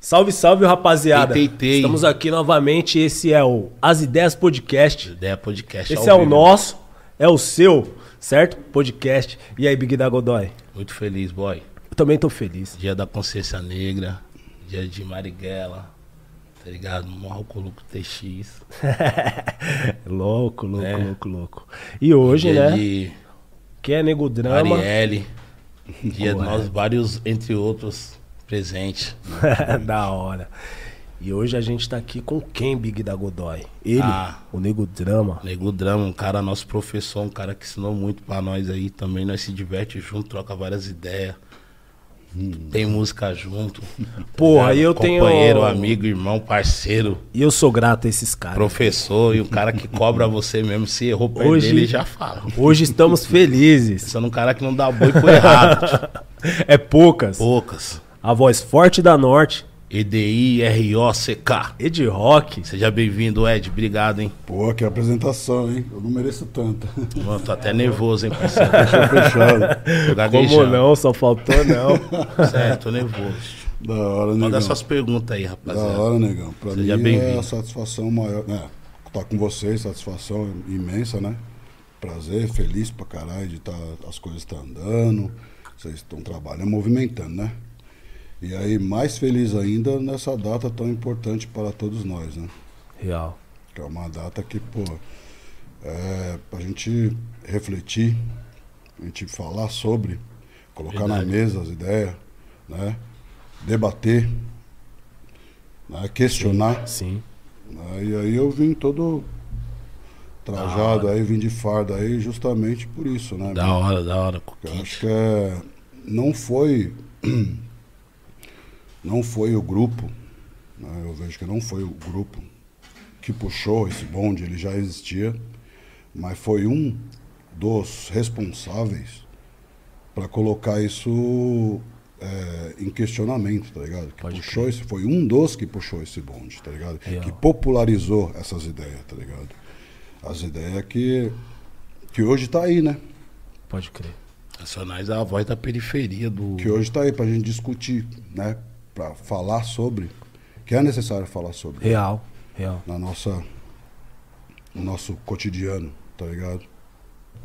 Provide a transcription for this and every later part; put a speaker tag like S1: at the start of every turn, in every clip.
S1: Salve, salve, rapaziada.
S2: Tei, tei, tei.
S1: Estamos aqui novamente. Esse é o As Ideias Podcast.
S2: Ideia podcast.
S1: Esse
S2: ao
S1: é o
S2: vivo.
S1: nosso, é o seu, certo? Podcast. E aí, Big da Godoy?
S2: Muito feliz, boy.
S1: Eu também tô feliz.
S2: Dia da Consciência Negra, dia de Marighella, tá ligado? Marrocoluco TX.
S1: louco, louco,
S2: É.
S1: louco, louco. E hoje,
S2: dia
S1: né?
S2: de
S1: Que é nego drama.
S2: Marielle, dia de nós vários, entre outros, presentes.
S1: da hora. E hoje a gente tá aqui com quem, Big da Godoy? Ele,
S2: Ah.
S1: o nego drama.
S2: Nego Drama, um cara, nosso professor, um cara que ensinou muito pra nós aí também. Nós se diverte junto, troca várias ideias. Tem música junto.
S1: Porra,
S2: Tá ligado?
S1: e eu tenho-
S2: Companheiro, amigo, irmão, parceiro.
S1: E eu sou grato a esses caras.
S2: professor e o cara que cobra você mesmo. Se errou perto
S1: Hoje-
S2: dele, ele já fala.
S1: Hoje estamos felizes.
S2: Sendo um cara que não dá boi pro errado. tio.
S1: É poucas.
S2: Poucas.
S1: A voz forte da Norte.
S2: E-D-I-R-O-C-K.
S1: Ed Rock.
S2: Seja bem-vindo, Ed. Obrigado, hein?
S3: Pô, que apresentação, hein? Eu não mereço tanta.
S2: Mano, tô até nervoso, hein, parceiro?
S3: Tô fechado.
S2: Tô
S1: Como
S2: gaguejando.
S1: não? Só faltou não.
S2: Sério, tô nervoso.
S3: Da hora,
S2: Manda
S3: negão.
S2: suas perguntas aí,
S3: Da
S2: rapaziada.
S3: hora, negão. Pra
S2: Seja
S3: mim é
S2: bem-vindo.
S3: a satisfação maior. É, tá com vocês, satisfação imensa, né? Prazer, feliz pra caralho de tá, as coisas estão andando, vocês estão trabalhando, movimentando, né? E aí, mais feliz ainda nessa data tão importante para todos nós, né?
S1: Real.
S3: Que é uma data que, pô, é, pra gente refletir, a gente falar sobre, colocar
S2: Verdade.
S3: na mesa as ideias, né? Debater, né? questionar.
S1: Sim.
S3: né? E aí eu vim todo trajado aí, vim de farda aí, justamente por isso, né?
S2: Da hora, da hora,
S3: Eu
S2: Coquinho.
S3: acho que é, não foi não foi o grupo, né? eu vejo que não foi o grupo que puxou esse bonde, ele já existia, mas foi um dos responsáveis para colocar isso é, em questionamento, tá ligado? Que
S1: Pode
S3: puxou esse, foi um dos que puxou esse bonde, tá ligado?
S1: Real.
S3: Que popularizou essas ideias, tá ligado? As ideias que, que hoje tá aí, né?
S1: Pode crer.
S2: Nacionais é a voz da periferia do.
S3: que hoje está aí para a gente discutir, né? Para falar sobre, que é necessário falar sobre
S1: Real. Real.
S3: na nossa, no nosso cotidiano, tá ligado?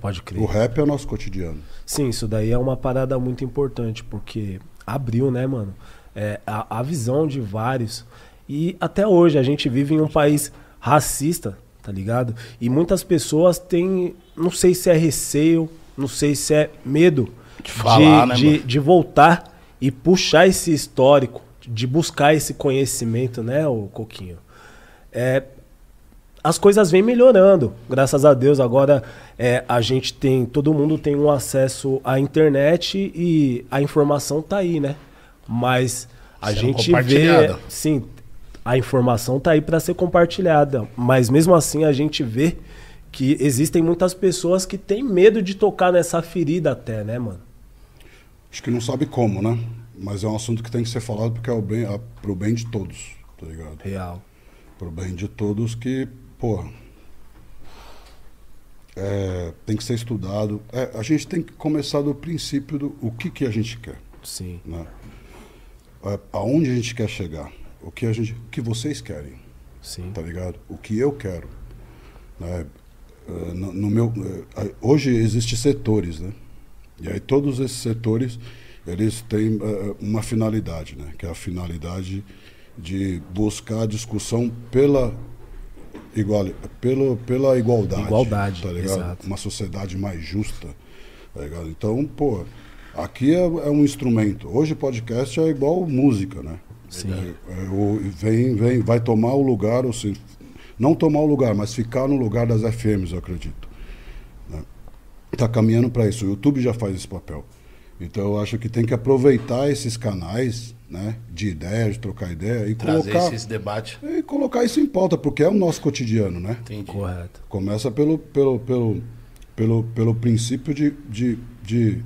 S1: Pode
S3: O
S1: crer.
S3: rap é o nosso cotidiano.
S1: Sim, isso daí é uma parada muito importante, porque abriu, né, mano? É, a, a visão de vários. E até hoje a gente vive em um país racista, tá ligado? E muitas pessoas têm. Não sei se é receio, não sei se é medo de,
S2: falar, né,
S1: de,
S2: mano?
S1: de voltar e puxar esse histórico, de buscar esse conhecimento, né, o Coquinho? É, as coisas vêm melhorando, graças a Deus. Agora é, a gente tem, todo mundo tem um acesso à internet e a informação tá aí, né? Mas a
S2: Sendo
S1: gente vê,
S2: compartilhada.
S1: sim, a informação tá aí para ser compartilhada, mas mesmo assim a gente vê que existem muitas pessoas que têm medo de tocar nessa ferida até, né, mano?
S3: Acho que não sabe como, né? Mas é um assunto que tem que ser falado porque é o bem, é pro bem de todos, tá ligado?
S1: Real.
S3: Pro bem de todos que, porra, é, tem que ser estudado. É, a gente tem que começar do princípio do o que, que a gente quer.
S1: Sim.
S3: né? É, Aonde a gente quer chegar? O que a gente, o que vocês querem,
S1: Sim.
S3: tá ligado? O que eu quero, né? É, No, no meu, é, hoje existem setores, né? E aí todos esses setores eles têm é, uma finalidade, né? Que é a finalidade de buscar a discussão pela igual, pelo, pela igualdade,
S1: Igualdade,
S3: tá ligado?
S1: exato.
S3: uma sociedade mais justa. tá ligado? Então, pô, aqui é, é um instrumento. Hoje podcast é igual música, né?
S1: Sim.
S3: É, é, o- vem, vem, vai tomar o lugar, ou se, não tomar o lugar, mas ficar no lugar das FMs, eu acredito. Está caminhando para isso. O YouTube já faz esse papel. Então, eu acho que tem que aproveitar esses canais né, de ideia, de trocar ideia e
S2: Trazer
S3: colocar,
S2: esse debate.
S3: e colocar isso em pauta, porque é o nosso cotidiano, né?
S2: Entendi.
S1: Correto.
S3: Começa pelo, pelo, pelo, pelo, pelo princípio de. de, de,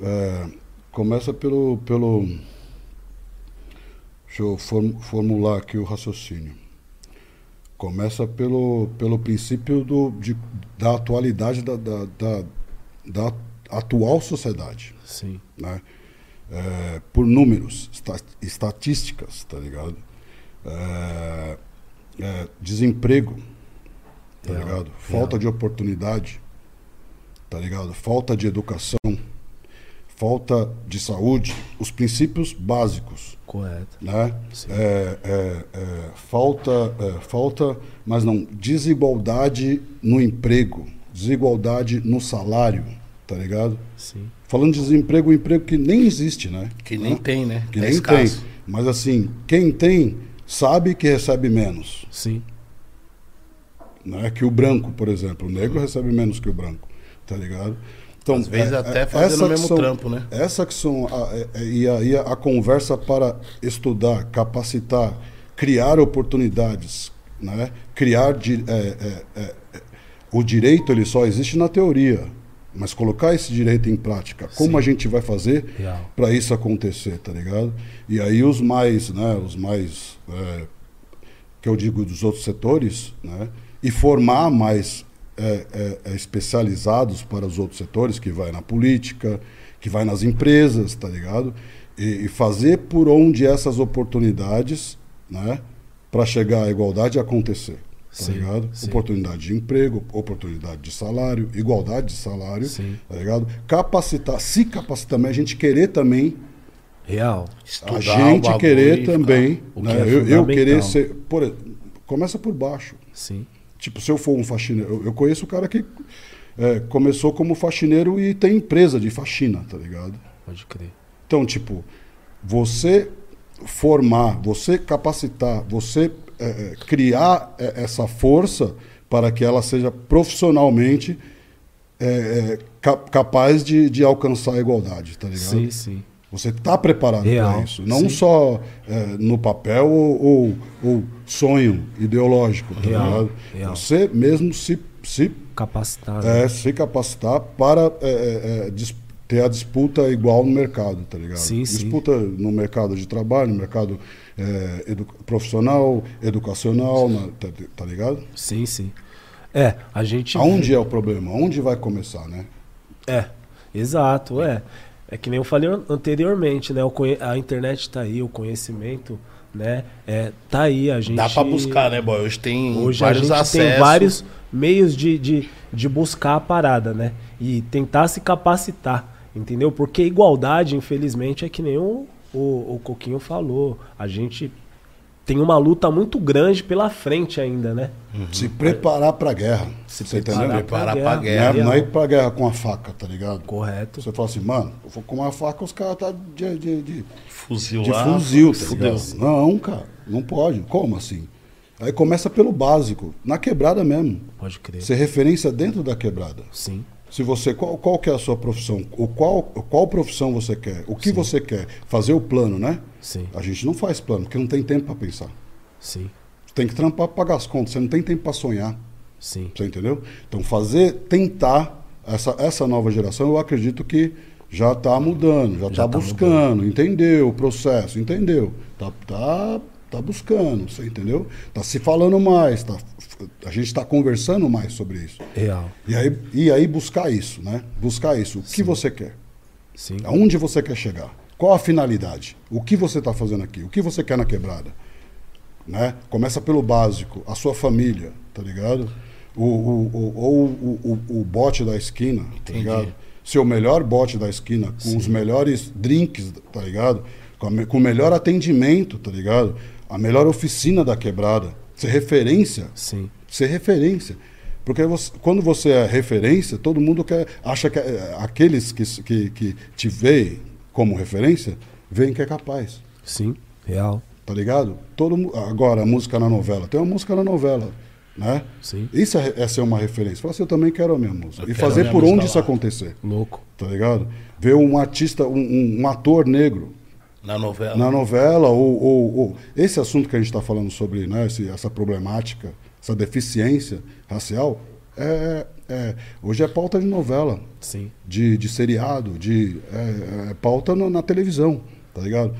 S3: eh, começa pelo, pelo. Deixa eu form- formular aqui o raciocínio. Começa pelo, pelo princípio do, de, da atualidade da, da, da, da atual sociedade.
S1: Sim.
S3: Né? eh, por números, esta- estatísticas, tá ligado? Eh, eh, desemprego, tá
S1: Real,
S3: ligado? Falta de oportunidade, tá ligado? Falta de educação, falta de saúde, os princípios básicos,
S1: Correto.
S3: né?
S1: Sim.
S3: É, é, é, falta, é, falta, mas não, desigualdade no emprego, desigualdade no salário, tá ligado?
S1: Sim.
S3: Falando de desemprego, um emprego que nem existe, né?
S2: Que nem
S3: Né?
S2: tem, né?
S3: Que
S2: é
S3: nem
S2: escasso.
S3: tem. Mas assim, quem tem sabe que recebe menos.
S1: Sim.
S3: Né? Que o branco, por exemplo. O negro recebe menos que o branco, tá ligado? Então,
S2: Hum. Às vezes até fazendo
S3: essa
S2: o
S3: que
S2: mesmo
S3: são-
S2: trampo, né?
S3: Essa que são a, é- é- e aí a, a conversa para estudar, capacitar, criar oportunidades, né? Criar di- é, é, é, é, o direito ele só existe na teoria, mas colocar esse direito em prática, como
S1: Sim.
S3: a gente vai fazer
S1: Real.
S3: para isso acontecer, tá ligado? E aí os mais, né? Os mais é, que eu digo dos outros setores, né? E formar mais é, é, é, especializados para os outros setores, que vai na política, que vai nas empresas, tá ligado? E, e fazer por onde essas oportunidades, né? Para chegar à igualdade acontecer, tá
S1: Sim,
S3: ligado?
S1: sim.
S3: Oportunidade de emprego, oportunidade de salário, igualdade de salário,
S1: Sim.
S3: tá ligado? Capacitar, se capacitar também, a gente querer também
S1: Real.
S2: Estudar
S3: a
S2: o
S3: gente
S2: bagulho e
S3: querer
S2: ficar-
S3: também.
S1: o
S3: né?
S1: que é
S3: eu, eu
S1: fundamental.
S3: querer ser. por e- começa por baixo.
S1: Sim.
S3: Tipo, se eu for um faxineiro. Eu, eu conheço o cara que é, começou como faxineiro e tem empresa de faxina, tá ligado?
S1: Pode crer.
S3: Então, tipo, você formar, você capacitar, você é, é, criar é, essa força para que ela seja profissionalmente é, é, ca- capaz de, de alcançar a igualdade, tá ligado?
S1: Sim, sim.
S3: Você está preparado
S1: Real,
S3: para isso. Não
S1: sim.
S3: só é, no papel ou, ou- ou sonho ideológico. Tá
S1: Real,
S3: ligado?
S1: real.
S3: Você mesmo se, se,
S1: Capacitado.
S3: é, se capacitar para é, é, é, dis- ter a disputa igual no mercado, tá ligado?
S1: Sim, sim.
S3: disputa no mercado de trabalho, no mercado é, edu- profissional, educacional, na- tá, tá ligado?
S1: Sim, sim. É, a gente.
S3: Aonde é o problema? Aonde vai começar, né?
S1: É, exato, é. É que nem eu falei an- anteriormente, né? O conhe- A internet tá aí, o conhecimento, né? É, tá aí, a gente.
S2: Dá pra buscar, né, boy? Hoje tem
S1: Hoje a
S2: vários
S1: gente
S2: acessos.
S1: tem vários meios de, de, de buscar a parada, né? E tentar se capacitar, entendeu? Porque igualdade, infelizmente, é que nem o, o, o Coquinho falou. A gente tem uma luta muito grande pela frente ainda, né?
S3: Se preparar para a guerra.
S1: Se
S3: você
S1: preparar
S3: entendeu?
S2: Preparar pra
S1: pra guerra.
S2: guerra.
S3: Não é- não é ir para a guerra com a faca, tá ligado?
S1: Correto.
S3: Você fala assim, mano, eu vou com uma faca, os caras tá de, de, de,
S2: Fuzil
S3: de
S2: lá.
S3: fuzil, tá
S2: fudeu.
S3: ligado? Não, cara, não pode. Como assim? Aí começa pelo básico, na quebrada mesmo.
S1: Pode crer.
S3: Ser referência dentro da quebrada.
S1: Sim,
S3: Se você, qual, qual que é a sua profissão? O qual, qual profissão você quer? O que
S1: Sim.
S3: você quer? Fazer o plano, né?
S1: sim,
S3: A gente não faz plano, porque não tem tempo para pensar.
S1: sim,
S3: Tem que trampar pra pagar as contas, você não tem tempo para sonhar.
S1: sim.
S3: Você entendeu? Então fazer, tentar essa, essa nova geração, eu acredito que já está mudando, já está
S1: tá
S3: buscando, entendeu o processo, entendeu? Tá, tá, tá buscando, você entendeu? Tá se falando mais, tá, a gente está conversando mais sobre isso.
S1: Real.
S3: E aí, e aí buscar isso, né? Buscar isso. O que
S1: Sim.
S3: você quer?
S1: Sim.
S3: Aonde você quer chegar? Qual a finalidade? O que você está fazendo aqui? O que você quer na quebrada? Né? Começa pelo básico, a sua família, tá ligado? O, o, o, ou o, o, o bote da esquina, tá
S2: Entendi.
S3: ligado? Seu melhor bote da esquina, com os melhores drinks, tá ligado? Com, a me- com o melhor atendimento, tá ligado? A melhor oficina da quebrada. Ser referência
S1: Sim.
S3: ser referência. Porque você- quando você é referência, todo mundo quer, acha que é, aqueles que, s- que, que te veem como referência, veem que é capaz.
S1: Sim. Real.
S3: Tá ligado? Todo, mu- agora, a música na novela. Tem uma música na novela, né?
S1: Sim.
S3: Isso é, re- é ser uma referência. Fala assim, eu também quero a minha música.
S2: Eu
S3: e
S2: quero a
S3: fazer
S2: minha
S3: por
S2: música
S3: onde isso
S2: lá.
S3: acontecer,
S1: Louco.
S3: tá ligado? Ver um artista, um, um- um ator negro
S2: Na novela.
S3: na novela ou, ou- ou- esse assunto que a gente está falando sobre né, esse- essa problemática, essa deficiência racial, é, é- hoje é pauta de novela,
S1: Sim.
S3: de, de seriado, de é- é pauta na, na televisão, tá ligado?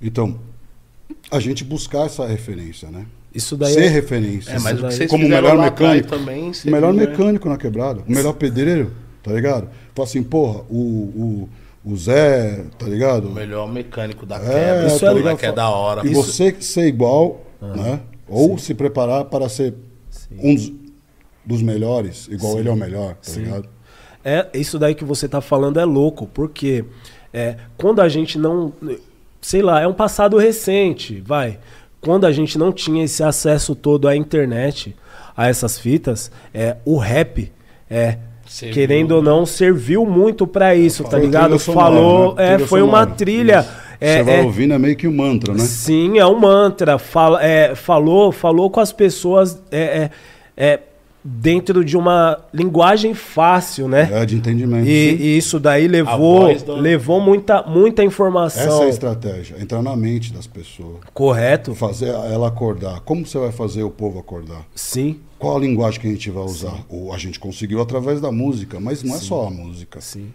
S3: Então a gente buscar essa referência, né?
S1: Isso daí
S3: Ser
S1: é-
S3: referência,
S2: É, mas
S1: Isso
S2: o que
S1: daí.
S2: vocês
S3: Como
S2: fizeram
S3: melhor
S2: lá atrás
S3: mecânico.
S2: também.
S3: o
S2: você
S3: melhor
S2: viu, né?
S3: mecânico na quebrada, o melhor pedreiro, tá ligado? Fala assim, porra, o, o, o Zé, tá ligado?
S2: O melhor mecânico da
S3: É,
S2: quebra.
S1: isso
S2: Isso
S1: é
S2: é
S1: legal.
S2: que é da hora.
S3: E
S2: Isso-
S3: você ser igual,
S1: Ah.
S3: né? Ou se preparar para ser um dos, dos melhores, igual ele é o melhor, tá ligado?
S1: É, isso daí que você tá falando é louco, porque é, quando a gente não. Sei lá, é um passado recente, vai. Quando a gente não tinha esse acesso todo à internet, a essas fitas, é, o rap é.
S2: Serviu,
S1: querendo ou não, serviu muito pra isso, tá
S3: Foi
S1: ligado?
S3: trilha sonora,
S1: Falou,
S3: né?
S1: é,
S3: Trilha
S1: foi uma
S3: sonora.
S1: trilha.
S3: Isso.
S1: é,
S3: você vai
S1: é,
S3: ouvindo é meio que um mantra, né?
S1: Sim, é um mantra. Fala, é, falou, falou com as pessoas é, é, é, dentro de uma linguagem fácil, né?
S3: É de entendimento.
S1: E, e isso daí levou,
S2: voz da-
S1: levou muita, muita
S3: Essa
S1: informação.
S3: é a estratégia, entrar na mente das pessoas,
S1: Correto?
S3: fazer ela acordar. Como você vai fazer o povo acordar?
S1: Sim,
S3: Qual a linguagem que a gente vai usar? Ou a gente conseguiu através da música, mas não é só a música.
S1: sim.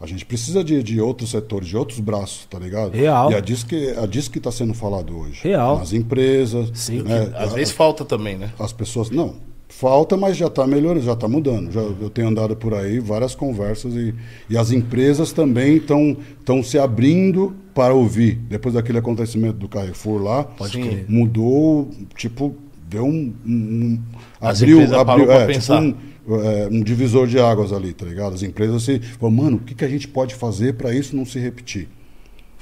S3: A gente precisa de, de outros setores, de outros braços, tá ligado?
S1: Real.
S3: E é disso que é disso que está sendo falado hoje.
S1: Real.
S3: Nas empresas.
S1: Sim.
S3: né?
S2: Às
S3: A-
S2: vezes falta também, né?
S3: As pessoas. Não. Falta, mas já está melhorando, já está mudando. Já, eu tenho andado por aí, várias conversas, e, e as empresas também estão se abrindo para ouvir. Depois daquele acontecimento do Carrefour lá,
S2: Pode crer.
S3: mudou, tipo, deu um. um- um-
S2: As empresas parou pra pensar.
S3: um- é, um divisor de águas ali, tá ligado? As empresas se. Falam, Mano, o que, que a gente pode fazer para isso não se repetir?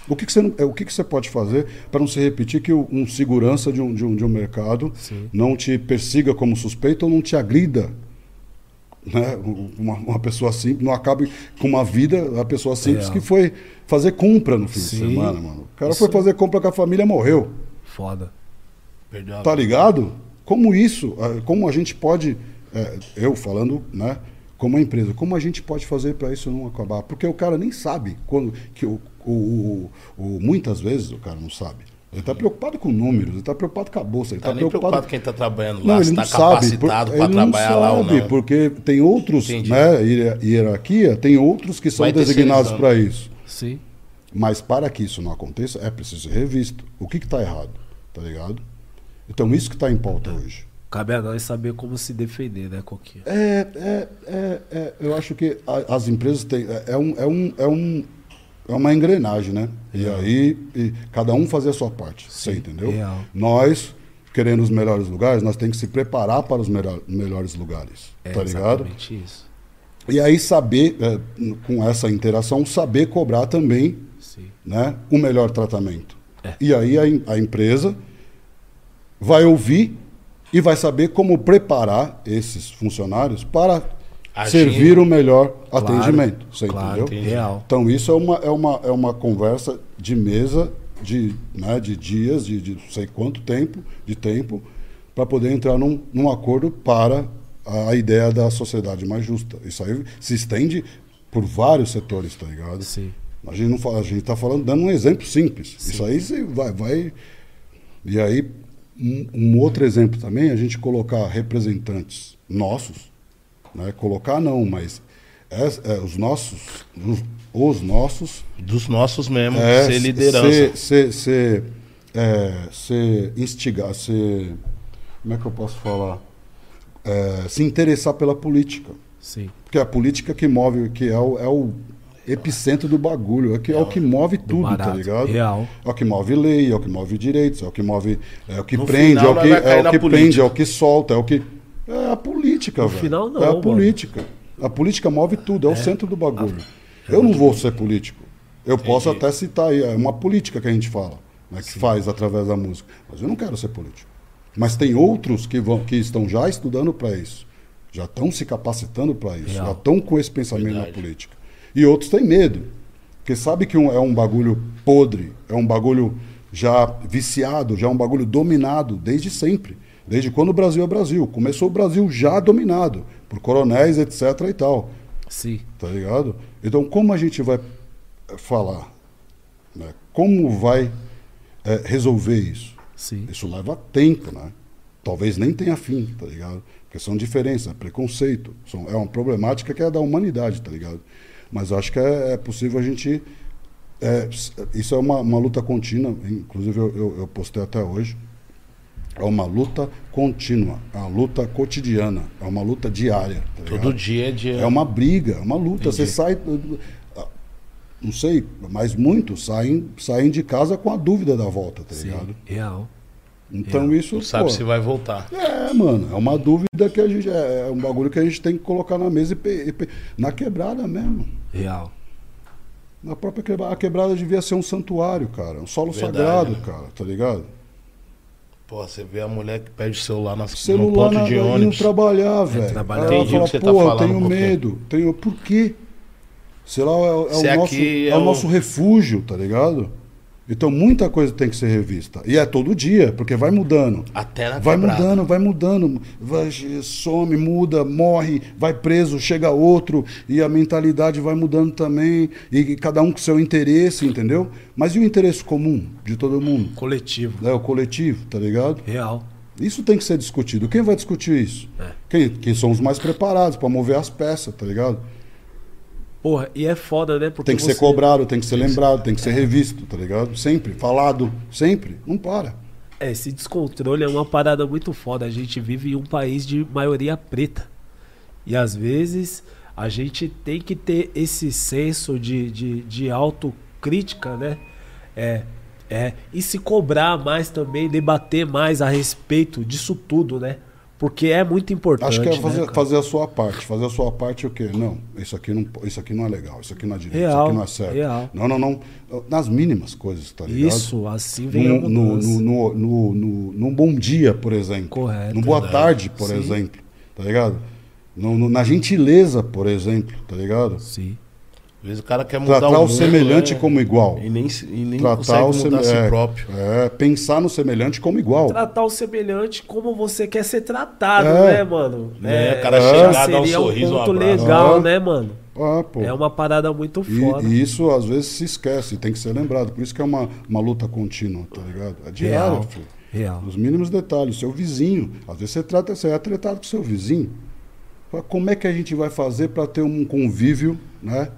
S3: O que, que, você, não- é, o que, que você pode fazer para não se repetir que o- um segurança de um, de um, de um mercado não te persiga como suspeito ou não te agrida? Né? Um- Uma, uma pessoa simples, não acabe com uma vida, a pessoa simples
S1: É.
S3: que foi fazer compra no fim
S1: Sim.
S3: de semana, mano. O cara
S1: Isso
S3: foi
S1: é.
S3: fazer compra com a família morreu.
S1: Foda.
S2: Perdeu a
S3: Tá ligado? Como isso, eh, como a gente pode, eh, eu falando, né, como a empresa, como a gente pode fazer para isso não acabar? Porque o cara nem sabe quando que o, o- o- o- muitas vezes o cara não sabe. Ele está preocupado com números, ele está preocupado com a bolsa, ele
S2: Uhum. Tá
S3: está
S2: nem
S3: preocupado.
S2: preocupado quem tá trabalhando lá,
S3: Não, ele
S2: se
S3: não
S2: tá
S3: sabe, por-
S2: capacitado
S3: ele
S2: pra
S3: não
S2: trabalhar lá ou
S3: sabe,
S2: não.
S3: porque tem outros,
S2: Entendi.
S3: né, hie- hierarquia, tem outros que são
S2: Vai
S3: designados
S2: terceirizando.
S3: para isso.
S1: Sim.
S3: Mas para que isso não aconteça, é preciso ser revisto. O que está errado? Tá ligado? Então, isso que está em pauta hoje.
S1: Cabe a nós saber como se defender, né, Coquinha?
S3: É, é, é, é, eu acho que a- as empresas têm. É, é um, é, um, é, um, é uma engrenagem, né? E aí, e cada um fazer a sua parte. você entendeu?
S1: real.
S3: Nós, querendo os melhores lugares, nós temos que se preparar para os melhor- melhores lugares.
S1: É
S3: tá ligado?
S1: exatamente isso.
S3: E aí, saber, é, com essa interação, saber cobrar também
S1: Sim.
S3: né, o melhor tratamento.
S1: É.
S3: E aí a, em- a empresa vai ouvir e vai saber como preparar esses funcionários para
S2: Agir.
S3: servir o melhor
S1: Claro,
S3: atendimento. Você
S1: claro,
S3: entendeu?
S2: entendi.
S1: Real.
S3: Então isso é uma, é uma, é uma conversa de mesa, de, né, de dias, de, de sei quanto tempo, de tempo, para poder entrar num, num acordo para a, a ideia da sociedade mais justa. Isso aí se estende por vários setores, tá ligado?
S1: Sim.
S3: A gente não fala, a gente está falando dando um exemplo simples. Isso aí você vai, vai. E aí um, um outro exemplo também é a gente colocar representantes nossos, né? Colocar não, mas es- é, os nossos, os, os nossos
S2: Dos nossos mesmo,
S3: é,
S2: Hum, ser liderança.
S3: Ser, ser, ser, é, ser instigar, ser como é que eu posso falar? É, se interessar pela política.
S1: Sim.
S3: Porque é a política que move, que é o, é o epicentro do bagulho, é, que, é o que move tudo, tá
S1: barato,
S3: ligado?
S1: real.
S3: É o que move lei, é o que move direitos, é o que move, é o que
S2: No
S3: prende,
S2: final,
S3: é o
S2: nós
S3: que,
S2: vai cair
S3: é o
S2: na
S3: que
S2: política.
S3: prende, é o que solta, é o que. É a política, velho.
S1: final, não,
S3: É a
S1: mano.
S3: política. A política move tudo, é, o centro do bagulho.
S1: É
S3: Eu não vou ser político. Eu posso
S2: Entendi.
S3: até citar aí, é uma política que a gente fala, né, que faz através da música. Mas eu não quero ser político. Mas tem outros que, vão, que estão já estudando para isso, já estão se capacitando para isso,
S1: Real.
S3: já estão com esse pensamento na
S2: Verdade.
S3: política. E outros têm medo, porque sabe que um- é um bagulho podre, é um bagulho já viciado, já é um bagulho dominado desde sempre. Desde quando o Brasil é Brasil. Começou o Brasil já dominado por coronéis, etc. e tal.
S1: Sim.
S3: Tá ligado? Então, como a gente vai eh, falar? né? Como vai eh, resolver isso?
S1: Sim.
S3: Isso leva tempo, né? Talvez nem tenha fim, tá ligado? Porque são diferenças, é preconceito. São, é uma problemática que é da humanidade, tá ligado? Mas eu acho que é, é possível a gente. é, s- isso é uma, uma luta contínua, inclusive eu, eu- eu postei até hoje. É uma luta contínua, é uma luta cotidiana, é uma luta diária. Tá
S2: Todo
S3: ligado?
S2: dia é dia.
S3: É uma briga, é uma luta.
S2: Entendi.
S3: Você sai. não sei, mas muitos saem, saem de casa com a dúvida da volta, tá ligado?
S1: Real.
S3: Então isso.
S2: Não sabe
S3: pô,
S2: se vai voltar.
S3: É, mano, é uma dúvida que a gente. É é um bagulho que a gente tem que colocar na mesa e, pe- e pe- na quebrada mesmo.
S1: Real.
S3: Na própria quebrada. A quebrada devia ser um santuário, cara. Um solo
S2: Verdade,
S3: sagrado,
S2: né?
S3: cara, tá ligado?
S2: Pô, você vê a mulher que pede o celular nas, no
S3: Celular
S2: ponto
S3: na,
S2: de
S3: indo
S2: ônibus.
S3: É, trabalhar, velho.
S1: trabalhar.
S3: Aí ela
S2: Entendi o
S3: fala,
S2: que você tá
S3: pô, eu
S2: falando
S3: tenho
S2: um pouquinho."
S3: medo. Tenho. Por quê? Sei lá, é, o- é
S2: Se
S3: o,
S2: aqui
S3: nosso, é
S2: é
S3: o
S2: o-
S3: nosso refúgio, tá ligado? Então muita coisa tem que ser revista. E é todo dia, porque vai mudando.
S2: Até
S1: Tá
S2: na
S3: Vai
S2: quebrada.
S3: mudando, vai mudando. Vai, eh, some, muda, morre, vai preso, chega outro. E a mentalidade vai mudando também. E cada um com seu interesse, entendeu? Mas e o interesse comum de todo mundo?
S1: Coletivo.
S3: Né? O coletivo, tá ligado?
S1: Real.
S3: Isso tem que ser discutido. Quem vai discutir isso?
S1: É.
S3: Quem, quem são os mais preparados para mover as peças, tá ligado?
S1: Porra, e é foda, né? Porque
S3: Tem que ser
S1: você-
S3: cobrado, tem que ser lembrado, tem que ser revisto, tá ligado? Sempre, falado, sempre. Não para.
S1: É, esse descontrole é uma parada muito foda. A gente vive em um país de maioria preta. E às vezes a gente tem que ter esse senso de, de, de autocrítica, né? É, é. E se cobrar mais também, debater mais a respeito disso tudo, né? Porque é muito importante.
S3: Acho que é
S1: né,
S3: fazer,
S1: cara?
S3: fazer a sua parte. Fazer a sua parte é o quê? Não, isso aqui não, po- isso aqui não é legal, isso aqui não é direito, isso
S1: Real,
S3: aqui não é certo.
S1: real.
S3: Não, não, não. Nas mínimas coisas, tá ligado?
S1: Isso, assim vem a
S3: Num, no,
S1: mudança.
S3: no, no, no, no- num bom dia, por exemplo.
S1: Correto.
S3: Num boa
S1: Verdade.
S3: tarde, por
S1: Sim.
S3: exemplo. Tá ligado? No- no- na gentileza, por exemplo, tá ligado?
S1: Sim.
S2: Às vezes o cara quer mudar
S3: Tratar
S2: o
S3: o,
S2: mundo,
S3: semelhante
S1: é.
S2: né?
S3: como igual.
S2: E nem, se- e nem consegue
S3: Tratar o
S2: mudar
S3: semelhante.
S2: a si próprio.
S3: É, pensar no semelhante como igual.
S1: Tratar o semelhante como você quer ser tratado,
S3: É.
S1: né, mano?
S2: Né, o cara chegar, dar um
S1: seria
S2: sorriso, um
S1: um ponto
S2: abraço.
S1: legal,
S3: Ah.
S1: né, mano?
S3: Ah, pô.
S1: É uma parada muito
S3: E,
S1: foda.
S3: e isso às vezes se esquece, tem que ser lembrado. Por isso que é uma, uma luta contínua, tá ligado? É diária,
S1: Real.
S3: filho.
S1: Real.
S3: Nos mínimos detalhes. Seu vizinho. Às vezes você, trata, você é tratado com seu vizinho. Fala, Como é que a gente vai fazer para ter um convívio, né?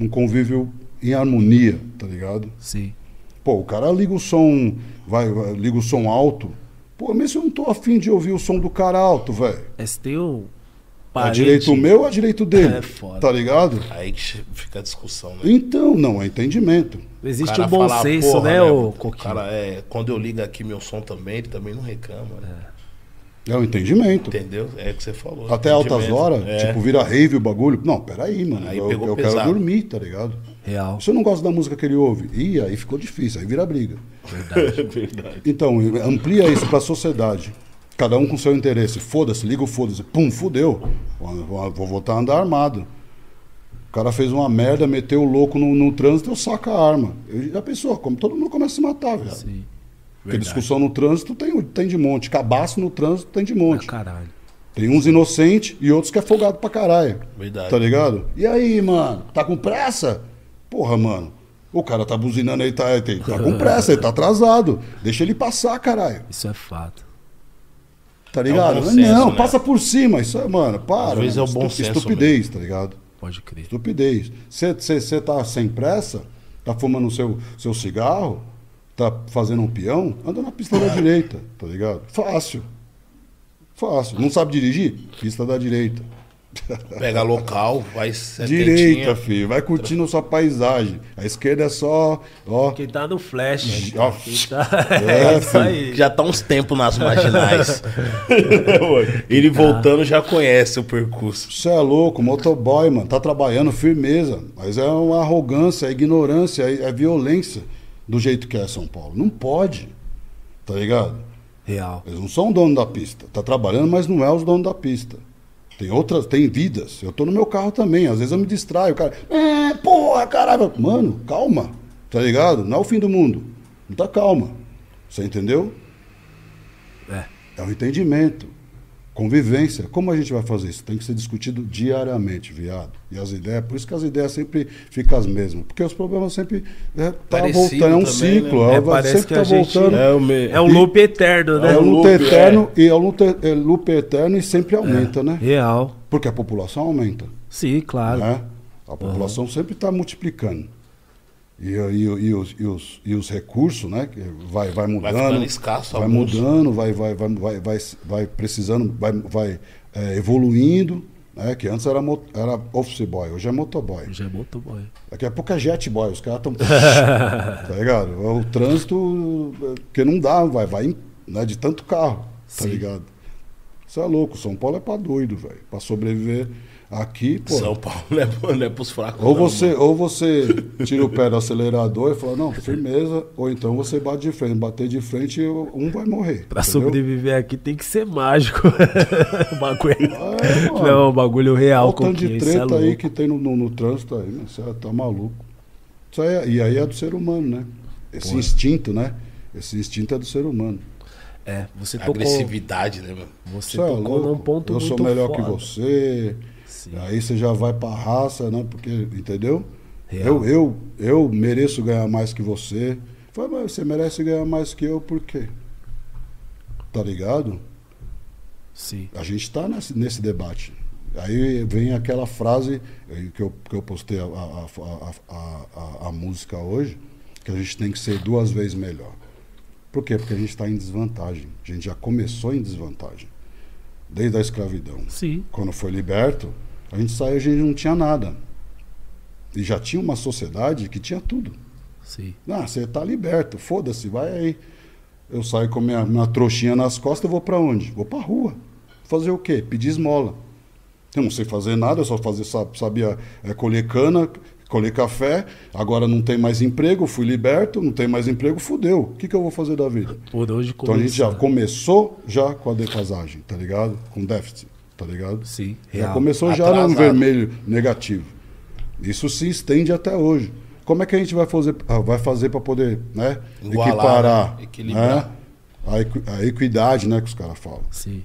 S3: Um convívio em harmonia, tá ligado?
S1: Sim.
S3: Pô, o cara liga o som, vai, vai- liga o som alto. Pô, mas eu não tô afim de ouvir o som do cara alto, velho.
S1: É, se tem um
S3: É
S1: parente-
S3: direito meu ou é direito dele?
S1: É foda.
S3: Tá ligado?
S2: Aí que che- fica a discussão, né?
S3: Então, não, é entendimento.
S2: O
S1: Existe
S2: cara
S1: um bom
S2: fala,
S1: senso,
S2: "Porra,
S1: né, ô
S2: o
S1: Coquinho?
S2: cara, é, quando eu ligo aqui meu som também, ele também não reclama, né?
S3: É um entendimento.
S2: Entendeu? É o que você falou.
S3: Até altas
S2: entendimento.
S3: horas,
S2: É.
S3: tipo, vira rave o bagulho. Não, peraí, mano.
S2: Aí
S3: eu
S2: pegou
S3: eu quero
S2: pesado.
S3: dormir, tá ligado?
S1: Real.
S3: Se eu não gosto da música que ele ouve, e aí ficou difícil, aí vira briga.
S2: Verdade.
S3: Então, amplia isso pra sociedade. Cada um com seu interesse. Foda-se, liga o foda-se. Pum, fudeu. Vou vou- vou voltar a andar armado. O cara fez uma merda, meteu o louco no, no trânsito, eu saco a arma. Eu, já pensou, como todo mundo começa a se matar, velho.
S1: Sim.
S3: Porque discussão no trânsito tem, tem de monte. Cabaço no trânsito tem de
S1: Pra
S3: monte.
S1: caralho.
S3: Tem uns inocentes e outros que é folgado pra caralho.
S2: Verdade.
S3: Tá ligado? E aí, mano? Tá com pressa? Porra, mano. O cara tá buzinando aí, tá, ele tá com pressa, ele tá atrasado. Deixa ele passar, caralho.
S1: Isso é fato.
S3: Tá ligado?
S2: bom senso,
S3: não,
S2: né?
S3: passa por cima. Isso é, mano, para.
S2: Às vezes é o bom senso
S3: Estupidez, tá ligado?
S1: Pode crer.
S3: Estupidez. Você tá sem pressa, tá fumando seu, seu cigarro, tá fazendo um peão, anda na pista da direita, tá ligado? Fácil. Fácil. Não sabe dirigir? Pista da direita.
S2: Pega local, vai setentinha.
S3: Direita, filho. Vai curtindo sua paisagem. A esquerda é só, ó.
S1: Quem tá no flash.
S3: Ó.
S1: Quem tá...
S3: É,
S1: É, isso
S3: filho.
S1: aí.
S2: Já tá uns tempos nas marginais.
S1: Ah.
S2: Ele voltando já conhece o percurso.
S3: Você é louco, motoboy, mano. Tá trabalhando firmeza. Mas é uma arrogância, é ignorância, é, é violência do jeito que é São Paulo. Não pode. Tá ligado?
S1: Real.
S3: Eles não são dono da pista. Tá trabalhando, mas não é os donos da pista. Tem outras, tem vidas. Eu tô no meu carro também. Às vezes eu me distraio, o cara. É, porra, caralho. Mano, calma. Tá ligado? Não é o fim do mundo. Não tá calma. Você entendeu?
S1: É.
S3: É o entendimento. Convivência. Como a gente vai fazer isso? Tem que ser discutido diariamente, viado. E as ideias, por isso que as ideias sempre ficam as mesmas. Porque os problemas sempre é, tá
S2: Parecido
S3: voltando. É um
S2: também,
S3: ciclo.
S1: né?
S3: ela
S1: É,
S3: vai-
S1: parece
S3: sempre
S1: que
S3: tá
S1: a gente-
S3: voltando.
S1: É
S2: o me...
S1: É um loop eterno, né?
S3: É
S2: É
S3: o
S2: um
S3: luto
S2: loop,
S3: eterno e é o luto, é loop eterno e sempre aumenta, né?
S1: Real.
S3: Porque a população aumenta,
S1: Sim, claro.
S3: né? A população sempre está multiplicando. E, e- e os, e os- e os recursos, né? que Vai, vai mudando.
S2: ficando escasso
S3: vai
S2: alguns.
S3: mudando, vai, vai, vai, vai, vai, vai precisando, vai, vai, é, evoluindo. né? né? Que antes era, mo- era office boy, hoje é motoboy.
S1: Já é motoboy.
S3: Daqui a pouco é jet boy, os caras estão. tá ligado? O trânsito, eh, que não dá, vai, vai em- né, de tanto carro,
S1: Sim.
S3: tá ligado? Isso é louco, São Paulo é pra doido, velho. Pra sobreviver aqui, pô.
S2: São Paulo é, não é pros fracos.
S3: Ou
S2: não,
S3: você,
S2: mano.
S3: ou você tira o pé do acelerador e fala, não, firmeza, ou então você bate de frente. Bater de frente, um vai morrer.
S1: Pra
S3: entendeu?
S1: sobreviver aqui tem que ser mágico. o bagulho.
S3: É, mano.
S1: não, o bagulho real.
S3: Olha o tanto
S1: Coquinha,
S3: de
S1: isso é
S3: treta aí
S1: louco.
S3: que tem no, no- no trânsito aí, né? Você tá maluco. Isso aí é- e aí é do ser humano, né? Esse instinto, né? Esse instinto é do ser humano.
S1: É, você tocou,
S2: Agressividade, né, mano?
S1: você
S3: Isso é
S1: tocou
S3: louco.
S1: num um ponto
S3: Eu
S1: muito
S3: sou melhor
S1: foda.
S3: que você.
S1: Sim.
S3: Aí você já vai pra raça, né? Porque, entendeu?
S1: Real.
S3: Eu, eu, eu mereço ganhar mais que você. Fala, mas você merece ganhar mais que eu, por quê? Tá ligado?
S1: Sim.
S3: A gente está nesse, nesse debate. Aí vem aquela frase eh, que eu, que eu postei a, a, a- a- a- a música hoje, que a gente tem que ser duas vezes melhor. Por quê? Porque a gente está em desvantagem. A gente já começou em desvantagem. Desde a escravidão.
S1: Sim.
S3: Quando foi liberto, a gente saiu, a gente não tinha nada. E já tinha uma sociedade que tinha tudo.
S1: Sim.
S3: Ah, você tá liberto, foda-se, vai aí. Eu saio com minha, minha trouxinha nas costas, eu vou pra onde? Vou pra rua. Fazer o quê? Pedir esmola. Eu não sei fazer nada, eu só fazer, sa- sabia é, colher cana, colher café, agora não tem mais emprego, fui liberto, não tem mais emprego, fudeu. O que, que eu vou fazer da vida?
S1: Por hoje
S3: Então a gente já
S1: começa.
S3: começou já com a defasagem, tá ligado? Com déficit, tá ligado?
S1: Sim,
S3: Já
S1: real.
S3: começou já no
S2: Atrasado.
S3: vermelho negativo. Isso se estende até hoje. Como é que a gente vai fazer, ah, vai fazer para poder né,
S2: Igualar,
S3: equiparar?
S2: né? Equilibrar.
S3: né? A, equi- a equidade, né, que os caras falam.
S1: Sim.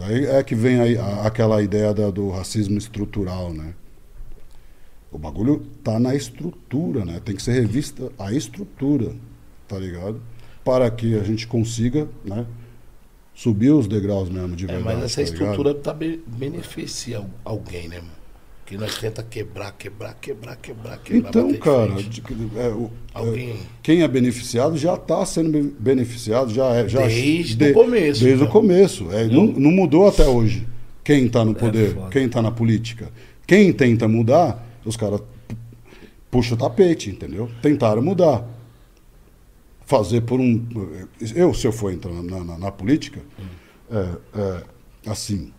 S3: Aí é que vem aí a- aquela ideia da- do racismo estrutural, né? O bagulho tá na estrutura, né? Tem que ser revista a estrutura, tá ligado? Para que a gente consiga, né? Subir os degraus mesmo de
S2: É,
S3: verdade.
S2: mas essa
S3: tá ligado?
S2: estrutura tá be- beneficia al- alguém, né, mano? Que nós tenta quebrar, quebrar, quebrar, quebrar, quebrar.
S3: Então,
S2: bater de
S3: cara,
S2: frente.
S3: de- de- é, o- é,
S2: Alguém-
S3: quem é beneficiado já está sendo be- beneficiado, já é. Já,
S2: Desde o começo,
S3: Desde o
S2: então.
S3: começo. É, não, não mudou até hoje. Quem está
S2: É
S3: no poder,
S1: foda.
S3: quem está na política. Quem tenta mudar, os caras pu- puxam o tapete, entendeu? Tentaram mudar. Fazer por um. Eu, se eu for entrar na, na- na política, é, é, assim.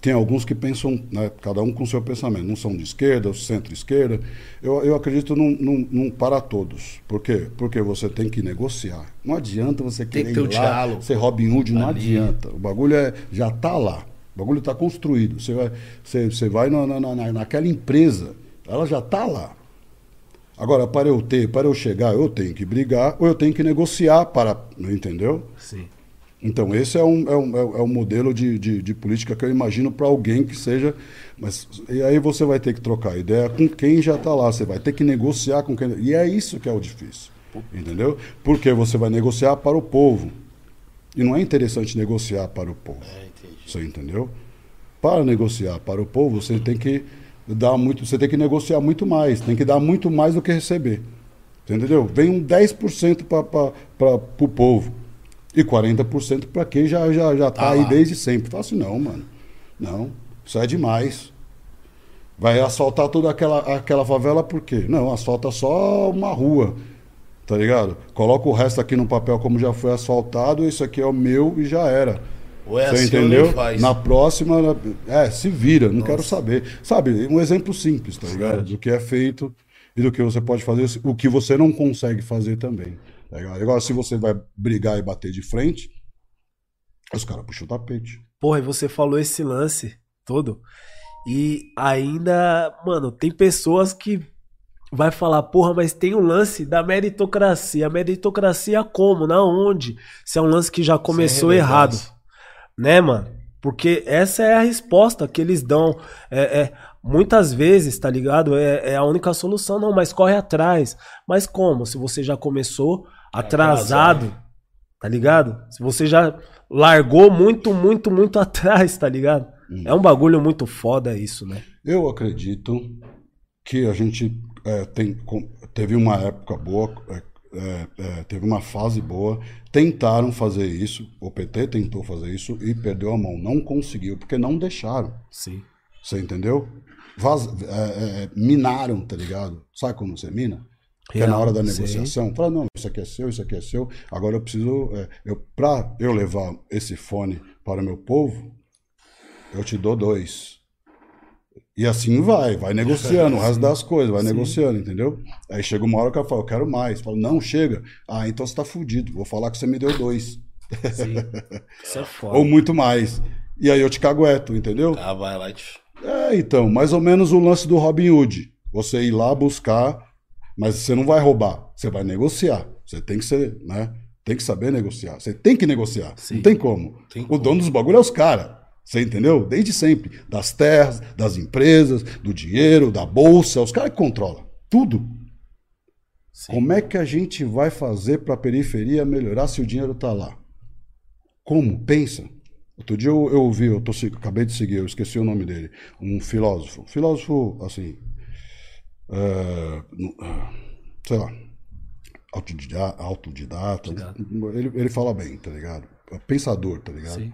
S3: Tem alguns que pensam, né, cada um com seu pensamento, não são de esquerda, centro-esquerda. Eu, eu acredito num, num- num para todos. Por quê? Porque você tem que negociar. Não adianta você
S2: Tem que
S3: querer
S2: ter o
S3: ir lá,
S2: diálogo.
S3: ser Robin Hood, não
S2: Ali.
S3: adianta. O bagulho é, já está lá. O bagulho está construído. Você vai, você, você vai na, na- na- naquela empresa, ela já está lá. Agora, para eu ter, para eu chegar, eu tenho que brigar ou eu tenho que negociar para. Entendeu?
S1: Sim.
S3: Então, esse é um, é um, é um- é um modelo de, de, de política que eu imagino para alguém que seja. Mas e aí você vai ter que trocar ideia com quem já está lá. Você vai ter que negociar com quem. E é isso que é o difícil. Entendeu? Porque você vai negociar para o povo. E não é interessante negociar para o povo.
S2: É, entendi.
S3: Você entendeu? Para negociar para o povo, você tem que dar muito, você tem que negociar muito mais, tem que dar muito mais do que receber. Você Entendeu? Vem um 10% para o povo e 40% para quem já já já tá,
S2: Tá
S3: aí
S2: lá.
S3: desde sempre. Fala assim, não, mano. Não, isso é demais. Vai asfaltar toda aquela aquela favela por quê? Não, asfalta só uma rua. Tá ligado? Coloca o resto aqui no papel como já foi asfaltado, isso aqui é o meu e já era.
S2: Ou é
S3: Você
S2: assim ou
S3: entendeu?
S2: nem faz.
S3: Na próxima, na- é, se vira, não quero saber. Sabe, um exemplo simples, tá ligado?
S1: Verdade.
S3: Do que é feito e do que você pode fazer, o que você não consegue fazer também. Tá ligado? Agora, se você vai brigar e bater de frente, os caras puxam o tapete.
S1: Porra, e você falou esse lance todo. E ainda, mano, tem pessoas que vai falar, porra, mas tem o lance da meritocracia. A meritocracia como? Na onde? Se é um lance que já começou
S2: relevância.
S1: errado. Né, mano? Porque essa é a resposta que eles dão. É, é, muitas vezes, tá ligado? É, é a única solução, não, mas corre atrás. Mas como? Se você já começou
S3: É
S1: atrasado, tá ligado? Se você já largou muito, muito, muito atrás, tá ligado?
S3: Hum.
S1: É um bagulho muito foda isso, né?
S3: Eu acredito que a gente é, tem, com- teve uma época boa, é, é, é, teve uma fase boa, tentaram fazer isso, o PT tentou fazer isso e perdeu a mão. Não conseguiu, porque não deixaram.
S1: Sim.
S3: Você entendeu? Vaz- é, é, minaram, tá ligado? Sabe quando você mina? Que é na
S1: Real,
S3: hora da
S1: sim.
S3: negociação. Fala, não, isso aqui é seu, isso aqui é seu. Agora eu preciso. É, eu, pra eu levar esse fone para o meu povo, eu te dou dois. E assim vai, vai negociando o resto das coisas, vai negociando, entendeu? Aí chega uma hora que eu falo, eu quero mais. Falo, não, chega. Ah, então você tá fudido. Vou falar que você me deu dois.
S1: Sim. Isso é foda.
S3: Ou muito mais. E aí eu te cagueto, entendeu?
S2: Ah, vai lá. tch.
S3: É, então, mais ou menos o lance do Robin Hood. Você ir lá buscar, mas você não vai roubar, você vai negociar. Você tem que ser, né? Tem que saber negociar. Você tem que negociar.
S1: Sim.
S3: Não tem como.
S2: Tem
S3: o
S2: como.
S3: dono dos bagulho é os caras. Você entendeu? Desde sempre. Das terras, das empresas, do dinheiro, da bolsa. Os caras que controlam tudo.
S1: Sim.
S3: Como é que a gente vai fazer para a periferia melhorar se o dinheiro tá lá? Como? Pensa. Outro dia eu, eu ouvi, eu tô se- acabei de seguir, eu esqueci o nome dele, um filósofo. Um filósofo, assim. é, nu- ah, sei lá. Autodidata. autodidata ele, ele fala bem, tá ligado? Pensador, tá ligado?
S1: Sim.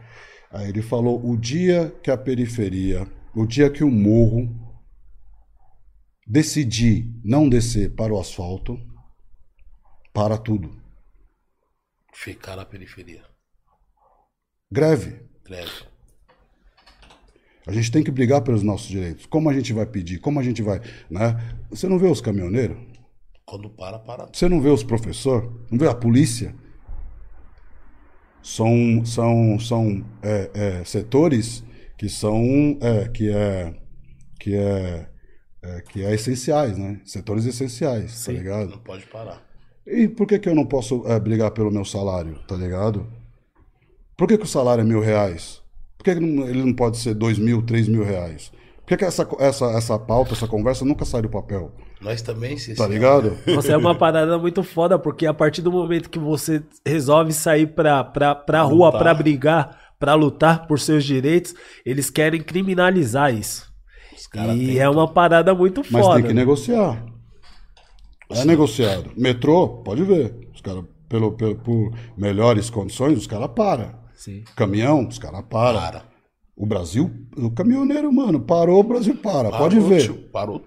S3: Aí ele falou: o dia que a periferia, o dia que o morro decidir não descer para o asfalto, para tudo.
S2: Ficar na periferia.
S3: Greve.
S2: Greve.
S3: A gente tem que brigar pelos nossos direitos. Como a gente vai pedir? Como a gente vai. Né? Você não vê os caminhoneiros?
S2: Quando para, para. tudo.
S3: Você não vê os professores? Não vê a polícia? São, são, são é, é, setores que são é, que é que é, é, que é essenciais, né? Setores essenciais,
S1: Sim.
S3: tá ligado?
S2: Não pode parar.
S3: E por que, que eu não posso eh, brigar pelo meu salário, tá ligado? Por que, que o salário é mil reais? Por que, que não- ele não pode ser dois mil, três mil reais? Por que, que essa, co- essa, essa pauta, essa conversa nunca sai do papel,
S2: Nós também, se
S3: tá ligado?
S1: Nossa, é uma parada muito foda, porque a partir do momento que você resolve sair pra, pra, pra rua
S2: Lutar.
S1: pra brigar, pra lutar por seus direitos, eles querem criminalizar isso.
S2: Os caras
S1: E
S2: têm
S1: é uma parada muito
S3: Mas
S1: foda. né?
S3: tem que negociar. É negociado. Metrô, pode ver. Os caras, pelo, pelo, por melhores condições, os caras param.
S1: Sim.
S3: Caminhão, os caras param.
S2: Para.
S3: O Brasil, o caminhoneiro, mano, parou, o Brasil para. pode
S2: Parou,
S3: ver. Né?
S2: tio, Parou.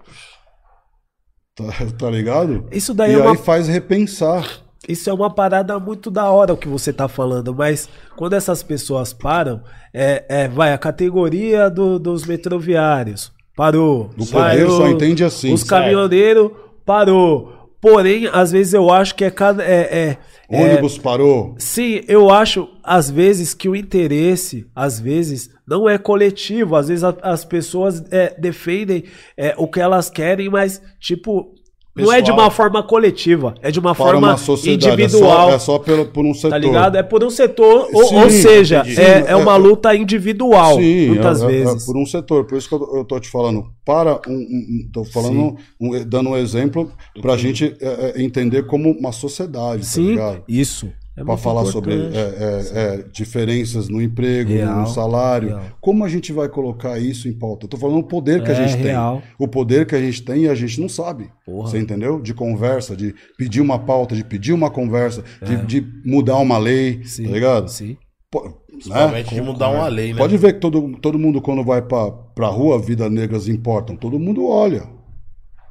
S3: Tá, tá ligado?
S1: Isso daí
S3: e
S1: é uma-
S3: aí faz repensar.
S1: Isso é uma parada muito da hora o que você tá falando, mas quando essas pessoas param, é, é, vai a categoria do- dos metroviários. Parou.
S3: O
S1: Vai
S3: poder
S1: o-
S3: só entende assim.
S1: Os caminhoneiros parou. Porém, às vezes eu acho que é cada. É, é, é-
S3: Ônibus parou.
S1: Sim, eu acho, às vezes, que o interesse, às vezes, não é coletivo. Às vezes a- as pessoas é, defendem é, o que elas querem, mas, tipo, não é de
S2: Pessoal.
S1: uma forma coletiva, é de uma
S3: Para
S1: forma
S3: uma sociedade.
S1: individual.
S3: É só, é só pelo, por um setor.
S1: Tá ligado? É por um setor, ou,
S3: Sim,
S1: ou seja,
S3: entendi.
S1: é,
S3: Sim,
S1: é uma
S3: é-
S1: luta individual,
S3: Sim,
S1: muitas
S3: é- é-
S1: vezes.
S3: É por um setor. Por isso que eu, eu tô te falando. Para um. um- um- tô falando, um- dando um exemplo pra gente é, é, entender como uma sociedade, tá
S1: Sim,
S3: ligado?
S1: isso. É
S3: Pra
S1: muito
S3: falar sobre
S1: importante.
S3: é, é, é, diferenças no emprego,
S1: Real,
S3: no salário.
S1: real.
S3: Como a gente vai colocar isso em pauta? Eu tô falando o poder que a
S1: É,
S3: gente
S1: real.
S3: tem. O poder que a gente tem e a gente não sabe.
S1: Porra.
S3: Você entendeu? De conversa, de pedir uma pauta, de pedir uma conversa, de, de mudar uma lei,
S1: É. Sim,
S3: tá ligado?
S1: Sim.
S3: Pô, né?
S2: Principalmente de mudar uma lei, né?
S3: Pode ver que todo, todo mundo, quando vai pra, pra rua, vidas negras importam. Todo mundo olha.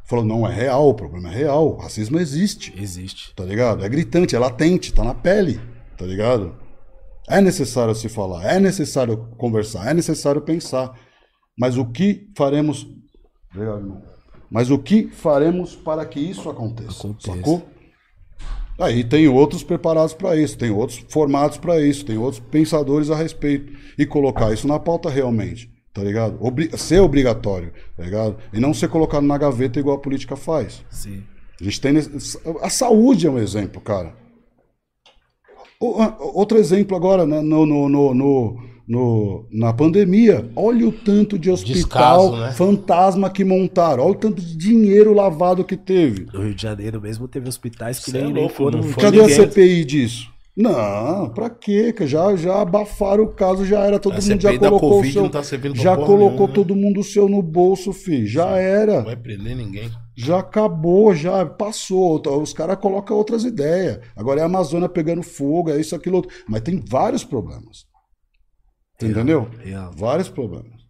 S3: Falou, não, é real, o problema é real. O racismo existe,
S1: Existe.
S3: tá ligado? É gritante, é latente, tá na pele, tá ligado? É necessário se falar, é necessário conversar, é necessário pensar. Mas o que faremos. Obrigado, irmão. Mas o que faremos para que isso aconteça?
S1: Aconteça.
S3: Sacou? Aí tem outros preparados para isso, tem outros formados para isso, tem outros pensadores a respeito. E colocar isso na pauta realmente, tá ligado? Obri- ser obrigatório, tá ligado? E não ser colocado na gaveta igual a política faz.
S1: Sim.
S3: A gente tem. nesse- A saúde é um exemplo, cara. O- a- Outro exemplo agora, né, no, no, no, no- no- na pandemia. Olha o tanto de hospital
S2: Descaso, né?
S3: fantasma que montaram. Olha o tanto de dinheiro lavado que teve.
S1: No Rio de Janeiro mesmo teve hospitais que
S2: Cê é
S1: nem, nem
S2: louco,
S1: foram.
S2: não foi
S3: Cadê a
S2: ninguém.
S3: CPI disso? Não, pra quê? que Já, já abafaram o caso, já era. Todo
S2: A
S3: mundo
S2: CPI
S3: já
S2: da
S3: colocou o
S2: Covid
S3: seu.
S2: não tá servindo pra
S3: já
S2: porra
S3: colocou
S2: nenhuma, né?
S3: todo mundo o seu no bolso, filho. Já era.
S2: Não vai prender ninguém.
S3: Já acabou, já passou. Tá, Os caras colocam outras ideias. Agora é a Amazônia pegando fogo, é isso, aquilo, outro. Mas tem vários problemas. Entendeu?
S2: real.
S3: Vários problemas.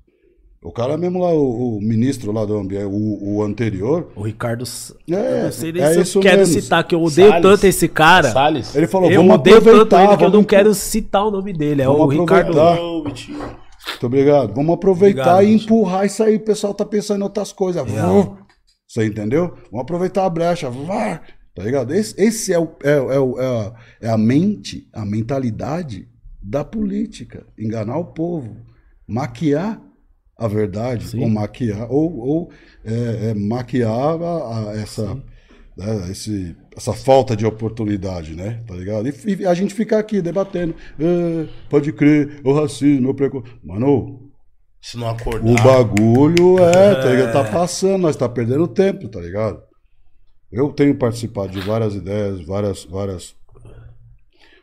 S3: O cara mesmo lá, o, o ministro lá do ambiente, o, o anterior,
S1: O Ricardo. S-
S3: É,
S1: eu não sei nem
S3: é
S1: se
S3: isso
S1: eu quero
S3: mesmo.
S1: citar, que eu odeio
S2: Salles.
S1: tanto esse cara.
S2: Salles?
S3: ele falou,
S1: Eu
S3: vamos
S1: odeio tanto
S3: aproveitar,
S1: ele que eu
S3: vamos
S1: não
S3: impor-
S1: quero citar o nome dele. É o
S3: Vamos
S1: Ricardo.
S3: aproveitar.
S2: Ô,
S3: tá.
S2: Vitinho.
S3: Muito obrigado. Vamos aproveitar
S1: Obrigado,
S3: e
S1: Lúcio.
S3: empurrar isso aí. O pessoal tá pensando em outras coisas. Vum. Você entendeu? Vamos aproveitar a brecha. Vá. Tá ligado? Esse, esse é, o, é, o- é, o- é a- é a mente, a mentalidade da política. Enganar o povo. Maquiar a verdade. Ou maquiar, ou, ou, é, é, maquiar a- a- essa, né, esse- essa falta de oportunidade, né? Tá ligado? E, e a gente fica aqui debatendo. "É, pode crer, o racismo, o preconceito. Mano,
S2: Se não acordar.
S3: o bagulho é, tá, ligado? Tá passando, nós tá perdendo tempo, tá ligado? Eu tenho participado de várias ideias, várias, várias,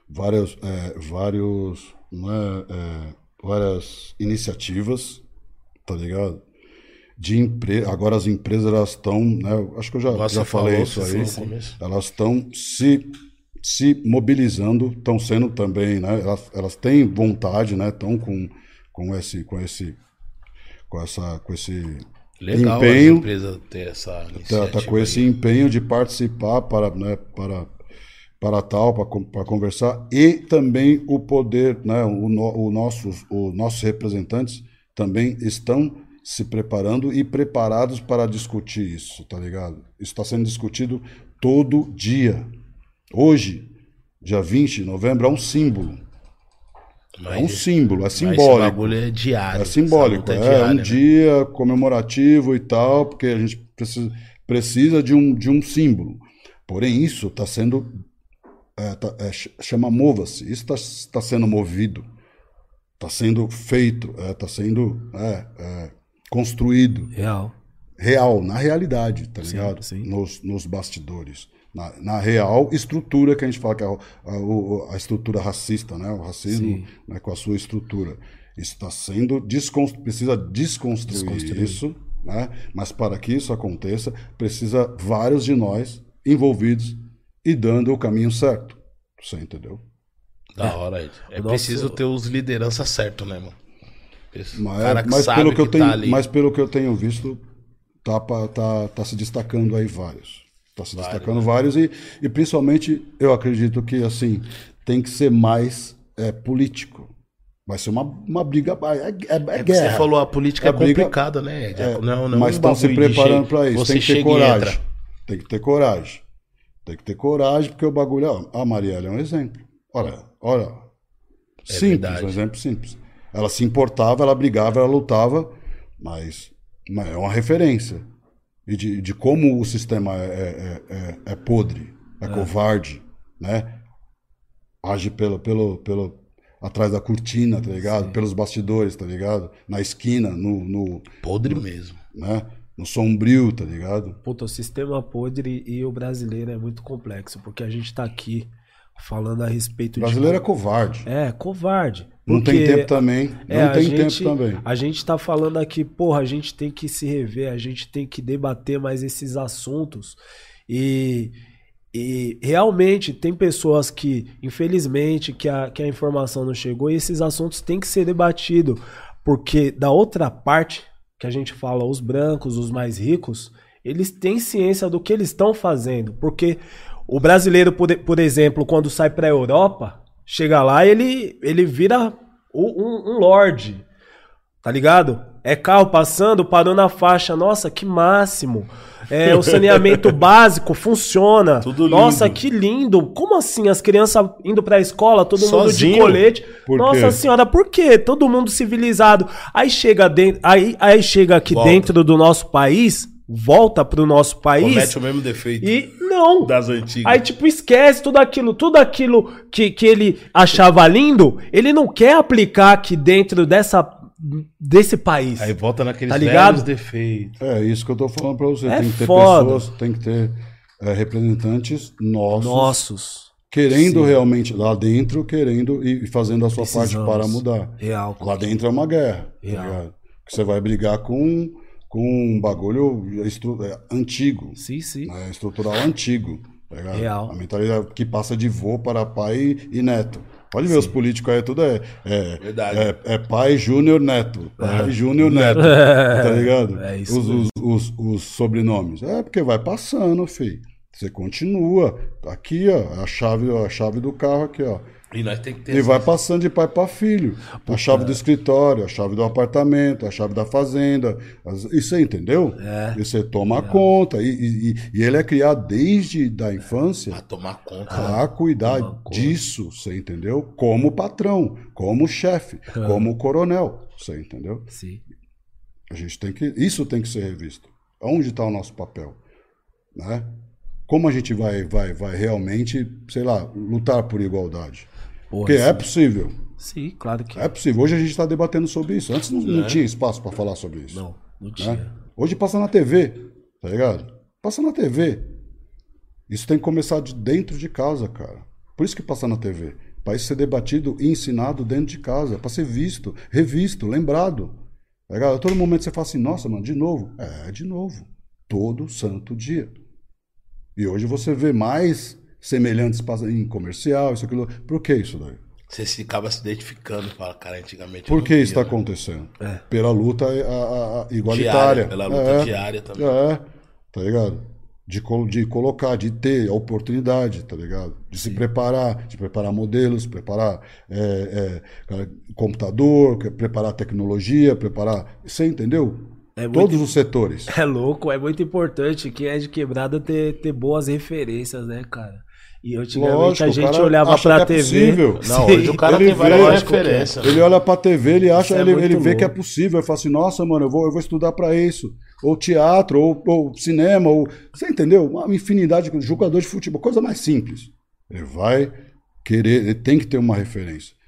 S3: várias, é, vários, né, é, várias iniciativas, tá ligado? De empresa, agora as empresas elas estão, né? eu Acho que eu já,
S2: Nossa,
S3: já
S2: você falou,
S3: falei isso
S2: você
S3: aí.
S2: falou no começo.
S3: Elas estão se se mobilizando, estão sendo também, né? Elas, elas têm vontade, né? Estão com com esse com esse com essa com esse
S2: Legal
S3: empenho.
S2: as empresas ter essa
S3: tá,
S2: iniciativa
S3: tá com esse
S2: aí.
S3: empenho de participar para né, para para tal para con- para conversar e também o poder né o, no, o nossos os nossos representantes também estão se preparando e preparados para discutir isso tá ligado isso está sendo discutido todo dia hoje dia 20 de novembro é um símbolo é
S2: Mas-
S3: um símbolo é
S2: mas Esse
S3: simbólico
S2: bagulho é diário.
S3: é simbólico,
S2: essa
S3: é,
S2: luta diária,
S3: um
S2: né?
S3: dia comemorativo e tal, porque a gente precisa, precisa de, um, de um símbolo. Porém, isso está sendo. É, tá- é, ch- chama mova-se. Isso está sendo movido, está sendo feito, está sendo é, é, construído
S1: Real.
S3: real, na realidade, tá ligado?
S1: sim.
S3: Nos, nos bastidores. Na, na real estrutura que a gente fala que é o- a, o- a estrutura racista, né? O racismo né? com a sua estrutura. Isso está sendo desconstruído, precisa desconstruir,
S1: Desconstruir.
S3: isso, né? Mas para que isso aconteça, precisa vários de nós envolvidos e dando o caminho certo. Você entendeu? né?
S2: Da hora, Ed. É
S1: O nosso-
S2: preciso ter os lideranças certos, né, mano? Esse
S3: Mas, é,
S2: cara
S3: mas
S2: sabe
S3: pelo que, eu
S2: tá
S3: tenho,
S2: ali.
S3: mas pelo que eu tenho visto, tá, pa- tá, tá se destacando aí vários. Tá se
S2: Vários, né?
S3: destacando vários e, e principalmente eu acredito que assim tem que ser mais é, político. Vai ser uma, uma briga. É, é- é
S2: É que
S3: guerra.
S2: Você falou, a política é,
S3: É briga-
S2: complicada, né? Ed?
S3: É,
S2: não, não
S3: mas
S2: um
S3: estão se
S2: bagulho de
S3: preparando
S2: che-
S3: para isso.
S2: Você
S3: Tem que ter
S2: chega e
S3: coragem.
S2: entra.
S3: Tem que ter coragem. Tem que ter coragem, porque o bagulho. ó, A Marielle é um exemplo. Olha, olha.
S2: É
S3: Simples,
S2: verdade.
S3: um exemplo simples. Ela se importava, ela brigava, ela lutava, mas, mas é uma referência. E de, de como o sistema é, é- é- é- é podre, é, covarde, né? Age pelo, pelo, pelo, atrás da cortina, tá ligado? Pelos bastidores, tá ligado? Na esquina, no, no,
S2: Podre mesmo.
S3: né? No sombrio, tá ligado?
S1: Puta, o sistema podre e o brasileiro é muito complexo, porque a gente tá aqui falando a respeito
S3: O brasileiro é
S1: de.
S3: covarde.
S1: É, covarde.
S3: Não tem
S1: Porque
S3: tempo também.
S1: É,
S3: não
S1: a
S3: tem
S1: gente-
S3: tempo também.
S1: A gente tá falando aqui, porra, a gente tem que se rever, a gente tem que debater mais esses assuntos. E, e realmente tem pessoas que, infelizmente, que a, que a informação não chegou e esses assuntos têm que ser debatidos. Porque da outra parte, que a gente fala, os brancos, os mais ricos, eles têm ciência do que eles estão fazendo. Porque o brasileiro, por, e- por exemplo, quando sai para a Europa, chega lá ele, ele vira o- um, um lorde. Tá ligado? É carro passando, parou na faixa. Nossa, que máximo. É, o saneamento básico funciona.
S2: Tudo lindo.
S1: Nossa, que lindo. Como assim? As crianças indo pra escola, todo mundo
S2: Sozinho?
S1: de colete.
S3: Por
S1: Nossa
S3: quê?
S1: senhora, por quê? Todo mundo civilizado. Aí chega dentro, aí, aí chega aqui
S2: Volta.
S1: dentro do nosso país, volta pro nosso
S3: É
S1: país
S2: Comete o mesmo defeito
S1: e não.
S2: das antigas.
S1: Aí, tipo, esquece tudo aquilo, tudo aquilo que, que ele achava lindo, ele não quer aplicar aqui dentro dessa, desse país.
S2: Aí volta naqueles
S1: Tá ligado?
S2: velhos defeitos.
S3: É isso que eu tô falando pra você.
S1: É
S3: tem que ter
S1: foda.
S3: pessoas, tem que ter é, representantes nossos,
S1: Nossos.
S3: querendo realmente, lá dentro, querendo e e fazendo a sua
S1: Precisamos.
S3: parte para mudar.
S1: Real.
S3: Lá dentro é uma guerra. tá
S1: Real.
S3: ligado? Você vai brigar com com um bagulho estru- é, antigo,
S1: Sim, sim.
S3: né, estrutural antigo. tá ligado?
S1: Real.
S3: A mentalidade que passa de vô para pai e neto. Pode ver, os políticos aí tudo é. É,
S2: Verdade.
S3: é, é pai, júnior, neto. Pai, júnior, neto. Tá ligado?
S1: É isso
S3: os, os, os, os sobrenomes. É porque vai passando, filho. Você continua. Aqui, ó, a chave, a chave do carro aqui, ó.
S2: E nós tem que ter
S3: E vai passando de pai para filho. A chave do escritório, a chave do apartamento, a chave da fazenda. As- E você entendeu?
S1: É.
S3: E você toma conta. E, e- e- e ele é criado desde da infância
S2: pra tomar conta.
S3: a cuidar
S1: Toma conta.
S3: disso, você entendeu? Como patrão, como chefe,
S1: Ah.
S3: como coronel, você entendeu?
S1: Sim.
S3: A gente tem que, isso tem que ser revisto. Onde está o nosso papel, né? Como a gente vai, vai, vai realmente, sei lá, lutar por igualdade?
S1: Porra,
S3: Porque
S1: sim.
S3: é possível.
S1: Sim, claro que
S3: É possível. Hoje a gente está debatendo sobre isso. Antes não, não tinha espaço para falar sobre isso.
S1: Não, não tinha.
S3: né? Hoje passa na TV, tá ligado? Passa na TV. Isso tem que começar de dentro de casa, cara. Por isso que passa na TV. Para isso ser debatido e ensinado dentro de casa. Para ser visto, revisto, lembrado. Tá ligado? A todo momento você fala assim, nossa, mano, de novo. É, de novo. Todo santo dia. E hoje você vê mais semelhantes pas- em comercial, isso, aquilo. Por que isso daí?
S2: Você se acaba se identificando, fala, cara, antigamente. eu
S3: Por
S2: não
S3: que isso Tá
S2: via,
S3: está
S2: né?
S3: acontecendo?
S1: É.
S3: Pela luta eh, a- a- a
S2: Diária,
S3: igualitária.
S2: pela luta
S3: É,
S2: diária também.
S3: É, tá ligado? De, col- de colocar, de ter a oportunidade, tá ligado? De se preparar, de preparar modelos, preparar eh, eh, cara, computador, que- preparar tecnologia, preparar. Você entendeu?
S1: É muito-
S3: Todos os setores.
S1: É louco, é muito importante que é de quebrada ter, ter boas referências, né, cara? E antigamente
S3: Lógico,
S1: a
S3: o
S1: gente
S3: cara
S1: olhava
S3: acha
S1: pra
S3: que é
S1: TV.
S3: possível.
S2: Não,
S1: Sim.
S2: hoje o cara
S3: Ele
S2: tem várias
S3: vê, é.
S2: referências.
S3: Ele olha pra TV, ele acha,
S1: é
S3: ele,
S1: muito
S3: ele vê
S1: louco.
S3: que é possível. Ele fala assim, nossa, mano, eu vou, eu vou estudar pra isso. Ou teatro, ou, ou cinema, ou. Você entendeu? Uma infinidade de jogador de futebol, coisa mais simples. Ele vai querer, ele tem que ter uma referência.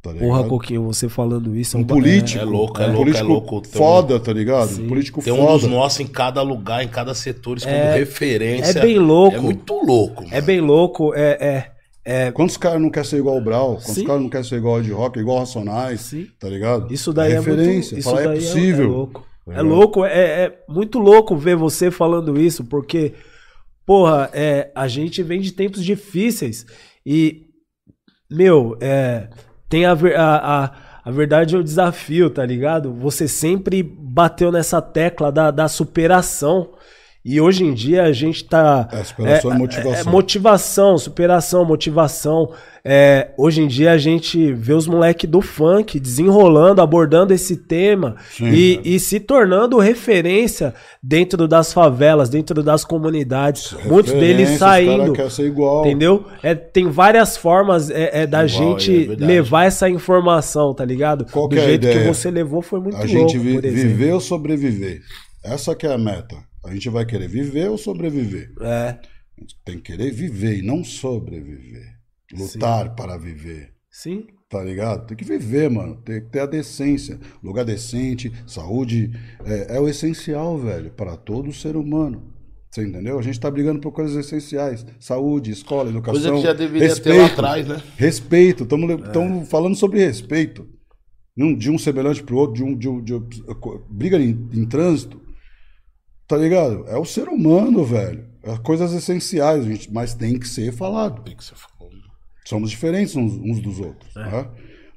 S3: Tá ligado?
S1: Porra, Coquinho, você falando isso. é
S3: um
S1: ba-
S3: político.
S2: É louco, é
S3: um
S2: louco,
S3: político
S2: é louco. Tem um-
S3: Foda, tá ligado?
S1: Sim.
S3: Um político
S2: Tem um
S3: foda.
S2: dos nossos em cada lugar, em cada setor, como
S1: É-
S2: referência.
S1: é bem louco.
S2: É muito louco.
S1: É, é
S2: mano.
S1: bem louco, é. é, é
S3: Quantos caras não querem ser igual o Brau? Quantos
S1: Sim.
S3: caras não querem ser igual ao Ed Rock, igual ao Racionais?
S1: Sim.
S3: Tá ligado?
S1: isso daí é muito.
S3: referência.
S1: Isso
S3: falar
S1: daí
S3: é
S1: é-
S3: possível.
S1: É, louco. É
S3: Entendeu?
S1: louco, é, é muito louco ver você falando isso, porque, porra, é, a gente vem de tempos difíceis e, meu, é, tem a, ver- a, a, a verdade é o desafio, tá ligado? Você sempre bateu nessa tecla da, da superação. E hoje em dia a gente tá.
S3: É, superação é motivação.
S1: é motivação, superação, motivação. É, hoje em dia a gente vê os moleque do funk desenrolando, abordando esse tema
S3: Sim,
S1: e, e se tornando referência dentro das favelas, dentro das comunidades. Muitos deles
S3: Referência, os
S1: saindo.
S3: cara é quer ser igual.
S1: Entendeu? É, tem várias formas é, é da
S2: Igual, é
S1: gente
S2: verdade.
S1: levar essa informação, tá ligado?
S3: Qual
S1: Do
S3: que é a
S1: jeito que
S3: ideia?
S1: você levou foi muito
S3: A
S1: louco,
S3: gente vi-
S1: por exemplo.
S3: viver ou sobreviver. Essa que é a meta. A gente vai querer viver ou sobreviver.
S1: É,
S3: A gente tem que querer viver e não sobreviver. Lutar para viver.
S1: sim.
S3: Tá ligado? Tem que viver, mano. Tem que ter a decência. Lugar decente, saúde. É, é o essencial, velho, para todo ser humano. Você entendeu? A gente tá brigando por coisas essenciais. Saúde, escola, educação.
S2: Coisa que já deveria ter lá
S3: respeito.
S2: atrás, É. né?
S3: Respeito, estamos falando sobre respeito. Num- De um semelhante pro outro, de um. De um- de um- co- briga em, em trânsito. Tá ligado? É o ser humano, velho. É coisas essenciais, gente, mas tem que ser falado.
S2: Tem que ser falado.
S3: Somos diferentes uns, uns dos outros. né?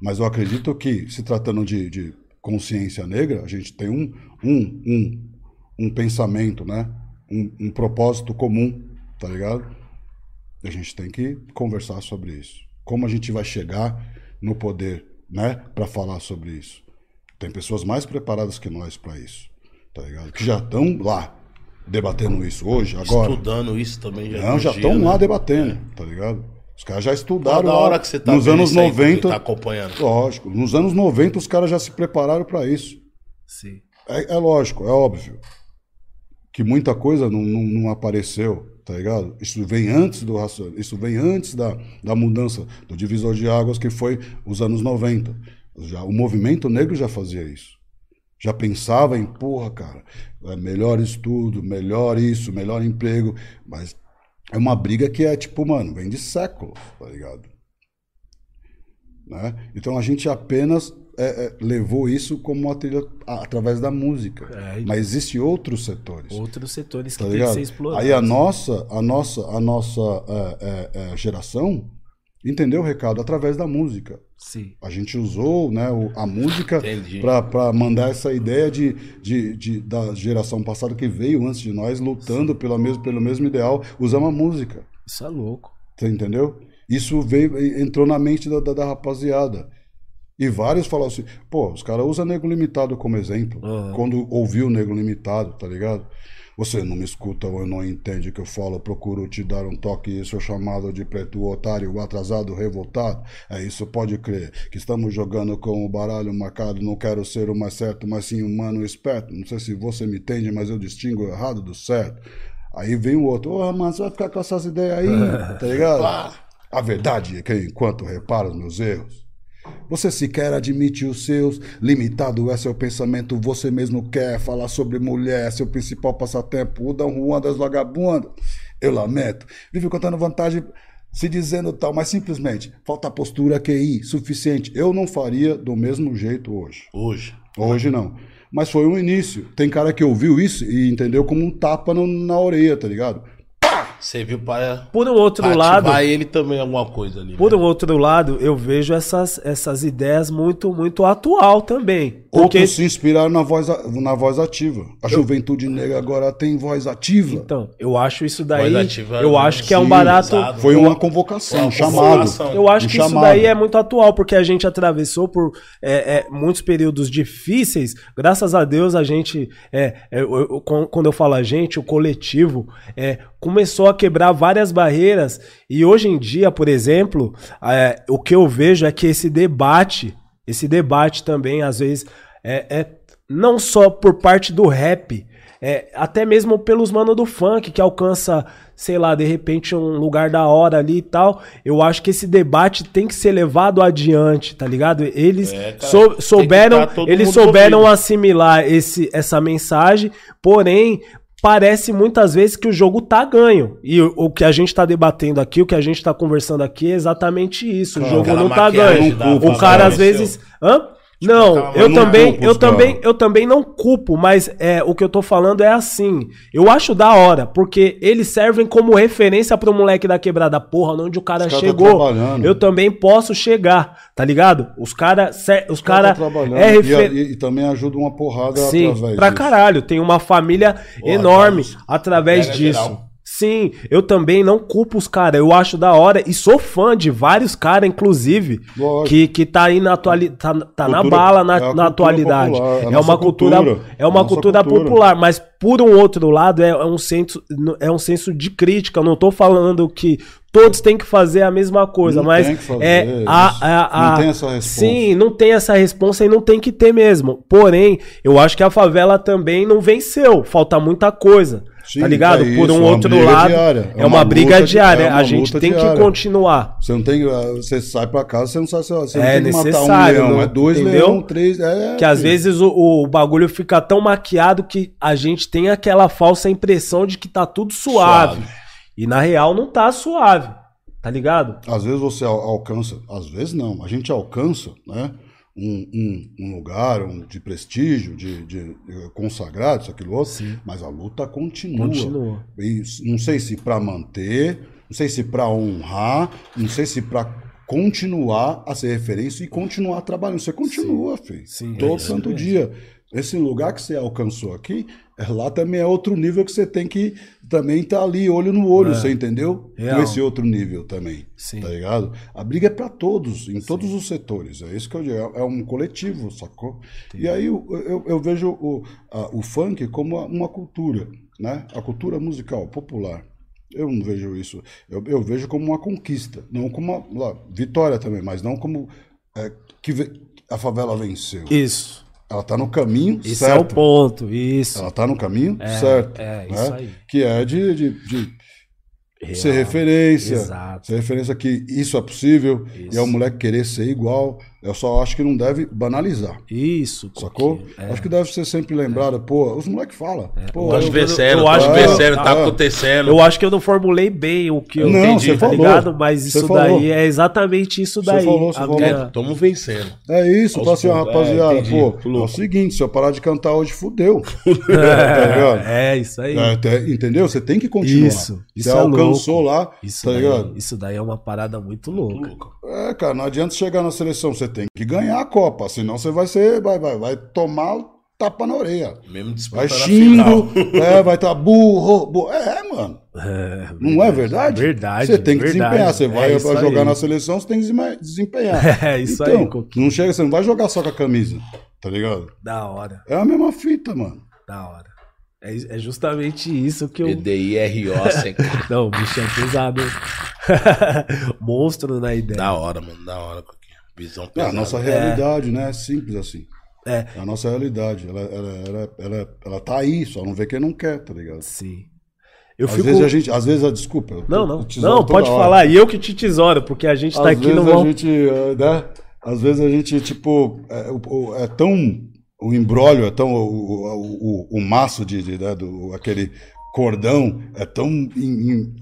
S3: Mas eu acredito que, se tratando de, de consciência negra, a gente tem um, um, um, um pensamento, né? Um, um propósito comum, tá ligado? E a gente tem que conversar sobre isso. Como a gente vai chegar no poder, né? Para falar sobre isso. Tem pessoas mais preparadas que nós para isso, tá ligado? Que já estão lá debatendo isso hoje, agora.
S2: Estudando isso também já.
S3: Não, já
S2: podia,
S3: estão lá
S2: né?
S3: debatendo, tá ligado? Os caras já
S2: Tá
S3: estudaram
S2: da
S3: lá
S2: hora que você tá
S3: nos
S2: vendo
S3: anos
S2: isso aí, que
S3: 90.
S2: Tá acompanhando.
S3: Lógico, nos anos 90 os caras já se prepararam para isso.
S1: Sim.
S3: É, é lógico, é óbvio que muita coisa não, não- não apareceu, tá ligado? Isso vem antes do raciocínio, isso vem antes da, da mudança do divisor de águas que foi os anos 90. Já, o movimento negro já fazia isso. Já pensava em, porra, cara, é melhor estudo, melhor isso, melhor emprego, mas é uma briga que é tipo, mano, vem de séculos, tá ligado? né? Então a gente apenas é, é, levou isso como uma trilha a- através da música.
S1: É, e-
S3: Mas existem outros setores.
S1: Outros setores que
S3: tá
S1: tem que
S3: ligado?
S1: ser explorados.
S3: Aí a nossa, a nossa, a nossa é, é, é, geração entendeu o recado através da música.
S1: Sim.
S3: A gente usou né, o- a música
S2: Entendi.
S3: para mandar essa ideia de, de, de- da geração passada que veio antes de nós lutando pela mesmo, pelo mesmo ideal. Usamos a música.
S1: Isso é louco.
S3: Você entendeu? Isso veio, e- entrou na mente da, da, da rapaziada. E vários falaram assim, pô, os caras usam Negro Limitado como exemplo.
S1: Aham.
S3: Quando ouviu o Negro Limitado, tá ligado? Você não me escuta ou não entende o que eu falo, eu procuro te dar um toque, isso é chamado de preto otário, atrasado, revoltado. É isso, pode crer, que estamos jogando com o baralho marcado, não quero ser o mais certo, mas sim humano esperto. Não sei se você me entende, mas eu distingo o errado do certo. Aí vem o outro, ô, mano, você vai ficar com essas ideias aí, tá ligado? A verdade é que enquanto reparo os meus erros, você sequer admite os seus, limitado é seu pensamento, você mesmo quer falar sobre mulher, é seu principal passatempo, o Dom Juan das vagabundas. Eu lamento, vive contando vantagem, se dizendo tal, mas simplesmente falta postura QI suficiente. Eu não faria do mesmo jeito hoje.
S2: Hoje.
S3: Hoje não. Mas foi um início. Tem cara que ouviu isso e entendeu como um tapa no- na orelha, tá ligado?
S2: Você viu para
S1: Por um outro
S2: pra
S1: lado,
S2: ativar ele também alguma coisa ali.
S1: por
S2: né?
S1: um outro lado, eu vejo essas, essas ideias muito muito atual também. Porque
S3: Outros se inspiraram na voz, a- na voz ativa. A juventude negra agora tem voz ativa.
S1: então, eu acho isso daí,
S2: Voz ativa,
S1: eu acho que é um
S2: sim,
S1: barato
S2: usado.
S3: Foi
S2: Eu-
S3: uma convocação,
S2: Foi
S3: um
S2: uma
S3: chamado.
S2: convocação.
S1: Eu acho
S3: Um
S1: que isso
S3: chamado.
S1: daí é muito atual, porque a gente atravessou por é, é, muitos períodos difíceis. Graças a Deus, a gente, é, é, eu- eu- quan- quando eu falo a gente, o coletivo, é, começou a quebrar várias barreiras. E hoje em dia, por exemplo, é, o que eu vejo é que esse debate, esse debate também, às vezes, é, é não só por parte do rap, é, até mesmo pelos mano do funk, que alcança, sei lá, de repente um lugar da hora ali e tal. Eu acho que esse debate tem que ser levado adiante, tá ligado? Eles
S2: É, cara,
S1: sou-
S2: tem que
S1: souberam,
S2: tá todo
S1: eles
S2: mundo
S1: souberam
S2: ouvindo.
S1: assimilar esse, essa mensagem, porém. Parece muitas vezes que o jogo tá ganho. E o, o que a gente tá debatendo aqui, o que a gente tá conversando aqui é exatamente isso. o
S3: Cara,
S1: jogo
S2: aquela
S1: não tá
S2: maquiagem
S1: ganho.
S2: da
S1: O cara às
S2: Pavarotti,
S1: vezes. Hã? Não,
S2: aquela-
S1: eu
S3: Não
S1: também,
S3: culpo
S1: eu
S3: os caras.
S1: também, eu também não culpo, mas é, o que eu tô falando é assim. Eu acho da hora, porque eles servem como referência pro moleque da quebrada, porra, onde o cara
S3: Os cara tá
S1: chegou.
S3: trabalhando.
S1: eu também posso chegar, tá ligado? Os cara, ser- os cara,
S3: Tá trabalhando.
S1: é
S3: e, a-
S1: refer...
S3: e- e também ajuda uma porrada
S1: Sim,
S3: através
S1: pra
S3: disso.
S1: caralho, tem uma família
S2: Porra,
S1: enorme
S2: cara,
S1: através
S3: é
S2: pega
S1: disso.
S2: geral.
S1: Sim, eu também não culpo os caras, eu acho da hora e sou fã de vários caras, inclusive,
S3: Lógico.
S1: que, que tá aí na atualidade, tá, tá na
S3: Cultura-
S1: bala
S3: é
S1: na,
S3: a
S1: na
S3: cultura
S1: atualidade.
S3: popular, é a
S1: é uma
S3: nossa
S1: cultura,
S3: cultura,
S1: é
S3: é a
S1: uma
S3: nossa
S1: cultura,
S3: cultura.
S1: popular, mas por um outro lado é, é um senso é um senso de crítica, eu não tô falando que todos têm que fazer a mesma coisa,
S3: Não
S1: mas
S3: tem que fazer
S1: é
S3: isso.
S1: a, a, a
S3: Não tem essa resposta.
S1: Sim, e não tem essa responsa e não tem que ter mesmo. Porém, eu acho que a favela também não venceu. Falta muita coisa.
S3: Sim,
S1: tá ligado?
S3: é
S1: Por
S3: isso,
S1: um
S3: é uma
S1: outro
S3: briga
S1: lado.
S3: diária,
S1: É, uma, briga
S3: luta di-
S1: diária.
S3: é uma
S1: a gente
S3: luta
S1: tem que
S3: diária.
S1: continuar.
S3: Você não tem. ah, Você sai pra casa, você não sai, você não
S1: É
S3: tem que matar um
S1: necessário,
S3: leão.
S1: não-
S3: É dois
S1: entendeu?
S3: leão, três. É,
S1: Que às
S3: filho.
S1: vezes o, o bagulho fica tão maquiado que a gente tem aquela falsa impressão de que tá tudo suave.
S2: Suave.
S1: E na real não tá suave. Tá ligado?
S3: Às vezes você al- alcança, às vezes não, a gente alcança né, um, um- um lugar um, de prestígio, de, de, eh, consagrado, isso, aquilo outro, mas a luta continua.
S1: Continua.
S3: E s- não sei se para manter, não sei se para honrar, não sei se para continuar a ser referência e continuar trabalhando. Você continua, filho.
S1: Sim, é
S3: todo
S1: isso
S3: santo
S1: mesmo.
S3: dia. Esse lugar que você alcançou aqui, é, lá também é outro nível que você tem que também estar ali, olho no olho, você entendeu?
S1: É. Real.
S3: Com esse outro nível também.
S1: Sim.
S3: Tá ligado? A briga é para todos, em todos os setores. É isso que eu digo. É um coletivo, sacou? E aí eu, eu- eu vejo o, a- o funk como uma cultura, né? A cultura musical popular. Eu não vejo isso. Eu, eu vejo como uma conquista, não como uma lá, vitória também, mas não como é, que ve- a favela venceu.
S1: Isso.
S3: Ela tá no caminho
S1: Esse é o
S3: certo.
S1: ponto. Isso.
S3: Ela tá no caminho certo.
S1: é,
S3: né?
S1: isso aí.
S3: Que é de- de- de ser
S1: Real.
S3: referência.
S1: Exato.
S3: Ser referência que isso é possível.
S1: Isso.
S3: E é o moleque querer ser igual. Eu só acho que não deve banalizar.
S1: Isso, é.
S3: Sacou?
S1: Coquinho.
S3: Acho que deve ser sempre lembrado, pô, os moleques falam. Pô,
S2: Tá
S3: eu-
S2: adversário,
S1: eu
S2: tá
S1: acho que-
S2: adversário, tá
S3: Ah,
S2: acontecendo.
S1: Eu acho que eu não formulei bem o que eu
S3: Não,
S1: entendi,
S3: você
S1: tá
S3: falou.
S1: ligado? Mas
S3: Você
S1: isso
S3: falou.
S1: daí é exatamente isso
S3: Você
S1: daí.
S3: falou, você
S1: a
S3: falou.
S2: É,
S1: minha-
S2: tamo vencendo.
S3: É isso,
S2: Aos
S3: fala assim, ó,
S2: poucos, é,
S3: rapaziada,
S2: entendi.
S3: pô, é o
S2: Louco.
S3: seguinte, se eu parar de cantar hoje, fudeu. tá ligado?
S1: É, isso aí.
S3: É, até- entendeu? Você tem que continuar.
S1: Isso,
S3: Você
S1: isso é
S3: alcançou lá,
S1: Isso,
S3: tá
S1: daí,
S3: ligado?
S1: isso daí é uma parada muito louca.
S3: É, cara, não adianta chegar na seleção, você tem que ganhar a Copa, senão você vai ser, vai, vai, vai tomar o tapa na orelha.
S2: Mesmo disputando
S3: Vai
S2: a tá final.
S3: xingo, é, vai estar burro, burro. É, é, mano.
S1: É,
S3: Não é verdade?
S1: Verdade.
S3: Você tem que
S1: verdade.
S3: desempenhar. Você
S1: É
S3: vai
S1: isso
S3: pra jogar
S1: aí.
S3: na seleção, você tem que desema- desempenhar.
S1: É isso aí,
S3: então,
S1: Coquinho.
S3: não chega, você não vai jogar só com a camisa, tá ligado?
S1: Da hora,
S3: É a mesma fita, mano.
S1: da hora. É, é justamente isso que eu.
S2: BDIRO, sem cara.
S1: Não, o bicho é pesado. hein? Monstro na
S3: Tá.
S1: ideia.
S2: Da hora, mano, da hora. Coquinha. Visão
S3: É a
S2: pesada.
S3: nossa realidade, né? É simples assim.
S1: É.
S3: a nossa realidade. Ela, ela, ela, ela, ela tá aí, só não vê quem não quer, tá ligado?
S1: Sim. Eu
S3: às
S1: fico.
S3: vezes a gente. Às vezes a desculpa. eu tô
S1: Não, não.
S3: tesouro
S1: Não,
S3: toda
S1: pode
S3: hora.
S1: falar. E eu que te tesouro, porque a gente
S3: Às
S1: tá aqui
S3: vezes
S1: no
S3: a
S1: mal.
S3: gente, eh, né? Às vezes a gente, tipo, é, o- o- é tão. O embrólio é tão. O, o, o, o maço de, de, né, do, aquele cordão é tão. Em, em,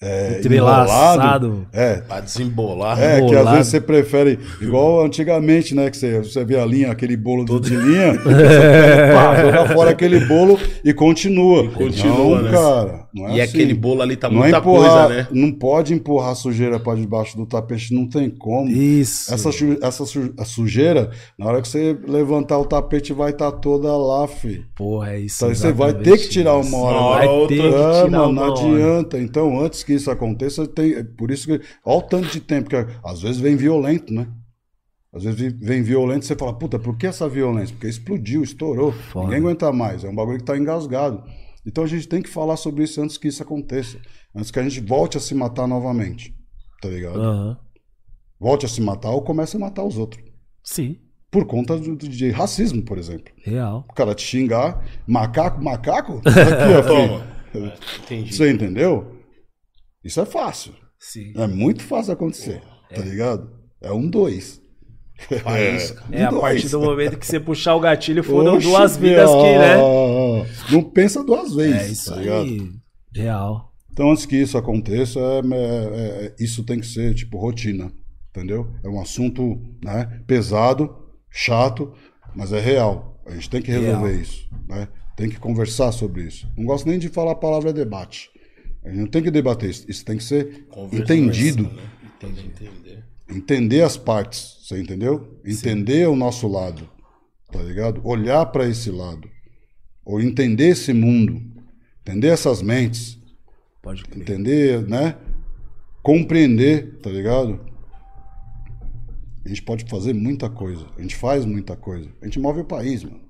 S3: é,
S1: Entrelaçado.
S3: enrolado. É.
S2: Pra desembolar.
S3: É, que às
S1: Enrolado.
S3: vezes você prefere, igual antigamente, né? Que você, você vê a linha, aquele bolo de linha, você prefere, pá, jogar fora aquele bolo e continua.
S2: continua,
S3: não,
S2: né?
S3: cara. Não é
S2: e
S3: assim.
S2: aquele bolo ali tá
S3: não é
S2: muita
S3: empurrar,
S2: coisa, né?
S3: Não pode empurrar a sujeira pra debaixo do tapete, não tem como.
S1: Isso.
S3: Essa, su- essa su- a sujeira, na hora que você levantar o tapete, vai estar toda lá, fi.
S1: Porra, é isso.
S3: Então, você vai
S1: exatamente
S3: ter que tirar
S1: isso.
S3: uma hora,
S1: Vai
S2: né?
S1: ter que
S2: Outra-
S3: Ah,
S1: tirar
S3: mano,
S1: uma
S3: não
S1: hora.
S3: adianta. Então, antes que isso aconteça, tem. é Por isso que. Olha o tanto de tempo que. Às vezes vem violento, né? Às vezes vi- vem violento e você fala, puta, por que essa violência? Porque explodiu, estourou.
S1: Foda.
S3: Ninguém aguenta mais. É um bagulho que tá engasgado. Então a gente tem que falar sobre isso antes que isso aconteça. Antes que a gente volte a se matar novamente. Tá ligado?
S1: Aham.
S3: Volte a se matar ou comece a matar os outros.
S1: Sim,
S3: Por conta do- do- de racismo, por exemplo.
S1: real.
S3: O cara te xingar, macaco, macaco? Aqui, ó, filho.
S2: Toma.
S3: assim,
S2: Entendi.
S3: Você entendeu? Isso é fácil.
S1: Sim.
S3: É muito fácil acontecer. Tá ligado? É um dois. um
S2: Faz, cara.
S1: É, a
S3: Dois.
S1: partir do momento que você puxar o gatilho, foram
S3: Oxe,
S1: duas vidas
S3: ó,
S1: que, né?
S3: Não pensa duas vezes.
S1: É isso
S3: tá ligado?
S1: aí. Real.
S3: Então, antes que isso aconteça, é- é- é- isso tem que ser, tipo, rotina. Entendeu? É um assunto né, pesado, chato, mas é real. A gente tem que resolver
S1: Real.
S3: isso. Né? Tem que conversar sobre isso. Não gosto nem de falar a palavra debate. A gente não tem que debater isso. Isso tem que ser
S2: Conversa,
S3: entendido.
S2: né? Entendi, entender.
S3: entender as partes, você entendeu? Entender o nosso lado, tá ligado? Olhar para esse lado, ou entender esse mundo, entender essas mentes,
S1: Pode crer.
S3: entender, né? Compreender, tá ligado? A gente pode fazer muita coisa, a gente faz muita coisa, a gente move o país, mano.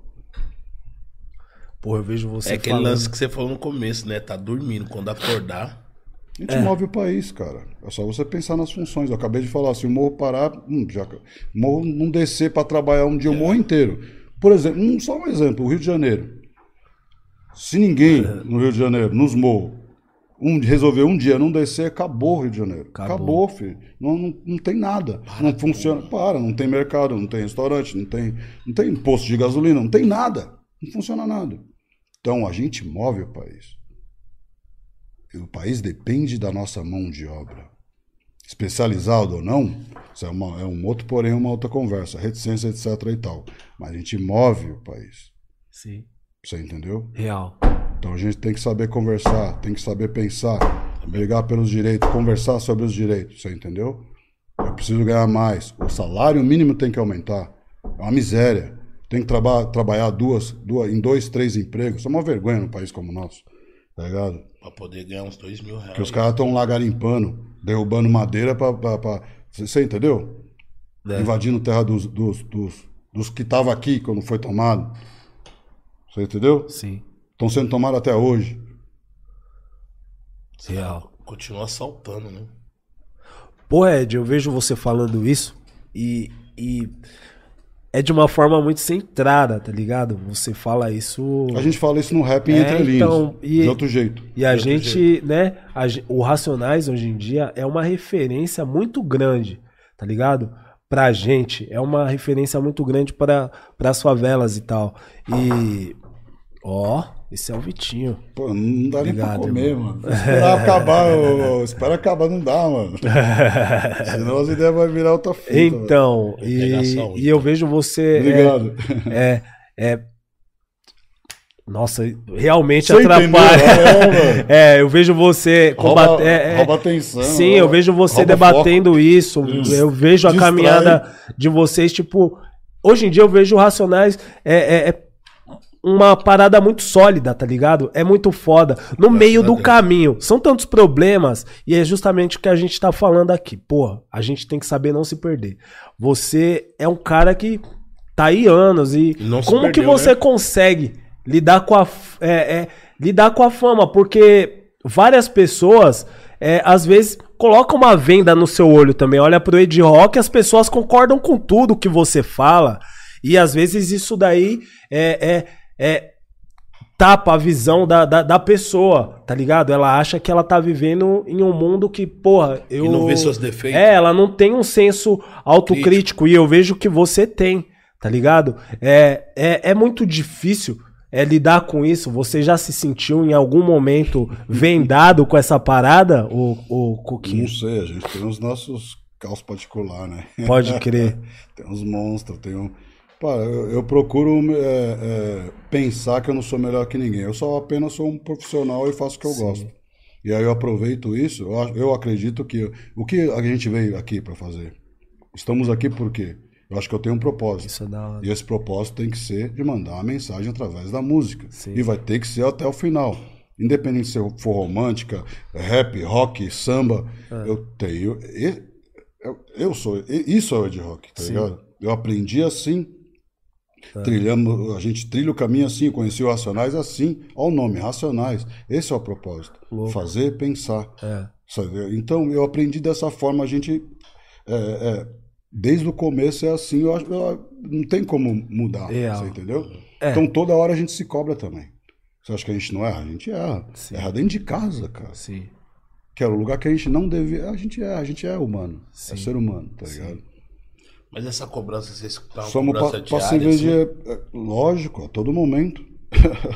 S1: Porra, eu vejo você
S2: é aquele
S1: falando.
S2: lance que você falou no começo, né? Tá dormindo. Quando acordar,
S3: A gente move o país, cara. É só você pensar nas funções. Eu acabei de falar, se o morro parar, hum, já, morro não descer para trabalhar um dia, o morro inteiro. Por exemplo, um, só um exemplo, o Rio de Janeiro. Se ninguém no Rio de Janeiro, nos morros, um, resolver um dia não descer, acabou o Rio de Janeiro. Acabou,
S1: Acabou.
S3: filho. Não, não, não tem nada. não funciona. Para, não tem mercado, não tem restaurante, não tem, não tem posto de gasolina, não tem nada. Não funciona nada. Então a gente move o país. E O país depende da nossa mão de obra. Especializado ou não, isso é, uma- é um outro, porém, uma outra conversa. Reticência, etc. e tal. Mas a gente move o país.
S1: Sim.
S3: Você entendeu?
S1: Real.
S3: Então a gente tem que saber conversar, tem que saber pensar, brigar pelos direitos, conversar sobre os direitos. Você entendeu? Eu preciso ganhar mais. O salário mínimo tem que aumentar. É uma miséria. Tem que traba- trabalhar duas, duas, em dois, três empregos. Isso é uma vergonha num país como o nosso. Tá ligado?
S2: pra poder ganhar uns dois mil reais.
S3: Que os caras estão lá garimpando, derrubando madeira pra. pra- pra- Você você entendeu?
S1: É.
S3: Invadindo terra dos, dos, dos, dos que estavam aqui quando foi tomado. Você entendeu?
S1: Sim.
S3: Estão sendo tomados até hoje.
S1: Real.
S2: Continua assaltando, né?
S1: Porra, Ed, eu vejo você falando isso e, e é de uma forma muito centrada, tá ligado? Você fala isso.
S3: A gente fala isso no rap em
S1: É,
S3: entrelinhas.
S1: então, e-
S3: De outro jeito.
S1: E a
S2: De outro
S1: gente, né? a gen- o Racionais hoje em dia é uma referência muito grande, tá ligado? pra gente é uma referência muito grande para as favelas e tal. E. Ó, esse é o Vitinho.
S3: Pô, não dá nem
S1: Obrigado,
S3: pra comer,
S1: irmão.
S3: mano. Espera acabar, ô, espera acabar, não dá, mano. Senão as ideias vão virar outra fita. velho.
S1: Então,
S2: Eu vou pegar
S1: e,
S2: só um,
S1: e eu vejo você. é,
S3: né? então. Obrigado.
S1: É, é. Nossa, realmente
S3: Você entendeu?
S1: atrapalha.
S3: É, mano.
S1: É, eu vejo você
S3: Rouba,
S1: combater. é, é.
S3: rouba atenção.
S1: Sim,
S3: rouba-
S1: eu vejo você
S3: rouba
S1: debatendo isso.
S3: Isso.
S1: Eu vejo a
S3: Distrai.
S1: caminhada de vocês, tipo. Hoje em dia eu vejo o Racionais é, é- é uma parada muito sólida, tá ligado? É muito foda. No meio
S2: a
S1: do
S2: Deus.
S1: caminho. São tantos problemas. E é justamente o que a gente tá falando aqui. Porra, a gente tem que saber não se perder. Você é um cara que tá aí anos e.
S2: E não se
S1: como que
S2: perdeu,
S1: você
S2: né?
S1: consegue lidar com a, f- é, é, lidar com a fama, porque várias pessoas é, às vezes colocam uma venda no seu olho também. Olha pro Ed Rock, as pessoas concordam com tudo que você fala. E às vezes isso daí é, é- é tapa a visão da, da, da pessoa, tá ligado? Ela acha que ela tá vivendo em um mundo que, porra, eu.
S2: E não vê seus defeitos.
S1: É, ela não tem um senso autocrítico e eu vejo que você tem, tá ligado? É, é, é muito difícil é, lidar com isso. Você já se sentiu em algum momento vendado com essa parada, o, o
S3: Não
S1: Coquinho?
S3: sei, a gente tem os nossos caos particular, né?
S1: Pode crer.
S3: Tem uns monstros, tem um. Pá, eu, eu procuro é, é, pensar que eu não sou melhor que ninguém. Eu só apenas sou um profissional e faço o que eu gosto. E aí eu aproveito isso. Eu, ac- eu acredito que. O que a gente veio aqui para fazer? Estamos aqui porque eu acho que eu tenho um propósito.
S1: Isso é da hora.
S3: E esse propósito tem que ser de mandar uma mensagem através da música.
S1: Sim.
S3: E vai ter que ser até o final. Independente se eu for romântica, rap, rock, samba,
S1: É.
S3: eu tenho. e- Eu, eu sou. e- Isso é o Ed Rock, tá
S1: Sim. É.
S3: ligado? Eu aprendi assim. Trilhamos, a gente trilha o caminho assim, eu conheci o Racionais assim, ao nome, Racionais. Esse é o propósito.
S1: Louco.
S3: Fazer pensar.
S1: É.
S3: Sabe? Então, eu aprendi dessa forma. A gente, é, é, desde o começo, é assim. Eu, acho- eu- não tem como mudar,
S1: Real.
S3: você entendeu?
S1: É.
S3: Então, toda hora a gente se cobra também. Você acha que a gente não erra? A gente erra.
S1: Sim.
S3: Erra dentro de casa, cara.
S1: Sim.
S3: Que era o lugar que a gente não devia. A gente é, a gente é humano.
S1: Sim.
S3: É ser humano, tá ligado?
S2: Mas essa cobrança, vocês tá uma
S3: Somos
S2: cobrança
S3: pa-
S2: diária,
S3: passíveis
S2: assim,
S3: de. é, Lógico, a todo momento.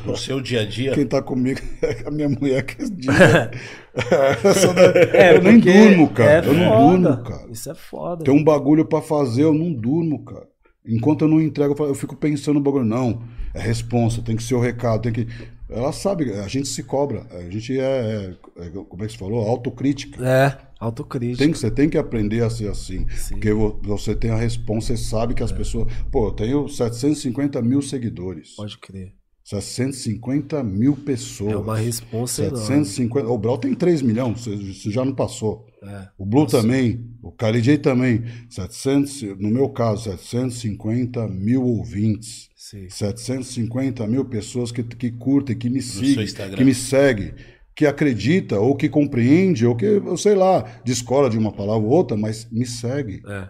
S2: no seu dia a dia.
S3: Quem tá comigo é a minha mulher que diz. eu sou da-
S1: É,
S3: eu nem
S1: porque
S3: durmo, cara.
S1: é
S3: eu não
S1: foda.
S3: durmo, cara.
S1: Isso é foda.
S3: Tem um bagulho pra fazer, eu não durmo, cara. Enquanto eu não entrego, eu falo- eu fico pensando no bagulho. Não, é responsa, tem que ser o recado, tem que. Ela sabe, a gente se cobra, a gente é, é- é- como é que você falou? Autocrítica.
S1: É, autocrítica.
S3: um Tem um que, você tem que aprender a ser assim.
S1: Sim.
S3: Porque vo- você tem a responsa, você sabe que
S1: É.
S3: as pessoas. Pô, eu tenho 750 mil seguidores.
S1: Pode crer.
S3: 750 mil pessoas.
S1: É uma responsa enorme.
S3: 750. O Brau tem 3 milhões, você- você já não passou.
S1: É.
S3: O Blue também, o Kali J também, 700, no meu caso, 750 mil ouvintes.
S1: Sim.
S3: 750 mil pessoas que, que curtem, que me
S2: seu
S3: seguem,
S2: Instagram.
S3: que me seguem, que acredita ou que compreende, ou que, eu sei lá, descola de uma palavra ou outra, mas me segue.
S1: É.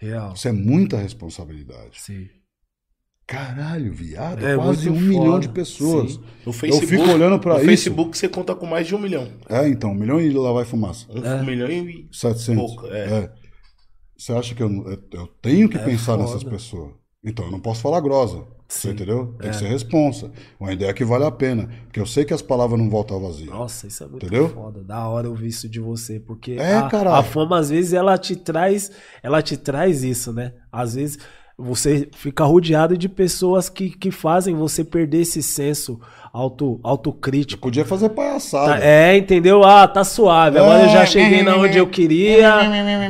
S1: Real.
S3: Isso é muita responsabilidade.
S1: Sim.
S3: Caralho, viado,
S1: É
S3: quase um
S1: muito
S3: milhão
S1: foda.
S3: de pessoas.
S1: Sim.
S2: No Facebook,
S3: fico olhando pra
S2: no
S3: isso.
S2: Facebook você conta com mais de um milhão.
S3: É, então, um milhão e lá vai fumaça.
S2: Um
S1: É.
S2: milhão e
S3: 700.
S2: pouco. É.
S3: É. Você acha que eu, não- eu- eu tenho que
S1: É
S3: pensar
S1: foda.
S3: nessas pessoas? Então eu não posso falar grosa. Você
S1: Sim.
S3: entendeu? Tem
S1: É.
S3: que ser responsa. Uma ideia que vale a pena. Porque eu sei que as palavras não voltam vazias.
S1: Nossa, isso é muito
S3: Entendeu?
S1: foda. Da hora ouvir isso de você, porque
S3: É,
S1: a,
S3: caralho.
S1: a fama às vezes ela te traz, ela te traz isso, né? Às vezes você fica rodeado de pessoas que, que fazem você perder esse senso auto
S3: Eu
S1: autocrítico.
S3: podia fazer palhaçada.
S1: Tá- é, entendeu? Ah, tá suave. Agora eu já
S3: É.
S1: cheguei na onde eu queria.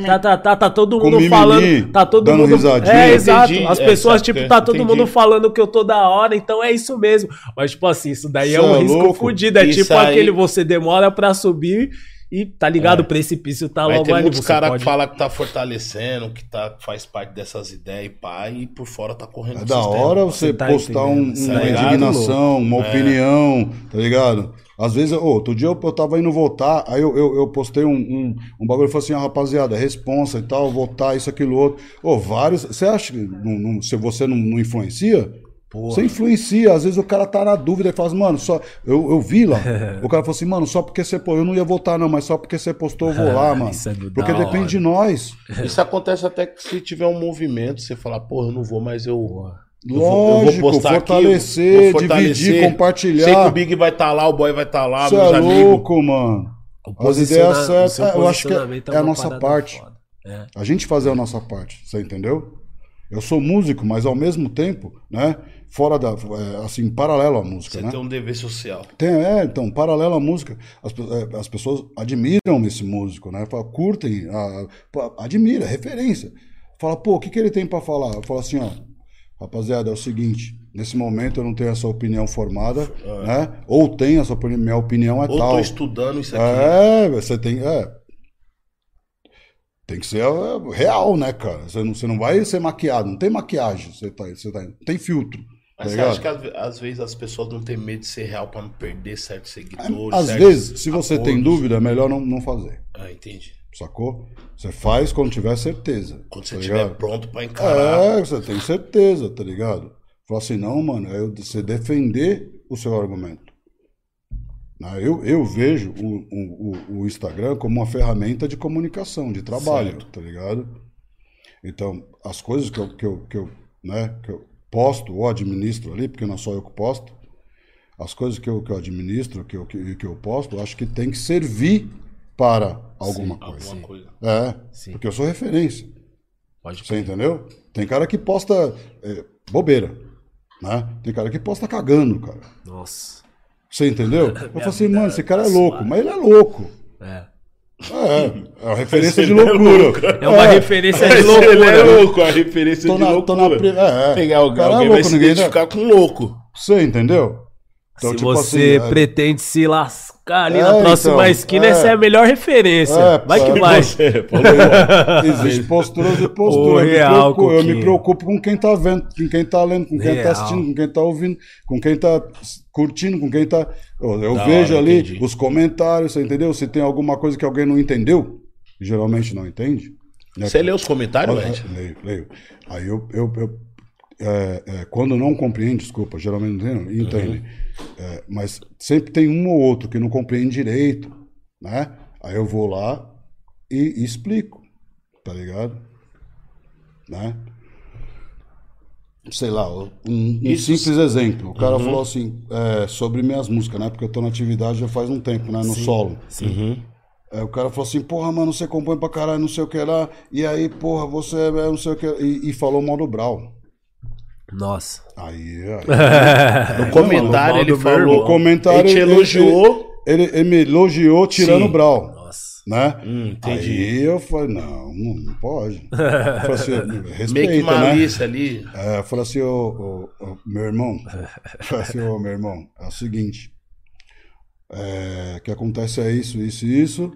S1: Tá, tá, tá, tá todo
S3: Com
S1: mundo
S3: mimimi,
S1: falando. Tá todo
S3: dando
S1: mundo.
S3: risadinha.
S1: É, exato.
S2: Entendi.
S1: As
S2: É,
S1: pessoas,
S2: saca,
S1: tipo, tá todo
S2: entendi.
S1: mundo falando que eu tô da hora, então é isso mesmo. Mas, tipo assim, isso daí é
S3: Cê
S1: um
S3: é
S1: risco
S3: louco.
S1: fodido. É
S2: Isso
S1: tipo
S2: aí-
S1: aquele você demora pra subir e tá
S3: É.
S1: ligado? O precipício tá
S2: Aí
S1: logo
S2: tem
S1: ali.
S2: muitos
S1: Você
S2: caras
S1: pode...
S2: que falam que tá fortalecendo, que tá, faz parte dessas ideias e pá, e por fora tá correndo
S3: É
S2: com o
S3: da
S2: sistema.
S3: hora você
S1: Você tá
S3: postar um-
S1: entendendo,
S3: uma
S2: tá ligado,
S3: indignação, uma opinião, tá ligado? Às vezes, ô, outro dia eu, eu tava indo votar, aí eu, eu, eu postei um, um, um bagulho e falei assim, ah, rapaziada, responsa e tal, votar, isso, aquilo, outro. Ô, vários. Você acha que não- não- se você não, não influencia?
S1: Porra.
S3: Você influencia, às vezes o cara tá na dúvida e fala assim, mano, só. Eu, eu vi lá. o cara falou assim, mano, só porque você postou. Eu não ia votar, não, mas só porque você postou, eu vou lá, mano.
S1: Isso é do
S3: Porque
S1: da hora.
S3: depende de nós.
S2: Isso acontece até que se tiver um movimento, você fala, pô, eu não vou, mas eu. eu vou- eu
S3: Lógico,
S2: aqui,
S3: fortalecer,
S2: vou fortalecer.
S3: dividir, compartilhar.
S2: Sei que o Big vai estar lá, o Boy vai estar lá,
S3: Você
S2: meus
S3: é
S2: amigos.
S3: louco, mano.
S1: O
S3: As ideias
S1: posiciona- o seu
S3: certas, eu acho que é-
S1: posicionamento
S3: é a
S1: uma
S3: nossa
S1: parada
S3: parte.
S1: foda. É.
S3: A gente fazer a nossa parte, você entendeu? Eu sou músico, mas ao mesmo tempo, né? Fora da. é, assim, paralelo à música,
S2: Você
S3: né?
S2: tem um dever social.
S3: Tem, é, então, paralelo à música. As, pe- é, as pessoas admiram esse músico, né? Fala, curtem, a- pô, admira, é referência. Fala, pô, o que, que ele tem pra falar? Eu falo assim, ó, rapaziada, é o seguinte, nesse momento eu não tenho essa opinião formada, né? Ou tenho essa opinião, minha opinião é
S2: É. Ou
S3: tal.
S2: tô estudando isso aqui.
S3: É, você tem. É. Tem que ser é, real, né, cara? Você não, você não vai ser maquiado, não tem maquiagem, você tá, você tá, tem filtro. tá
S2: Mas você
S3: ligado?
S2: acha que às ve- às vezes as pessoas não têm medo de ser real pra não perder certos seguidores?
S3: Às
S2: certos
S3: vezes, se você tem
S2: acordos?
S3: dúvida, é melhor não, não fazer,
S2: Ah, entendi.
S3: sacou? Você faz quando tiver certeza.
S2: Quando
S3: tá
S2: você
S3: ligado?
S2: estiver pronto pra encarar.
S3: É, você tem certeza, tá ligado? Fala assim, não, mano, é eu- você defender o seu argumento. Né, Eu, eu vejo o, o, o- o Instagram como uma ferramenta de comunicação, de trabalho,
S2: Certo.
S3: tá ligado? Então, as coisas que eu, que, eu, que, eu, né, que eu posto ou administro ali, porque não é só eu que posto, as coisas que eu, que eu administro, que eu, que, que eu posto, eu acho que tem que servir para alguma coisa.
S2: Alguma coisa.
S3: É,
S1: Sim.
S3: porque eu sou referência.
S1: Pode
S3: Você entendeu? Tem cara que posta é, bobeira, né? Tem cara que posta cagando, cara.
S1: Nossa.
S3: Você entendeu? Eu falo assim,
S1: vida
S3: mano, esse cara é
S1: tá
S3: louco,
S1: suave.
S3: mas ele é louco.
S1: É.
S3: É, é uma referência de
S2: Ele é louco.
S3: loucura.
S1: É uma referência de loucura. né?
S2: Ele é louco, a referência
S3: Tô
S2: de
S3: na, tô na
S2: loucura.
S3: pri- é, é.
S2: Pegar o
S3: cara é
S2: alguém vai
S3: louco,
S2: se
S3: ninguém-
S2: identificar com um louco.
S3: Você entendeu? Então,
S1: se
S3: tipo
S1: você
S3: assim, é-
S1: pretende se lascar ali
S3: É,
S1: na próxima
S3: então,
S1: esquina,
S3: é.
S1: essa é a melhor referência.
S3: É,
S1: vai que
S3: é,
S1: vai.
S2: Você, falou.
S3: Existem posturas e
S1: Ô,
S3: posturas. Eu me
S1: real,
S3: preocupo- eu, me
S1: Coquinha.
S3: preocupo com quem tá vendo, com quem tá lendo, com quem
S1: Real.
S3: tá assistindo, com quem tá ouvindo, com quem tá s- curtindo, com quem tá. Eu, eu
S2: Da
S3: vejo
S2: hora,
S3: ali
S2: entendi.
S3: os comentários, você entendeu? Se tem alguma coisa que alguém não entendeu, geralmente não entende. né?
S2: Você leu os comentários,
S3: Mas,
S2: Ed?
S3: é, leio, leio. Aí eu. eu, eu- é, é, quando não compreende, desculpa, geralmente não entendo, entende. É, mas sempre tem um ou outro que não compreende direito, né? Aí eu vou lá e, e explico, tá ligado? Né? Sei lá, um, um
S2: Isso-
S3: simples exemplo. O cara falou assim, é, sobre minhas músicas, né? Porque eu tô na atividade já faz um tempo, né? No solo.
S1: Sim.
S3: Aí o cara falou assim, porra, mano, você compõe pra caralho, não sei o que lá. E aí, porra, você é não sei o que. E, e falou mal do Brau.
S1: Nossa.
S3: Aí,
S2: No comentário
S1: Não,
S2: ele
S1: do meu irmão.
S2: falou.
S3: O comentário,
S2: Ele te
S3: ele-
S2: elogiou.
S3: aí, ele, ele me elogiou tirando
S2: Sim.
S3: o Brau.
S1: Nossa.
S3: Né?
S2: Hum, entendi.
S3: Aí eu falei, não, não, não pode. Eu falei assim, respeita,
S2: Meio que
S3: né?
S2: malícia ali.
S3: É, eu falei assim, ô, ô, ô, meu irmão, eu falei assim, ô, meu irmão, é o seguinte, é, o que acontece é isso, isso e isso,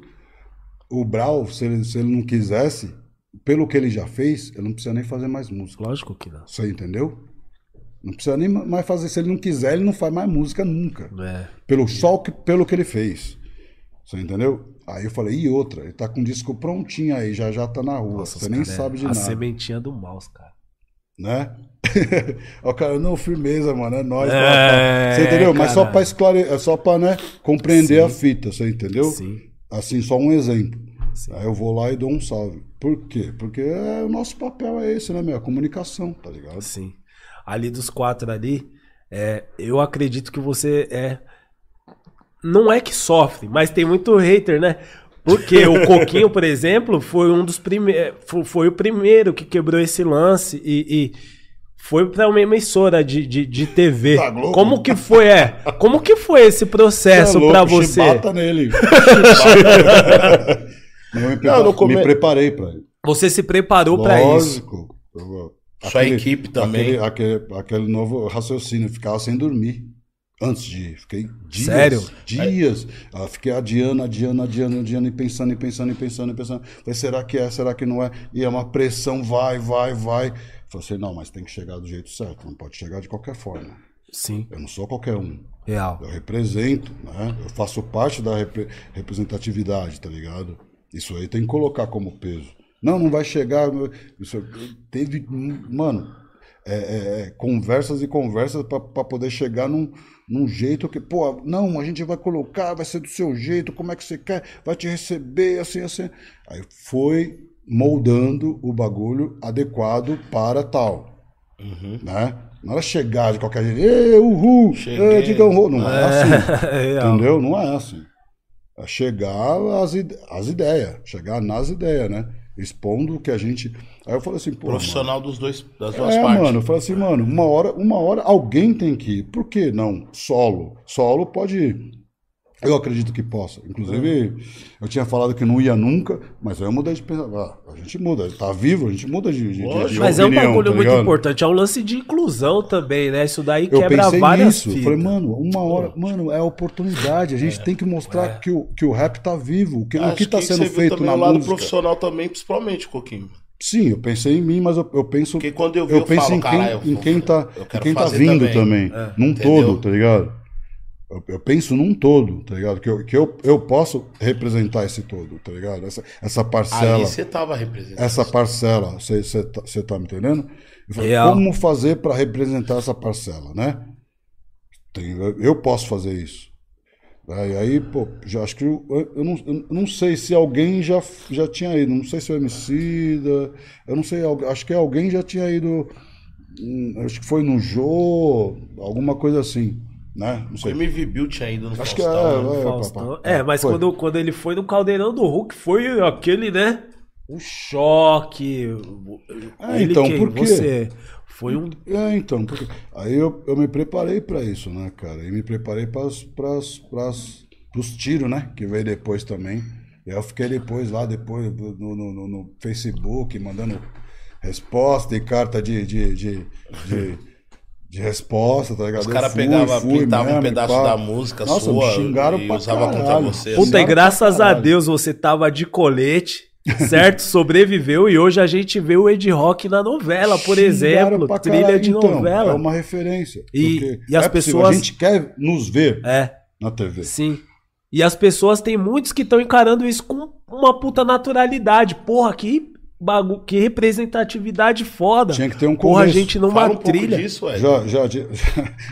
S3: o Brau, se ele, se ele não quisesse, pelo que ele já fez, ele não precisa nem fazer mais música,
S1: Lógico que não.
S3: você entendeu? Não precisa nem ma- mais fazer, se ele não quiser, ele não faz mais música nunca,
S1: É.
S3: pelo só que, pelo que ele fez, você entendeu? Aí eu falei, e outra, ele tá com o disco prontinho aí, já já tá na rua,
S1: Nossa,
S3: você
S1: os
S3: nem
S1: cara é
S3: sabe de
S1: a
S3: nada
S1: sementinha do mouse, cara.
S3: né? o cara, não, firmeza, mano, é nóis.
S1: É,
S3: tá, tá. Você entendeu? Mas só
S1: caralho.
S3: pra esclarecer, só pra, né, compreender
S1: Sim.
S3: a fita, você entendeu?
S1: Sim.
S3: Assim, só um exemplo.
S1: Sim.
S3: Aí eu vou lá e dou um salve. Por quê? Porque é, o nosso papel é esse, né, meu? A comunicação, tá ligado?
S1: Então, Sim. Ali dos quatro ali, é, eu acredito que você é. Não é que sofre, mas tem muito hater, né? Porque o Coquinho, por exemplo, foi um dos primeiros. Foi o primeiro que quebrou esse lance e. e foi pra uma emissora de, de, de TV.
S3: Tá louco?
S1: Como que foi, é? Como que foi esse processo
S3: Você é
S1: pra
S3: louco,
S1: você?
S3: Chibata nele. Chibata. Não, eu me, prepa-
S2: Não, no come-
S3: me preparei pra ele.
S1: Você se preparou pra isso?
S3: Lógico. Eu-
S2: Sua equipe também.
S3: Aquele, aquele, aquele novo raciocínio, ficava sem dormir. Antes de ir. Fiquei dias.
S1: Sério?
S3: Dias. Ah, fiquei adiando, adiando, adiando, adiando, e pensando, e pensando, e pensando, e pensando. Falei, será que é? Será que não é? E é uma pressão, vai, vai, vai. Falei assim, não, mas tem que chegar do jeito certo. Não pode chegar de qualquer forma.
S1: Sim,
S3: Eu não sou qualquer um.
S1: real.
S3: Eu represento, né? Eu faço parte da repre- representatividade, tá ligado? Isso aí tem que colocar como peso. Não, não vai chegar. meu- Isso, teve. é, Mano, é, é, conversas e conversas para poder chegar num, num jeito que, pô, não, a gente vai colocar, vai ser do seu jeito, como é que você quer, vai te receber, assim, assim. Aí foi moldando o bagulho adequado para tal. Né? Não era chegar de qualquer jeito, ê, uhul,
S2: Cheguei.
S3: ê, digam, ro-". não é assim.
S1: Real.
S3: Entendeu? Não é assim. É chegar às, ide- às ideias, chegar nas ideias, né? Expondo o que a gente. Aí eu falei assim, pô.
S2: Profissional dos dois, das
S3: Mano,
S2: duas
S3: é,
S2: partes.
S3: mano, eu falei assim, mano, uma hora, uma hora alguém tem que ir. Por que não? Solo. Solo pode ir. Eu acredito que possa. Inclusive, eu tinha falado que não ia nunca, mas aí eu mudei de pensamento. Ah, a gente muda, tá vivo, a gente muda de, de, de, de
S1: Mas é um
S3: opinião,
S1: bagulho
S3: tá
S1: muito
S3: ligado?
S1: importante. É um lance de inclusão também, né? Isso daí
S3: Eu
S1: quebra
S3: pensei
S1: várias
S3: nisso.
S1: fitas.
S3: Falei, mano, uma hora. Mano, é a oportunidade. A gente tem que mostrar que, o, que o rap tá vivo. Que, o
S2: É. Acho
S3: que tá
S2: você
S3: sendo
S2: viu
S3: feito
S2: também
S3: na
S2: o lado
S3: música.
S2: profissional também, principalmente, Coquinho.
S3: Sim, eu pensei em mim, mas eu, eu penso.
S2: Porque quando eu vi,
S3: eu,
S2: eu
S3: penso
S2: falo,
S3: em quem,
S2: "Caralho, eu
S3: em
S2: vou-
S3: quem tá,
S2: eu
S3: em
S2: quero
S3: quem tá
S2: fazer
S3: vindo
S2: também."
S3: também.
S2: É,
S3: num
S2: entendeu?
S3: todo, tá ligado? Eu, eu penso num todo, tá ligado? Que, eu, que eu, eu posso representar esse todo, tá ligado? Essa, essa
S2: Aí
S3: parcela.
S2: você tava representando.
S3: Essa parcela, você tá, cê tá me entendendo? Eu falei,
S1: Real.
S3: como fazer para representar essa parcela, né? Tem- eu posso fazer isso. Aí, aí, pô, já acho que eu, eu não, eu não sei se alguém já, já tinha ido. Não sei se o Emicida, eu não sei, al- acho que alguém já tinha ido. hum, Acho que foi no Jô, alguma coisa assim, né? Não
S2: O
S3: sei.
S2: MV Built ainda no
S3: Acho que é,
S2: Faustão, né?
S3: é,
S1: Faustão.
S3: papá.
S1: É, mas
S3: Foi.
S1: quando, quando ele foi no Caldeirão do Hulk, foi aquele, né? Um choque.
S3: É,
S1: ele
S3: então,
S1: quem?
S3: por quê?
S1: Você. Foi um.
S3: É, então, porque aí eu, eu me preparei pra isso, né, cara? E me preparei para os tiros, né? Que veio depois também. E aí eu fiquei depois lá, depois no, no, no- no Facebook, mandando resposta e carta de, de, de, de, de resposta, tá ligado?
S2: Os
S3: Eu
S2: caras
S3: fui,
S2: pegavam,
S3: fui
S2: pintavam um
S3: mesmo e
S2: pedaço
S3: pá.
S2: da música
S3: Nossa,
S2: sua
S3: me xingaram
S2: e
S3: pra
S2: usava contra
S3: caralho. é
S2: você. assim.
S1: Puta, e
S3: Exato,
S1: graças a
S3: caralho.
S1: Deus você tava de colete, certo? Sobreviveu e hoje a gente vê o Ed Rock na novela, por
S3: Xingaram
S1: exemplo.
S3: pra
S1: Trilha
S3: caralho.
S1: de
S3: Então,
S1: novela.
S3: É uma referência.
S1: E-
S3: porque
S1: e as
S3: é possível,
S1: pessoas-
S3: A gente quer nos ver
S1: É,
S3: na TV.
S1: sim. E as pessoas, tem muitos que estão encarando isso com uma puta naturalidade. Porra, que, bagu... que representatividade foda.
S3: Tinha que ter um
S1: Porra, a
S3: começo.
S1: gente numa
S2: Fala um pouco
S1: trilha.
S2: disso, ué.
S3: Já, já, di-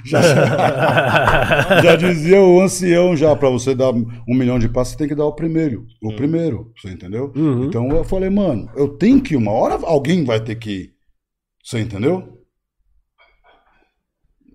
S3: já, já- já dizia o ancião já, para você dar um milhão de passos, você tem que dar o primeiro.
S2: Hum.
S3: O primeiro, você entendeu?
S1: Uhum.
S3: Então eu falei, mano, eu tenho que ir, uma hora alguém vai ter que ir. Você entendeu?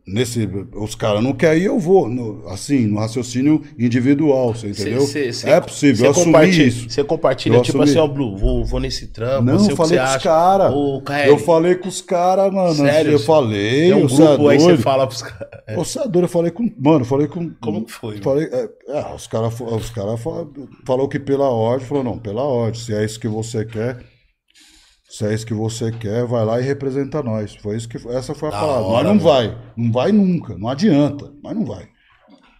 S3: Nesse, os caras não querem ir, eu vou. no- assim, no raciocínio individual, você entendeu?
S2: Cê- cê- cê-
S3: é possível,
S2: cê
S3: eu assumi
S2: compartilha-
S3: isso.
S2: Você compartilha,
S3: Eu
S2: tipo
S3: assumi.
S2: assim, ó, Blue, vou, vou nesse trampo,
S3: Não,
S2: sei o que
S3: falei
S2: você
S3: com os
S2: acha.
S3: caras.
S2: Ô, KL,
S3: Eu falei com os caras, mano.
S2: Sério?
S3: Eu falei,
S2: tem um
S3: você é
S2: grupo aí,
S3: doido.
S2: você fala pros caras.
S3: Ô, Você é doido, eu falei com. Mano, eu falei com.
S2: Como que foi,
S3: Falei, é, é, os caras os cara fala- falou que pela ordem, falou, não, pela ordem, se é isso que você quer, se é isso que você quer, vai lá e representa nós. Foi isso que essa foi a
S2: Da
S3: palavra.
S2: hora,
S3: mas não
S2: mano.
S3: vai, não vai nunca, não adianta, mas não vai.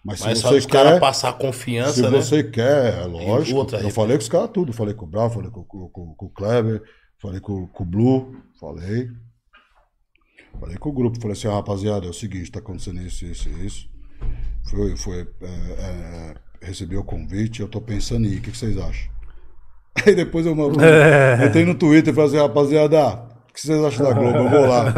S3: Mas assim, se
S2: Mas só
S3: você
S2: os caras
S3: quer,
S2: passar
S3: se
S2: confiança, né?
S3: você quer, é lógico.
S2: outra
S3: eu
S2: representa-
S3: falei com os caras tudo, falei com o Brau, falei com, com, com- com o Kleber, falei com, com o Blue, falei. Falei com o grupo, falei assim, "Ah, rapaziada, é o seguinte, tá acontecendo isso, isso, e isso. Foi, foi, é, é, recebi o convite, eu tô pensando em ir, o que, que vocês acham? Aí depois eu mando,
S2: É.
S3: entrei no Twitter e falei assim, rapaziada, o que vocês acham da Globo? Eu vou lá.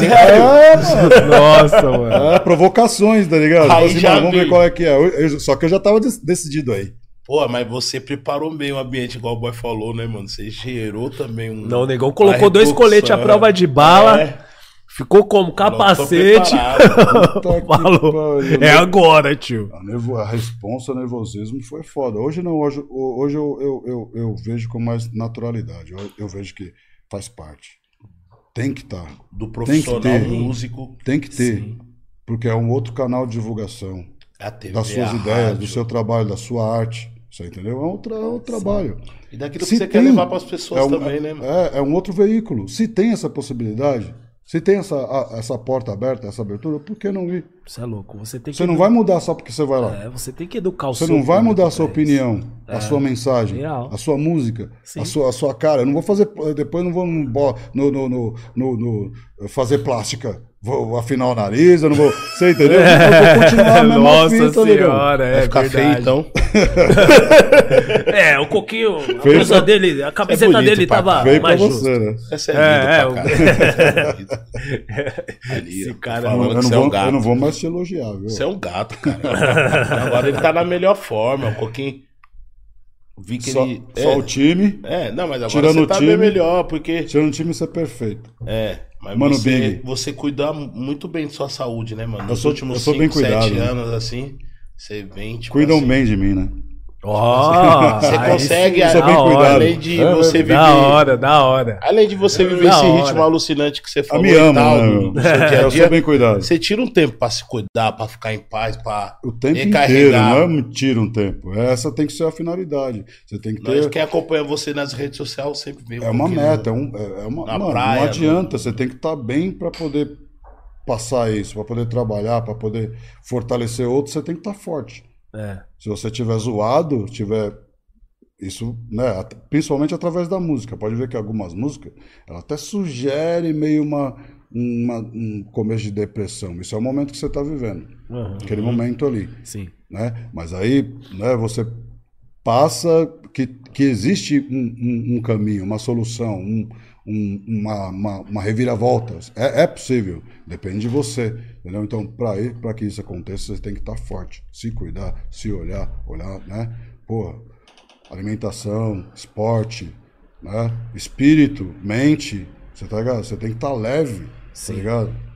S3: É, mano.
S1: Nossa, mano.
S3: É, provocações, tá ligado? Eu falei assim,
S2: já
S3: "Mano, vamos
S2: vi.
S3: ver qual é que é. Eu- eu- só que eu já tava des- decidido aí.
S2: Pô, mas você preparou bem o ambiente, igual o boy falou, né, mano? Você gerou também um.
S1: Não, o negão
S2: uma
S1: colocou
S3: Tá
S1: dois
S2: repercussão,
S1: coletes à
S2: né?
S1: prova de bala.
S2: É.
S1: Ficou como?
S2: Não, tô
S1: Capacete.
S2: preparado.
S3: Puta que
S1: Falou.
S3: pariu.
S1: É agora, tio.
S3: A, nervo, a responsa, o nervosismo foi foda. Hoje não, hoje, hoje eu, eu, eu, eu vejo com mais naturalidade. Eu, eu vejo que faz parte. Tem que estar.
S2: Do
S3: Tem que
S2: profissional
S3: ter. né?
S2: músico.
S3: Tem que ter.
S2: Sim.
S3: Porque é um outro canal de divulgação
S2: A TV,
S3: das suas
S2: É a
S3: ideias,
S2: rádio.
S3: do seu trabalho, da sua arte. Você entendeu? É um, tra- é um trabalho.
S2: E daquilo que
S3: Se
S2: você quer
S3: tem,
S2: levar pras pessoas
S3: é um,
S2: também, né, mano?
S3: é, é um outro veículo. Se tem essa possibilidade, se tem essa, a- essa porta aberta, essa abertura, por que não ir?
S1: Você é louco. Você tem que,
S3: Você não vai mudar só porque você vai lá.
S1: é, você tem que educar o
S3: Você
S1: seu
S3: não vai
S1: público
S3: mudar a sua
S1: pra
S3: opinião,
S2: É.
S3: a sua mensagem,
S1: Real.
S3: a sua música,
S1: Sim.
S3: a sua, a sua cara. Eu não vou fazer. Depois não vou no, bo- no, no, no, no- no- fazer plástica. Vou afinar o nariz, eu não vou. Você entendeu?
S2: É.
S3: Eu vou continuar a mesma
S1: Nossa
S3: fita, negão.
S1: senhora, é
S2: Ficar
S1: verdade.
S2: feio, então.
S1: É, o Coquinho, a
S3: Feio
S1: blusa
S3: pra- é
S1: dele, a camiseta
S2: bonito,
S1: dele
S2: pai.
S1: tava
S3: Veio pra
S1: mais justa.
S3: você, né?
S2: Essa é,
S1: É,
S2: linda pra caralho. Ali,
S1: Esse
S2: eu tô
S1: cara-
S3: Eu,
S2: falando
S3: não- eu
S2: que
S3: não
S2: você é um
S3: vou, eu
S2: gato.
S3: não vou mais te elogiar, viu?
S2: Você é um gato, cara. Agora ele tá na melhor forma. O Coquinho. Vi que
S3: só,
S2: ele.
S3: só
S2: é,
S3: o time.
S2: é, não, mas agora
S3: Tirando
S2: você
S3: o
S2: tá
S3: time.
S2: bem melhor, porque.
S3: Tirando o time, você é perfeito.
S2: É, mas
S3: Mano
S2: você,
S3: Big.
S2: você cuida muito bem de sua saúde, né, mano?
S3: Eu
S2: Nos
S3: sou-
S2: últimos
S3: eu sou bem
S2: 5, 7
S3: cuidado, né?
S2: anos, assim, você vem, tipo
S3: Cuidam
S2: assim,
S3: bem de mim, né?
S1: Ó,
S2: Você
S1: aí
S2: consegue,
S1: sim,
S3: isso é bem
S1: da hora.
S3: cuidado.
S2: além de
S3: É,
S2: você
S3: é,
S2: viver...
S1: Da hora, da hora.
S2: Além de você viver
S1: Da
S2: esse
S1: hora.
S2: ritmo alucinante que você
S3: Eu
S2: falou
S3: Ah, me amo,
S2: e tal,
S3: né?
S2: no
S3: meu?
S2: seu É, dia a
S3: Eu sou
S2: dia,
S3: bem cuidado.
S2: você tira um tempo pra se cuidar, pra ficar em paz, pra...
S3: O tempo
S2: Recarregar.
S3: inteiro, não é um tira um tempo. Essa tem que ser a finalidade. Você tem que
S2: Nós,
S3: ter.
S2: né? quem acompanha você nas redes sociais sempre vê. o
S3: É uma
S2: Coquinho,
S3: meta, é,
S2: né?
S3: um, é é uma.
S2: Na
S3: mano,
S2: praia, né?
S3: não adianta, você tem que estar bem para poder passar isso, para poder trabalhar, para poder fortalecer outro, você tem que estar forte.
S1: É.
S3: Se você tiver zoado, tiver isso, né, at- principalmente através da música. Pode ver que algumas músicas, ela até sugere meio uma, uma- um começo de depressão. Isso é o momento que você está vivendo,
S1: Uhum.
S3: aquele momento ali,
S1: Sim.
S3: né? Mas aí, né, você passa que, que existe um, um- um caminho, uma solução, um- um- uma, uma, uma reviravolta. É, é possível, depende de você, entendeu? Então, para que isso aconteça, você tem que estar forte, se cuidar, se olhar, olhar, né? Porra, alimentação, esporte, né? espírito, mente, você, tá ligado? você tem que estar leve,
S1: Sim.
S3: tá ligado?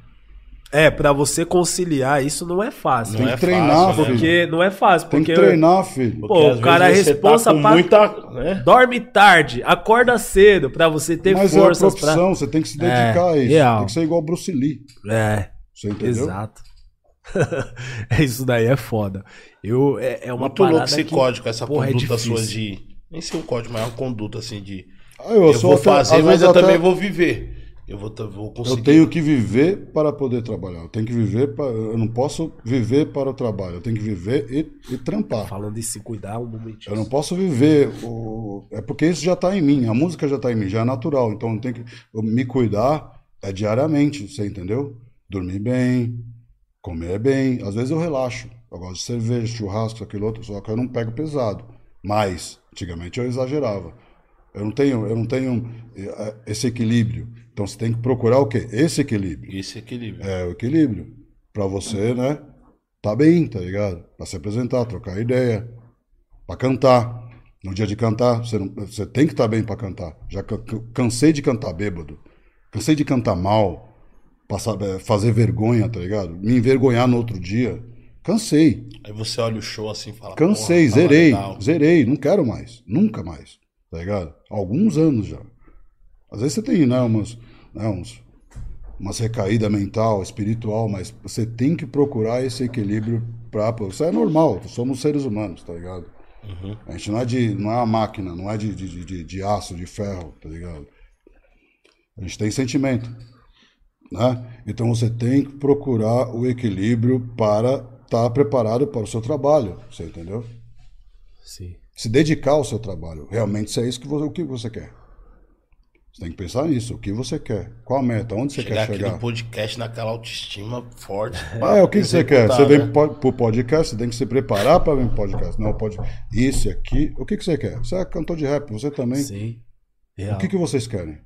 S1: É, pra você conciliar isso não é fácil.
S3: Tem
S2: Não
S3: que
S2: é
S3: treinar,
S2: fácil, né?
S3: filho.
S1: Porque não é fácil,
S3: Tem
S1: porque
S3: que treinar, filho.
S2: Porque
S1: Pô,
S2: às
S1: o cara
S2: vezes
S1: é
S2: você
S1: responsa
S2: tá com
S1: pra-
S2: muita... Né?
S1: dorme tarde, acorda cedo pra você ter
S3: Mas é a
S1: forças pra.
S3: profissão, você tem que se dedicar a isso.
S1: real.
S3: Tem que ser igual o Bruce Lee.
S1: É,
S3: Você entendeu?
S1: exato. isso daí é foda. Eu é, é uma
S2: Muito louco
S1: parada
S2: esse
S1: que...
S2: código, essa
S1: porra, é
S2: conduta sua
S1: difícil.
S2: de... Nem sei um código, mas é uma conduta, assim, de...
S3: Ah, eu,
S2: Eu,
S3: sou
S2: vou
S3: até-
S2: fazer,
S3: às
S2: mas
S3: vezes
S2: eu
S3: até-
S2: também vou viver. Eu vou, ta- vou
S3: Eu
S2: conseguir.
S3: tenho que viver para poder trabalhar. Eu tenho que viver para. Eu não posso viver para o trabalho. Eu tenho que viver e, e trampar.
S1: Falando em se cuidar um momentinho.
S3: Eu não posso viver. o- É porque isso já está em mim. A música já está em mim. Já é natural. Então eu tenho que eu me cuidar é diariamente. Você entendeu? Dormir bem, comer bem. Às vezes eu relaxo. Eu gosto de cerveja, churrasco, isso, aquilo outro. Só que eu não pego pesado. Mas antigamente eu exagerava. Eu não tenho, eu não tenho eh, esse equilíbrio. Então você tem que procurar o quê? Esse equilíbrio.
S2: Esse equilíbrio.
S3: É o equilíbrio. Pra você, né? Tá bem, tá ligado? Pra se apresentar, trocar ideia. Pra cantar. No dia de cantar, você, não- você tem que estar bem pra cantar. Já ca- ca- cansei de cantar bêbado. Cansei de cantar mal. Passar, eh, fazer vergonha, tá ligado? Me envergonhar no outro dia. Cansei.
S2: Aí você olha o show assim e fala.
S3: Cansei,
S2: "Porra, tava
S3: zerei.
S2: legal."
S3: Zerei. Não quero mais. Nunca mais. Tá ligado? Há Alguns anos já. Às vezes você tem, né, umas, né, uns, umas recaída mental, espiritual, mas você tem que procurar esse equilíbrio pra. pô, Isso é normal, somos seres humanos, tá ligado? A gente não é, de, não é uma máquina, não é de, de, de- de, de aço, de ferro, tá ligado? A gente tem sentimento, né? Então você tem que procurar o equilíbrio para estar preparado para o seu trabalho, você entendeu?
S1: Sim.
S3: se dedicar ao seu trabalho. Realmente se é isso que você, o que você quer. Você tem que pensar nisso, o que você quer, qual a meta, onde você
S2: Chegar
S3: quer
S2: aqui
S3: chegar.
S2: no podcast naquela autoestima forte.
S3: Ah, é o que que você quer? Você
S2: executar,
S3: vem
S2: né?
S3: pro pro podcast, você tem que se preparar para vir pro podcast. Não, pode isso e aqui. O que que você quer? Você é cantor de rap, você também.
S1: Sim. Real.
S3: O que que vocês querem?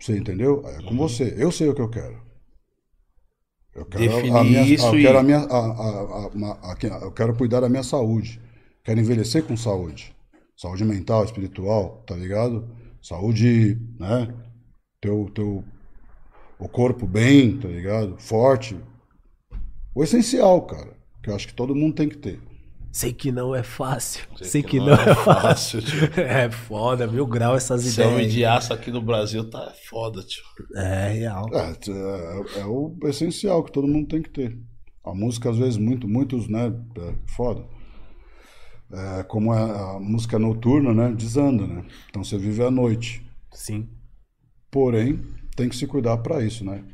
S3: Você entendeu? É
S2: Uhum.
S3: com você. Eu sei o que eu quero. Eu quero a
S2: Definir
S3: minha,
S2: isso
S3: eu
S2: e-
S3: quero a minha, a, a- a- uma- a- que- eu quero cuidar da minha saúde. Quero envelhecer com saúde, saúde mental, espiritual, tá ligado? Saúde, né? Teu, teu, o corpo bem, tá ligado? Forte. O essencial, cara, que eu acho que todo mundo tem que ter.
S1: Sei que não é fácil. Sei,
S2: Sei
S1: que,
S2: que
S1: não, é fácil.
S2: fácil, tio.
S1: é foda, mil grau essas
S2: Esse
S1: ideias.
S2: homem
S1: aí.
S2: de aço aqui no Brasil tá foda, tio.
S1: É real.
S3: É, t- é, é o essencial que todo mundo tem que ter. A música, às vezes, muito, muitos, né? É, foda. É, como a, a música noturna, né? Desanda, né? Então você vive à noite.
S1: Sim.
S3: Porém, tem que se cuidar pra isso, né?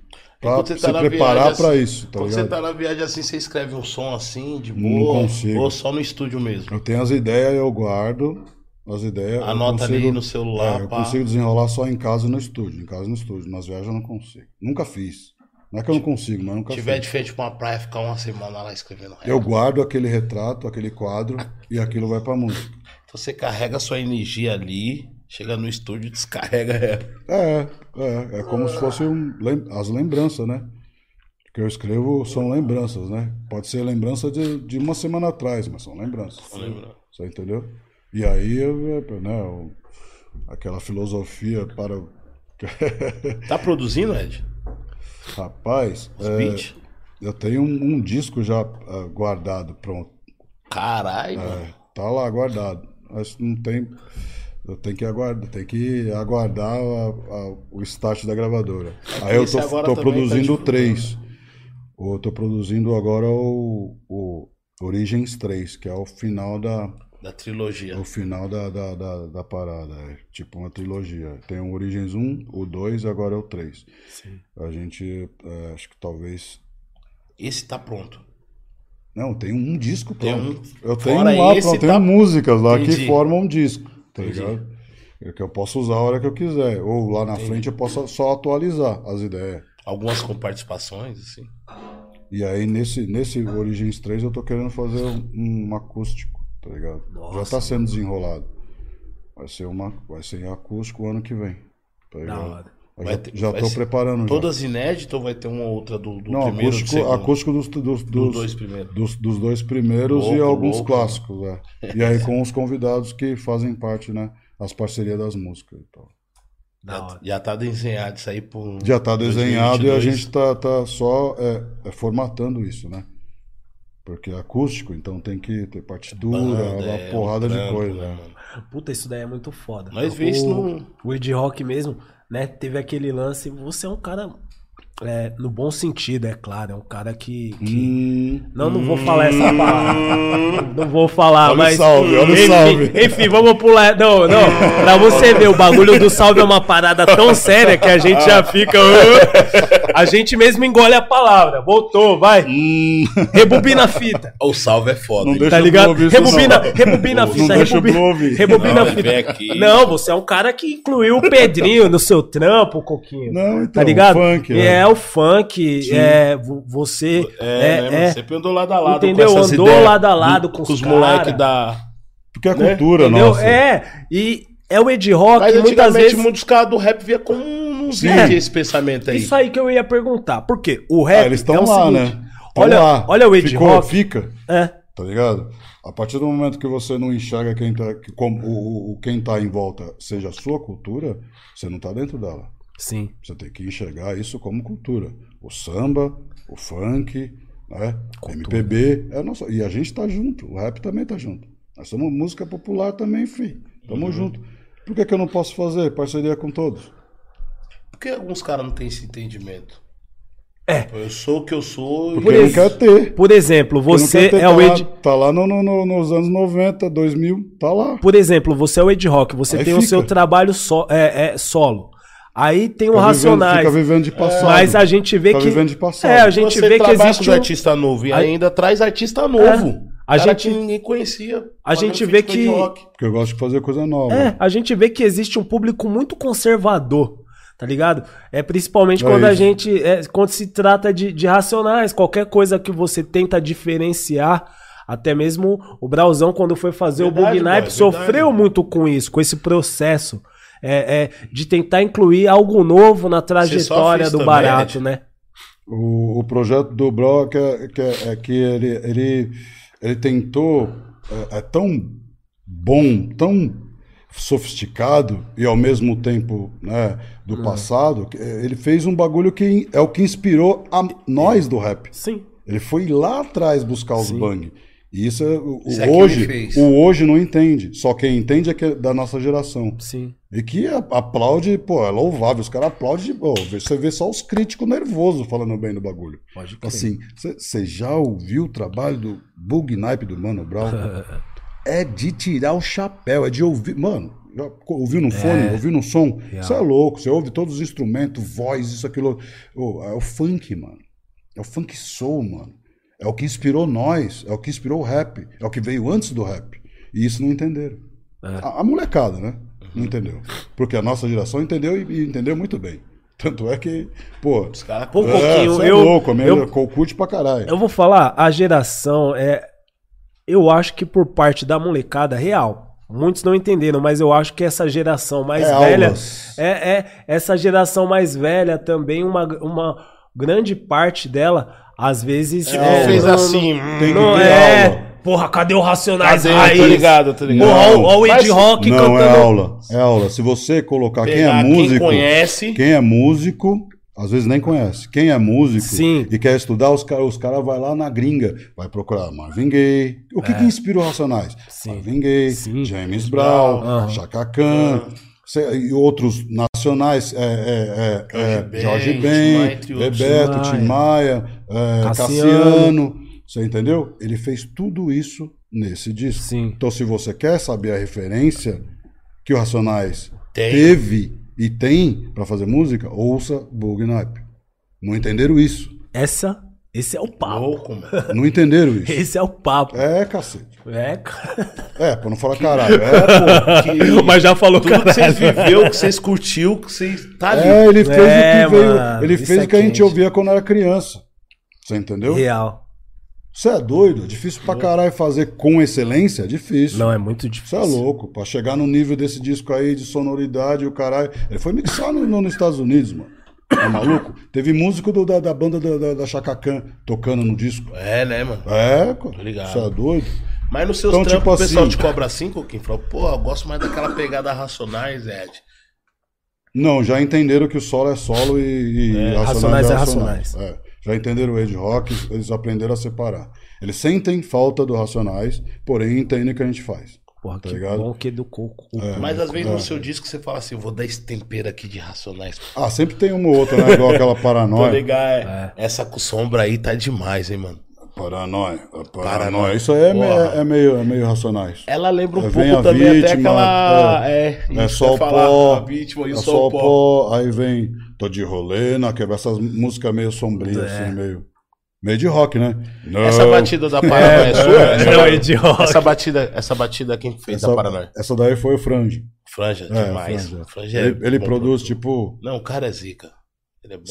S3: Pra
S2: Enquanto você
S3: se
S2: tá na
S3: preparar
S2: viagem,
S3: pra
S2: assim-
S3: isso, tá
S2: Quando você
S3: ligado?
S2: tá na viagem assim, você escreve um som assim, de
S3: Não
S2: boa.
S3: consigo.
S2: Ou só no estúdio mesmo.
S3: Eu tenho as ideias, eu guardo. As ideias. eu
S2: Anota ali
S3: consigo-
S2: no celular,
S3: É, eu
S2: pá.
S3: consigo desenrolar só em casa e no estúdio. Em casa e no estúdio. Nas viagens eu não consigo. Nunca fiz. Não é que eu não consigo, mas nunca
S2: Se
S3: fiz.
S2: tiver de frente pra uma praia, ficar uma semana lá escrevendo rap.
S3: Eu guardo aquele retrato, aquele quadro e aquilo vai pra música.
S2: Então você carrega a sua energia ali, Chega no estúdio, descarrega ela.
S3: É, é, é como se fosse um lem- as lembranças, né? Que eu escrevo são lembranças, né? Pode ser lembrança de, de uma semana atrás, mas são lembranças.
S2: lembrança.
S3: Você entendeu? E aí, eu, é, né, o- aquela filosofia para. o-
S2: Tá produzindo, Ed?
S3: Rapaz,
S2: Os
S3: é,
S2: beats?
S3: eu tenho um, um disco já ah, guardado, pronto.
S2: Caralho, mano.
S3: É, tá lá guardado. Mas não tem. Eu tenho que aguardar, tem que aguardar a- a- o start da gravadora. Aí eu
S2: esse
S3: tô,
S2: agora também
S3: tô
S2: tá
S3: produzindo
S2: dificultando.
S3: três. Eu tô produzindo agora o, o Origens 3, que é o final da,
S2: Da trilogia.
S3: o final da, da, da, da parada. É tipo uma trilogia. Tem o Origens 1, o 2 e agora é o 3.
S1: Sim.
S3: A gente. é, acho que talvez.
S2: Esse tá pronto.
S3: Não, tem um disco
S2: Tem
S3: pronto.
S2: um-
S3: Eu tenho
S2: Fora
S3: lá,
S2: esse,
S3: pronto, eu tenho
S2: tá-
S3: músicas lá
S2: Entendi.
S3: que formam um disco, tá
S2: Entendi.
S3: ligado? É Que eu posso usar a hora que eu quiser. Ou lá na frente eu posso só atualizar as ideias.
S2: Algumas com participações, assim.
S3: E aí nesse, nesse Origins 3 eu tô querendo fazer um, um acústico, tá ligado? Já
S1: Nossa,
S3: tá sendo desenrolado. Vai ser, uma, vai ser em acústico ano que vem. Tá
S1: Da
S3: ligado?
S1: hora.
S3: Eu
S2: Vai
S3: já,
S2: ter-
S3: já
S2: vai
S3: tô
S2: ser
S3: preparando. já.
S2: Todas inéditas ou vai ter uma outra do, do
S3: Não,
S2: primeiro?
S3: acústico,
S2: do segundo?
S3: acústico dos, dos,
S2: Dos
S3: dos-
S2: dois primeiros.
S3: dos, dos dois primeiros e
S2: Louco,
S3: alguns
S2: louco.
S3: clássicos, é. E aí com os convidados que fazem parte, né? As parcerias das músicas e tal.
S1: da hora.
S2: Já tá desenhado isso aí um por.
S3: Já tá desenhado
S2: 2022.
S3: e a gente tá, tá só é, é, formatando isso, né? Porque é acústico, então tem que ter partitura,
S2: Banda,
S3: uma
S2: é,
S3: porrada
S2: um
S3: de
S2: trampo,
S3: coisa.
S2: né,
S3: né?
S2: mano?
S1: Puta, isso daí é muito foda.
S2: Nós vê isso
S1: O-
S2: no.
S1: O Ed Rock mesmo, né? Teve aquele lance. Você é um cara. é, no bom sentido, é claro. É um cara que. que-
S3: Hum,
S1: Não, não vou falar essa palavra. Não vou falar,
S3: Olha o
S1: mas.
S3: salve, olha o
S1: enfim,
S3: salve.
S1: Enfim, vamos pular. Não, não. Pra você ver, o bagulho do salve é uma parada tão séria que a gente já fica. uh, A gente mesmo engole a palavra. Voltou, vai.
S3: hum,
S1: Rebobina a fita.
S2: O salve é foda.
S3: Não
S2: hein?
S3: deixa
S1: Tá
S3: eu
S1: ligado?
S3: ouvir isso,
S1: Rebobina,
S3: não.
S1: rebobina a
S3: Não
S1: fita,
S3: deixa eu
S1: rebobina,
S3: ouvir.
S1: rebobina
S2: Não,
S1: a fita.
S2: vem aqui.
S1: Não, você é um cara que incluiu o Pedrinho no seu trampo, Coquinho.
S3: Não, então,
S1: tá ligado?
S3: funk,
S1: E
S3: né?
S1: é o funk,
S3: Sim.
S1: é vo- você
S2: É, né, mano?
S1: é, é,
S2: Sempre andou lado a lado.
S1: Entendeu?
S2: Com essas
S1: Andou
S2: ideias
S1: lado a lado
S2: do-
S1: com os
S2: os
S1: cara.
S2: moleques da.
S3: Porque é
S2: né?
S3: cultura
S1: entendeu?
S3: nossa.
S1: É, e é o Ed Rock
S2: Mas
S1: que muitas
S2: antigamente
S1: vezes
S2: muitos caras do rap via como não
S1: É.
S2: via esse pensamento aí.
S1: isso aí que eu ia perguntar. Por quê? O
S3: Ah,
S1: rap
S3: eles
S1: é
S3: estão
S1: o
S3: lá,
S1: seguinte,
S3: né? Tão
S1: Olha,
S3: lá.
S1: olha o Ed
S3: Ficou,
S1: Rock,
S3: Fica.
S1: é,
S3: tá ligado? A partir do momento que você não enxerga quem tá, que, como, o, o- quem tá em volta seja a sua cultura, você não tá dentro dela.
S1: sim.
S3: Você tem que enxergar isso como cultura. O samba, o funk, né? MPB. É nossa, e a gente tá junto, o rap também tá junto. Nós somos música popular também, filho. Tamo
S1: Uhum.
S3: junto. Por que, que eu não posso fazer parceria com todos?
S2: Por que alguns caras não têm esse entendimento?
S1: É.
S2: Eu sou o que eu sou
S3: Porque
S1: Por
S3: não
S1: isso.
S3: quer ter.
S1: Por exemplo,
S3: Porque não
S1: você
S3: quer ter,
S1: é o
S3: tá
S1: Ed,
S3: Lá, tá lá no, no- no- nos anos 90, 2000, tá lá.
S1: por exemplo, você é o Ed Rock, você
S3: Aí
S1: tem o
S3: fica.
S1: seu trabalho so- é, é, solo. Aí tem o
S3: Fica
S1: Racionais. É.
S3: Vivendo, fica vivendo de passado.
S1: mas a gente vê
S3: Tá
S1: que
S3: vivendo de passado.
S1: É, a gente
S2: Você
S1: vê que
S2: trabalha
S1: existe
S2: com
S1: um-
S2: artista novo e
S1: A-
S2: ainda traz artista novo.
S1: A
S2: Cara
S1: gente-
S2: que ninguém conhecia.
S1: a gente vê que-
S3: Porque eu gosto de fazer coisa nova.
S1: É, a gente vê que existe um público muito conservador, tá ligado? É principalmente
S3: É
S1: quando a
S3: isso.
S1: gente, é, quando se trata de, de racionais, qualquer coisa que você tenta diferenciar, até mesmo o Brauzão quando foi fazer o
S2: Verdade,
S1: Bug Naipe
S2: boy, verdade.
S1: sofreu muito com isso, com esse processo é, é, de tentar incluir algo novo na trajetória
S2: isso
S1: do
S2: também,
S1: barato, né?
S3: O, o projeto do Brock é que, é que ele, ele, ele tentou. É, é tão bom, tão sofisticado e ao mesmo tempo né, do passado, que, é, ele fez um bagulho que é o que inspirou a nós do rap.
S1: Sim.
S3: Ele foi lá atrás buscar os
S1: Sim.
S3: bang. E isso, é, o,
S2: Isso
S3: o
S2: é que ele
S3: hoje,
S2: fez.
S3: o hoje não entende. Só quem entende é que é da nossa geração.
S1: Sim.
S3: E que a- aplaude, pô, é louvável. Os caras aplaudem, pô, você vê só os críticos nervosos falando bem do bagulho.
S1: Pode crer.
S3: Assim, você já ouviu o trabalho do Bug Naipe do Mano Brown? é de tirar o chapéu, é de ouvir. Mano, já co- ouviu
S1: É.
S3: no fone, ouviu no som?
S1: Real.
S3: Você é louco, você ouve todos os instrumentos, voz, isso, aquilo. Ô, é o funk, mano. É o funk soul, mano. É o que inspirou nós, é o que inspirou o rap, é o que veio antes do rap. E isso não entenderam.
S1: É.
S3: A, a molecada, né?
S1: Uhum.
S3: Não entendeu. Porque a nossa geração entendeu e, e entendeu muito bem. Tanto é que, pô.
S2: Os caras
S1: Pô,
S2: curtem.
S3: É,
S1: Um pouquinho,
S3: cê é
S1: eu-
S3: louco, a minha
S1: eu-
S3: co- curte pra caralho.
S1: Eu vou falar, a geração é. Eu acho que por parte da molecada real. Muitos não entenderam, mas eu acho que essa geração mais
S3: É
S1: velha.
S3: aulas.
S1: É, é, essa geração mais velha também, uma, uma grande parte dela, às vezes.
S2: Tipo,
S1: é,
S2: fez
S1: não- não-
S2: assim.
S3: Tem que
S1: Não
S3: ter
S1: é.
S3: aula.
S1: Porra, cadê o Racionais
S2: Cadê?
S1: Raiz?
S2: Tô ligado, tô ligado.
S1: Porra,
S3: Não,
S1: ó, ó o Ed
S2: mas-
S1: Rock
S3: não,
S1: cantando.
S3: é aula. É aula. Se você colocar quem
S2: pegar
S3: é
S2: Quem
S3: músico,
S2: conhece.
S3: quem é músico, às vezes nem conhece. Quem é músico
S1: Sim.
S3: e quer estudar, os caras os cara vai lá na gringa, vai procurar Marvin Gaye. O
S1: É.
S3: que, que inspira o Racionais?
S1: Sim.
S3: Marvin Gaye,
S1: Sim.
S3: James Brown,
S1: Aham.
S3: Chaka Khan, cê- e outros nacionais, é, é, é, é,
S2: Jorge
S3: Jorge
S2: Ben,
S3: Ben,
S2: Tim Maia,
S3: Bebeto,
S1: Tim
S3: Tim Maia, é,
S1: Cassiano.
S3: Cassiano. Você entendeu? Ele fez tudo isso nesse disco.
S1: Sim.
S3: Então, se você quer saber a referência que o Racionais
S1: é
S2: Tem.
S3: teve e tem pra fazer música, ouça Bug Nap. Não entenderam isso.
S1: Essa, esse é o papo.
S2: Louco, mano.
S3: Não entenderam isso.
S1: Esse é o papo.
S3: É, cacete.
S1: É, cara.
S3: É, pra não falar caralho. É, pô.
S2: Que-
S1: Mas já falou,
S2: Tudo que
S1: caralho.
S2: vocês viveu, que vocês curtiu, que vocês tá ali.
S3: É, ele fez
S1: É,
S3: o que veio.
S1: mano,
S3: ele
S1: isso
S3: fez
S1: é
S3: o que a gente
S1: quente. é-
S3: ouvia quando era criança. Você entendeu?
S1: Real.
S3: Você é doido? É difícil pra caralho fazer com excelência? É difícil.
S1: Não, é muito
S3: Você
S1: difícil.
S3: é louco, pra chegar no nível desse disco aí de sonoridade e o caralho. Ele foi mixar no, no- nos Estados Unidos, mano. Tá maluco? Teve músico do- da, da banda da, da, da Chaka Khan tocando no disco.
S2: É, né, mano?
S3: É, cara.
S2: Tô ligado.
S3: Você é doido?
S2: Mas nos seus
S3: Então,
S2: trampos,
S3: tipo
S2: o pessoal
S3: assim-
S2: te cobra assim, Coquinho? Fala, pô, eu gosto mais daquela pegada racionais, Ed.
S3: Não, já entenderam que o solo é solo e, e
S1: Racionais é
S3: É. Já entenderam o Ed Rock, eles aprenderam a separar. Eles sentem falta do Racionais, porém entendem o que a gente faz.
S1: Porra, que
S3: tá ligado? É.
S1: bom que é educou. o público.
S2: Mas às vezes no seu disco você fala assim, vou dar esse tempero aqui de racionais.
S3: Ah, sempre tem uma ou outra, né? Igual aquela
S2: Tô
S3: paranoia.
S2: legal, é. Essa com sombra aí tá demais, hein, mano.
S3: Paranoia.
S2: Paranoia.
S3: Paranoia. Isso aí é, me-
S2: Porra.
S3: é meio, é meio Racionais.
S2: Ela lembra um
S3: É, vem
S2: pouco
S3: a
S2: também até
S3: vítima,
S2: aquela. É,
S3: É
S2: isso que eu
S3: só
S2: ia
S3: o
S2: falar,
S3: pó,
S2: a vítima e
S3: é
S2: o sol
S3: só o
S2: pó.
S3: pó, aí vem Tô de rolê, na quebra, essas músicas meio sombrias, assim, meio, meio de rock, né? Não,
S2: É. Essa batida da Paranoia é, sua? Essa
S1: Não,
S2: ba-
S1: Ed Rock.
S2: Essa batida, essa batida quem fez da Paranoia?
S3: essa, essa daí foi o Frange.
S2: Franja,
S3: É,
S2: demais.
S3: Franja.
S2: Franja é
S3: ele ele
S2: bom
S3: produz,
S2: produtor.
S3: tipo,
S2: Não, o cara é zica. Ele é bom.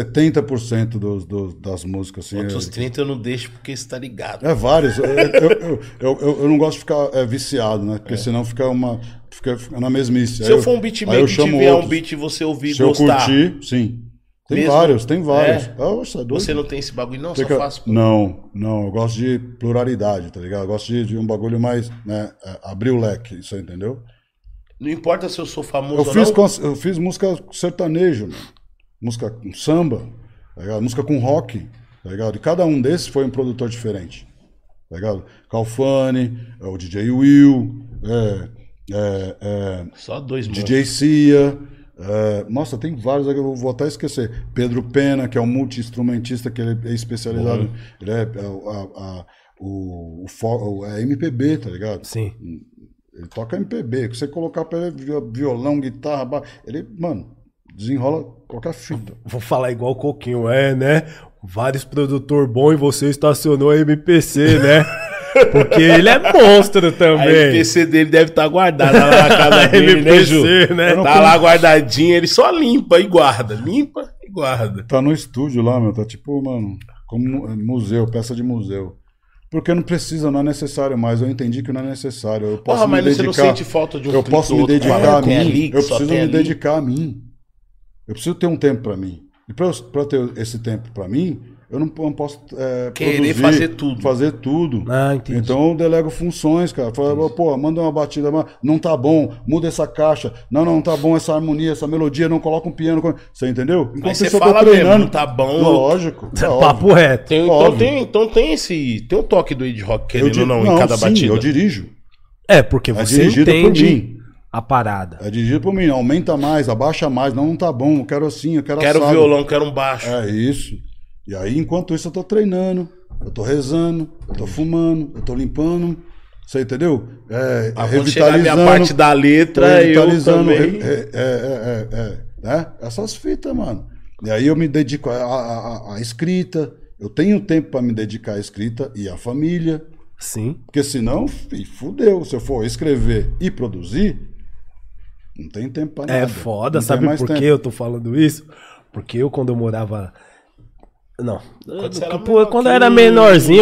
S3: 70% dos, dos, das músicas, assim.
S2: Outros
S3: É,
S2: 30 eu não deixo porque você tá ligado.
S3: é vários. Eu, eu, eu, eu- eu- eu não gosto de ficar é, viciado, né? Porque senão fica uma. Fica, fica na mesmice.
S2: Se eu for um beatmaker que tiver um beat e você ouvir e
S3: Se eu
S2: gostar,
S3: curtir, sim. Tem
S2: Mesmo-
S3: vários, tem vários.
S2: É.
S3: Ah, você é doido.
S2: você não tem esse bagulho, não,
S3: Tem
S2: só
S3: que-
S2: faço.
S3: Não, não, eu gosto de pluralidade, tá ligado? Eu gosto de, de um bagulho mais, né, é, abrir o leque, isso aí, entendeu?
S2: Não importa se eu sou famoso
S3: Eu
S2: ou
S3: fiz,
S2: não.
S3: cons- eu fiz música sertanejo, mano. música com samba, tá ligado? música com rock, tá ligado? E cada um desses foi um produtor diferente, tá ligado? Calfani, é, o DJ Will, é, é, é,
S2: Só dois mano.
S3: DJ Cia. é, nossa, tem vários aí que eu vou até esquecer. Pedro Pena, que é um multi-instrumentista, que ele é especializado. Ele é, é o- a- a- o, o fo- o- é MPB, tá ligado?
S1: Sim.
S3: Ele toca MPB. que você colocar pra ele vi- violão, guitarra, ba... ele, mano, desenrola qualquer fita.
S1: Vou falar igual o Coquinho, é, né? Vários produtor bom e você estacionou a MPC, né? Porque ele é monstro
S2: A
S1: também.
S2: MPC dele deve estar guardada lá na casa dele, né, Ju?
S1: MPC, né?
S2: Tá lá guardadinha, ele só limpa e guarda. Limpa e guarda.
S3: Tá no estúdio lá, meu. Tá tipo, mano, como mu- é, museu, peça de museu. Porque não precisa, não é necessário mais. Eu entendi que não é necessário. Eu posso
S2: Porra,
S3: me
S2: Ah, mas você não
S3: dedicar-
S2: sente falta de um
S3: eu
S2: clipe
S3: posso
S2: ou
S3: me
S2: outro,
S3: dedicar
S2: cara?
S3: a mim.
S2: Tem ali que
S3: eu
S2: só
S3: preciso me
S2: tem ali.
S3: dedicar a mim. Eu preciso ter um tempo pra mim. E pra eu, pra eu ter esse tempo pra mim, eu não, po- não posso é,
S2: Querer
S3: produzir,
S2: fazer tudo.
S3: Fazer tudo.
S1: Ah, entendi.
S3: Então eu delego funções, cara. Fala, pô, manda uma batida, mas não tá bom, muda essa caixa. Não, não tá bom essa harmonia, essa melodia, não coloca um piano. co- Você entendeu?
S2: Mas
S3: isso
S2: você fala mesmo, tá bom.
S3: Lógico. tá óbvio.
S1: é Papo reto.
S2: Tem- então,
S3: Óbvio.
S2: tem, então tem esse. Tem um toque do Ed Rock,
S3: Eu
S2: querendo
S3: di-
S2: ou não, em cada
S3: sim,
S2: batida.
S3: Eu dirijo.
S1: É, porque
S3: É
S1: você
S3: dirigido por
S1: entende
S3: mim.
S1: a parada.
S3: É dirigido por mim. Aumenta mais, abaixa mais. Não, não tá bom. Eu quero assim, eu quero
S2: Quero
S3: assado.
S2: violão, quero um baixo.
S3: É isso. E aí, enquanto isso, eu tô treinando, eu tô rezando, eu tô fumando, eu tô limpando. Você entendeu? É,
S2: Ah, quando chegar a
S3: revitalizando.
S2: minha parte da
S3: tô
S2: letra, eu
S3: revitalizando.
S2: também.
S3: re- é, é, é, é, é, né? Essas fitas, mano. E aí eu me dedico à- à à- à escrita. Eu tenho tempo pra me dedicar à escrita e à família.
S1: Sim.
S3: Porque senão, fi, fudeu. Se eu for escrever e produzir, não tem tempo pra nada.
S1: É foda,
S3: Não tem
S1: sabe
S3: mais
S1: por
S3: tempo.
S1: que eu tô falando isso? Porque eu, quando eu morava. Não.
S2: Quando
S1: Quando,
S2: você era
S1: eu era
S2: menorzinho.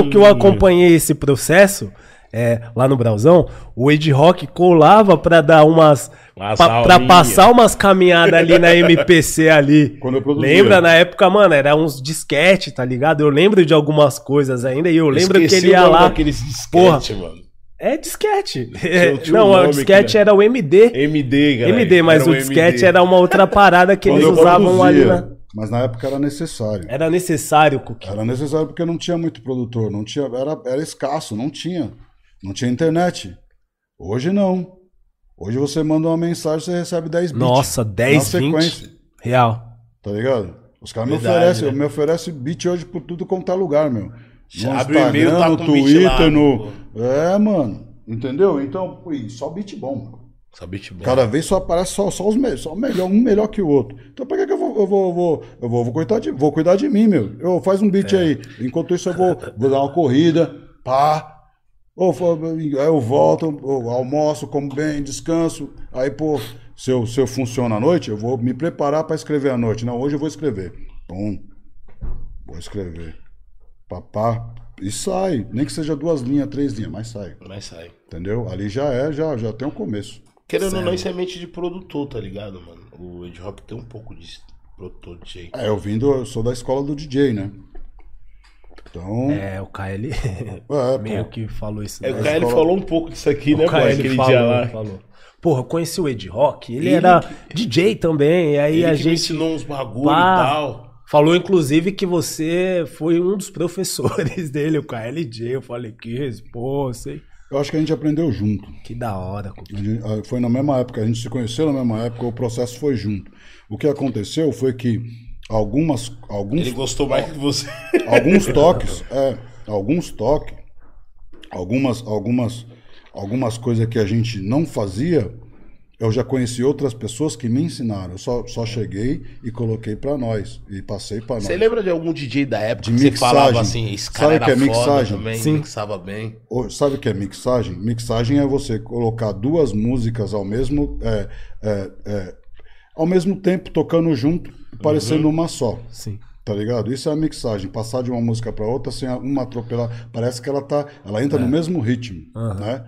S1: menorzinho, que eu acompanhei esse processo, é, lá no Brauzão, o Ed Rock colava pra dar umas.
S2: Umas
S1: pa- pra
S2: aulinha.
S1: passar umas caminhadas ali na MPC ali.
S3: Quando eu produzia.
S1: Lembra né? na época, mano, era uns disquete, tá ligado? Eu lembro de algumas coisas ainda e eu lembro
S2: Esqueci
S1: que ele ia
S2: o nome
S1: lá.
S2: daqueles disquete,
S1: Porra.
S2: mano.
S1: É disquete.
S2: Tinha- tinha um
S1: Não, o
S2: nome que
S1: disquete
S2: era-
S1: era o MD.
S2: MD, galera.
S1: MD, mas
S2: Era um
S1: o um disquete
S2: MD.
S1: era uma outra parada que
S3: Quando
S1: eles
S3: eu
S1: usavam ali né?
S3: produzia,
S1: na.
S3: Mas na época era necessário.
S1: Era necessário, Coquinho.
S3: Era necessário porque não tinha muito produtor, não tinha, era, era escasso, não tinha. Não tinha internet. Hoje não. Hoje você manda uma mensagem, você recebe 10 bits.
S1: Nossa, 10,
S3: na
S1: 20.
S3: sequência,
S1: Real.
S3: tá ligado? Os caras me
S2: Verdade,
S3: oferecem,
S2: né?
S3: me oferecem bit hoje por tudo quanto é lugar, meu. No
S2: Abre o e-mail,
S3: Instagram,
S2: tá
S3: no
S2: com o beat
S3: Twitter,
S2: lá,
S3: no. É, mano. Entendeu? Então, pô, e só bit bom, mano.
S2: Só beat bom.
S3: É. Cada vez só aparece só, só os melhores, só o melhor, um melhor que o outro. Então por que, que eu vou, eu vou, eu vou, eu vou, vou cuidar de, vou cuidar de mim, meu? Eu faz um beat aí. Enquanto isso eu vou, vou dar uma corrida, pá. Ou fo- aí eu volto, eu almoço, como bem, descanso. Aí pô, se eu, se eu funciono à noite, eu vou me preparar para escrever à noite. Não, hoje eu vou escrever. Pum. Vou escrever. Papá. E sai, nem que seja duas linhas, três linhas, mas sai,
S2: Mas sai.
S3: entendeu? Ali já é, já, já tem um começo.
S2: Querendo ou não, isso é mente de produtor, tá ligado, mano? O Ed Rock tem um pouco de produtor de jeito.
S3: É, eu vim do, eu sou da escola do DJ, né? Então, é,
S1: É, o Caio ele
S3: pô,
S1: meio que falou isso.
S2: É,
S1: né?
S2: o Caio ele
S3: escola-
S2: falou um pouco disso aqui, né,
S1: O Caio,
S2: mano? Aquele dia lá.
S1: falou. Porra, eu conheci o Ed Rock, ele,
S2: Ele
S1: era DJ também, e aí
S2: Ele
S1: a
S2: que me
S1: gente
S2: ensinou uns bagulho
S1: Pá.
S2: e tal.
S1: falou inclusive que você foi um dos professores dele, o KLJ. Eu falei que resposta, hein?
S3: eu acho que a gente aprendeu junto.
S1: Que da hora. Cuca.
S3: A gente- ah, foi na mesma época, a gente se conheceu na mesma época, o processo foi junto. O que aconteceu foi que algumas,
S2: Ele
S3: alguns,
S2: gostou mais que você.
S3: alguns toques, é, alguns toques, algumas, algumas, algumas coisas que a gente não fazia, eu já conheci outras pessoas que me ensinaram. Eu só, só cheguei e coloquei pra nós e passei pra nós.
S2: Você lembra de algum DJ da época
S3: De
S2: que você
S3: mixagem.
S2: falava assim, esse cara
S3: Sabe
S2: era
S3: que é
S2: foda
S3: mixagem?
S2: também,
S1: Sim.
S2: mixava bem.
S3: Ô, Sabe o que é mixagem? Mixagem é você colocar duas músicas ao mesmo, é, é, é, ao mesmo tempo tocando junto, parecendo uma só.
S1: Sim.
S3: Tá ligado? Isso é a mixagem, passar de uma música pra outra sem a- uma atropelar. Parece que ela tá, ela entra no mesmo ritmo, né?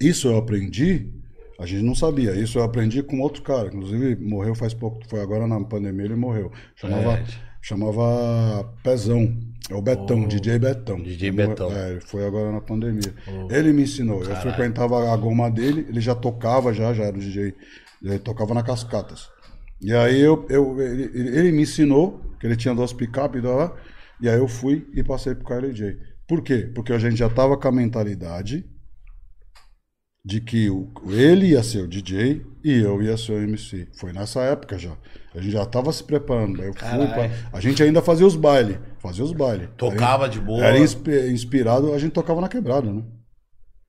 S3: Isso eu aprendi, a gente não sabia. Isso eu aprendi com outro cara, inclusive morreu faz pouco, foi agora na pandemia ele morreu. Chamava,
S2: Verdade.
S3: chamava Pezão, é o Betão, DJ Betão.
S2: DJ
S3: Ele mor-
S2: Oh. Betão. Oh.
S3: É, foi agora na pandemia. Ele me ensinou, eu frequentava a goma dele, ele já tocava já, já era o DJ, ele tocava na Cascatas. E aí eu, eu ele, ele- ele me ensinou que ele tinha duas picapes lá, e aí eu fui e passei pro KLJ. Por quê? Porque a gente já tava com a mentalidade de que o, ele ia ser o DJ e eu ia ser o MC. Foi nessa época já. A gente já tava se preparando. Daí eu fui
S2: Caralho.
S3: pra- a gente ainda fazia os bailes. Fazia os bailes.
S2: Tocava de boa.
S3: Era inspi- inspirado, a gente tocava na quebrada, né?